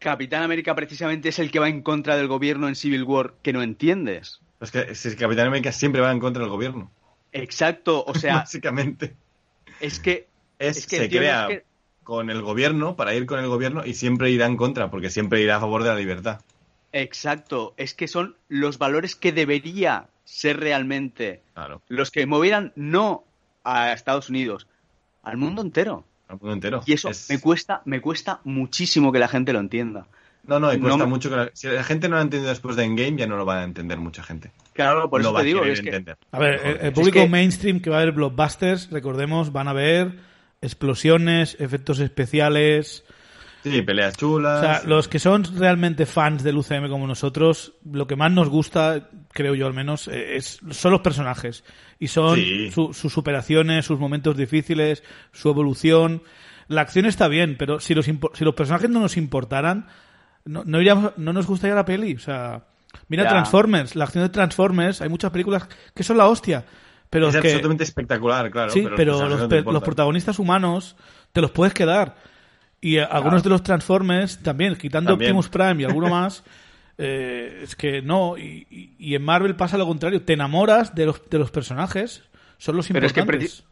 S4: Capitán América precisamente es el que va en contra del gobierno en Civil War que no entiendes?
S2: Es que si el Capitán América siempre va en contra del gobierno,
S4: Exacto. O sea,
S2: básicamente.
S4: es que.
S2: Es,
S4: Es que
S2: se
S4: el tío no
S2: crea
S4: es que-
S2: con el gobierno para ir con el gobierno y siempre irá en contra, porque siempre irá a favor de la libertad.
S4: Exacto. Es que son los valores que debería ser realmente
S2: Claro,
S4: los que movieran no a Estados Unidos, al mundo entero.
S2: al mundo entero.
S4: Y eso
S2: Es-
S4: me cuesta, me cuesta muchísimo que la gente lo entienda.
S2: No, no, y cuesta
S4: no me-
S2: mucho que la... Si la gente no lo ha entendido después de Endgame, ya no lo va a entender mucha gente.
S4: Claro, por
S2: no
S4: eso
S2: va
S4: te
S2: a
S4: digo,
S2: querer
S4: es que
S2: entender.
S1: A ver, eh,
S2: Mejor
S1: el, el
S2: dicho.
S1: público
S4: que-
S1: mainstream que va a ver blockbusters, recordemos, van a ver explosiones, efectos especiales.
S2: Sí, peleas
S1: O
S2: chulas.
S1: sea,
S2: sí.
S1: los que son realmente fans del UCM como nosotros, lo que más nos gusta, creo yo al menos, eh, es, son los personajes. Y son
S2: Sí.
S1: su- sus superaciones, sus momentos difíciles, su evolución. La acción está bien, pero si los, impo- si los personajes no nos importaran, no, no, iríamos- no nos gustaría la peli. O sea, mira
S4: Ya.
S1: Transformers, la acción de Transformers, hay muchas películas que son la hostia. Pero
S2: Es
S1: es que,
S2: absolutamente espectacular, claro.
S1: sí,
S2: los
S1: pero
S2: personajes
S1: los,
S2: no te
S1: pe-
S2: importan.
S1: los protagonistas humanos te los puedes quedar. Y eh, algunos de los Transformers también, quitando
S2: También.
S1: Optimus Prime y alguno más, eh, es que no. Y, y- y en Marvel pasa lo contrario, te enamoras de los, de los personajes, son los
S4: Pero es que
S1: importantes.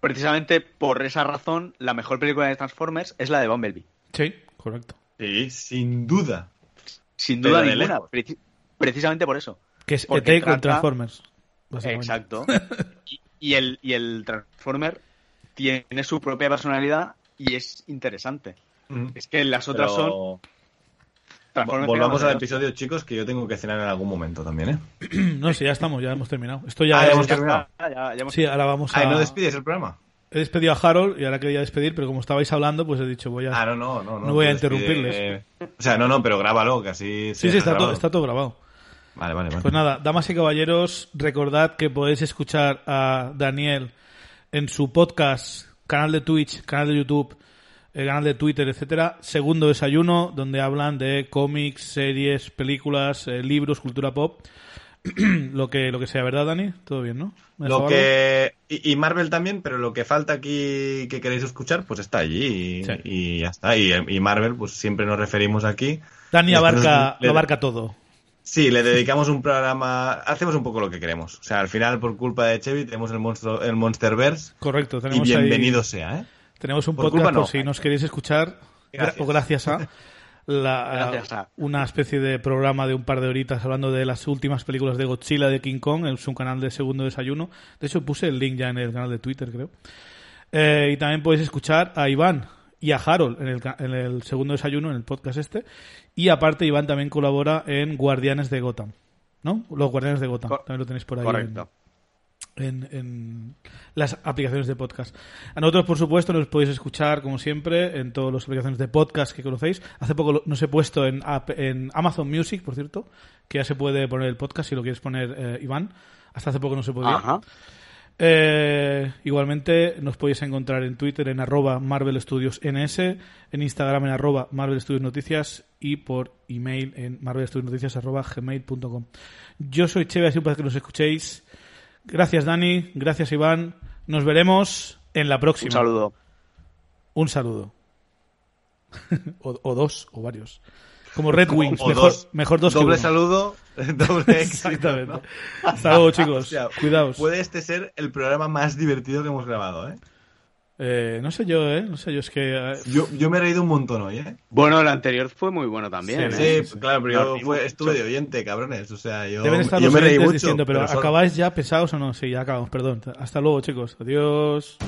S4: precisamente por esa razón la mejor película de Transformers es la de Bumblebee.
S1: Sí, correcto.
S2: Sí, sin duda.
S4: Sin
S2: Pero
S4: duda
S2: de
S4: ninguna,
S2: lejos.
S4: preci- precisamente por eso.
S1: Que es
S4: Porque
S1: ET con
S4: trata-
S1: Transformers. básicamente.
S4: Exacto. Y, y el, y el Transformer tiene su propia personalidad y es interesante.
S2: Ujú.
S4: Es que las otras
S2: Pero
S4: son Transformers.
S2: Volvamos
S4: que no
S2: al
S4: son-
S2: episodio, chicos, que yo tengo que cenar en algún momento también, ¿eh?
S1: No, sí, ya estamos, ya hemos terminado. Esto ya.
S2: Ah, ya hemos
S1: ya-
S2: terminado.
S4: Ah, ya- ya hemos-
S1: Sí, ahora vamos a.
S2: Ay, no despides el programa.
S1: He despedido a Harold y ahora quería despedir, pero como estabais hablando, pues he dicho, voy a.
S2: Ah, no, no, no.
S1: No voy a
S2: tú despide.
S1: interrumpirles.
S2: O sea, no, no, pero grábalo, que así.
S1: sí,
S2: se
S1: sí,
S2: deja
S1: está todo,
S2: grabado.
S1: está todo grabado.
S2: Vale, vale, vale.
S1: Pues nada, damas y caballeros, recordad que podéis escuchar a Daniel en su podcast, canal de Twitch, canal de YouTube, eh, canal de Twitter, etcétera. Segundo desayuno, donde hablan de cómics, series, películas, eh, libros, cultura pop, lo que lo que sea, ¿verdad, Dani? Todo bien, ¿no? ¿Me he dejado
S2: Lo
S1: algo?
S2: que... y, y Marvel también, pero lo que falta aquí que queréis escuchar, pues está allí y,
S1: Sí.
S2: y ya está. Y, y Marvel, pues siempre nos referimos aquí.
S1: Dani
S2: Después
S1: abarca
S2: le-
S1: lo abarca todo.
S2: Sí, le dedicamos un programa, hacemos un poco lo que queremos. O sea, al final, por culpa de Chevy, tenemos el, monstruo, el Monsterverse
S1: Correcto,
S2: y
S1: tenemos ahí-
S2: bienvenido sea, ¿eh?
S1: Tenemos un
S2: Por
S1: podcast
S2: culpa no.
S1: por si nos queréis escuchar
S2: Gracias.
S1: gra- o gracias a, la-
S4: Gracias a.
S1: una especie de programa de un par de horitas hablando de las últimas películas de Godzilla de King Kong en su canal de Segundo Desayuno. De hecho puse el link ya en el canal de Twitter, creo. Eh, y también podéis escuchar a Iván y a Harold en el, ca- en el Segundo Desayuno, en el podcast este. Y aparte Iván también colabora en Guardianes de Gotham. ¿No? Los Guardianes de Gotham.
S4: Cor-
S1: también lo tenéis por ahí. en-
S4: Correcto.
S1: en, en las aplicaciones de podcast. A nosotros, por supuesto, nos podéis escuchar, como siempre, en todas las aplicaciones de podcast que conocéis. Hace poco lo- nos he puesto en, app- en Amazon Music, por cierto, que ya se puede poner el podcast si lo quieres poner, eh, Iván. Hasta hace poco no se podía.
S4: Ajá.
S1: Eh, igualmente nos podéis encontrar en Twitter en arroba Marvel Studios NS, en Instagram en arroba Marvel Studios Noticias y por email en Marvel arroba gmail.com. Yo soy Cheve, ha sido un placer que nos escuchéis. Gracias Dani, gracias Iván. Nos veremos en la próxima.
S4: Un saludo.
S1: Un saludo. o, o dos, o varios. Como Red Wings,
S2: O
S1: mejor, mejor dos
S2: Doble
S1: que uno.
S2: saludo, doble éxito.
S1: Exactamente. Hasta luego chicos.
S2: O sea,
S1: Cuidaos.
S2: Puede este ser el programa más divertido que hemos grabado, ¿eh?
S1: Eh, no sé yo, ¿eh? No sé yo, es que... eh,
S2: Yo, yo me he reído un montón hoy, ¿eh?
S4: Bueno, el anterior fue muy bueno también.
S1: Sí,
S4: ¿eh?
S2: Sí, pues claro, pero
S4: Nos
S2: yo
S4: rimos
S2: fue- estuve
S4: mucho.
S2: de oyente, cabrones. O sea, yo,
S1: Deben estar
S2: yo
S1: los
S2: me reí
S1: oyentes
S2: mucho.
S1: diciendo, pero,
S2: solo-
S1: ¿acabáis ya pesados o no? Sí, ya acabamos, perdón. Hasta luego, chicos. Adiós.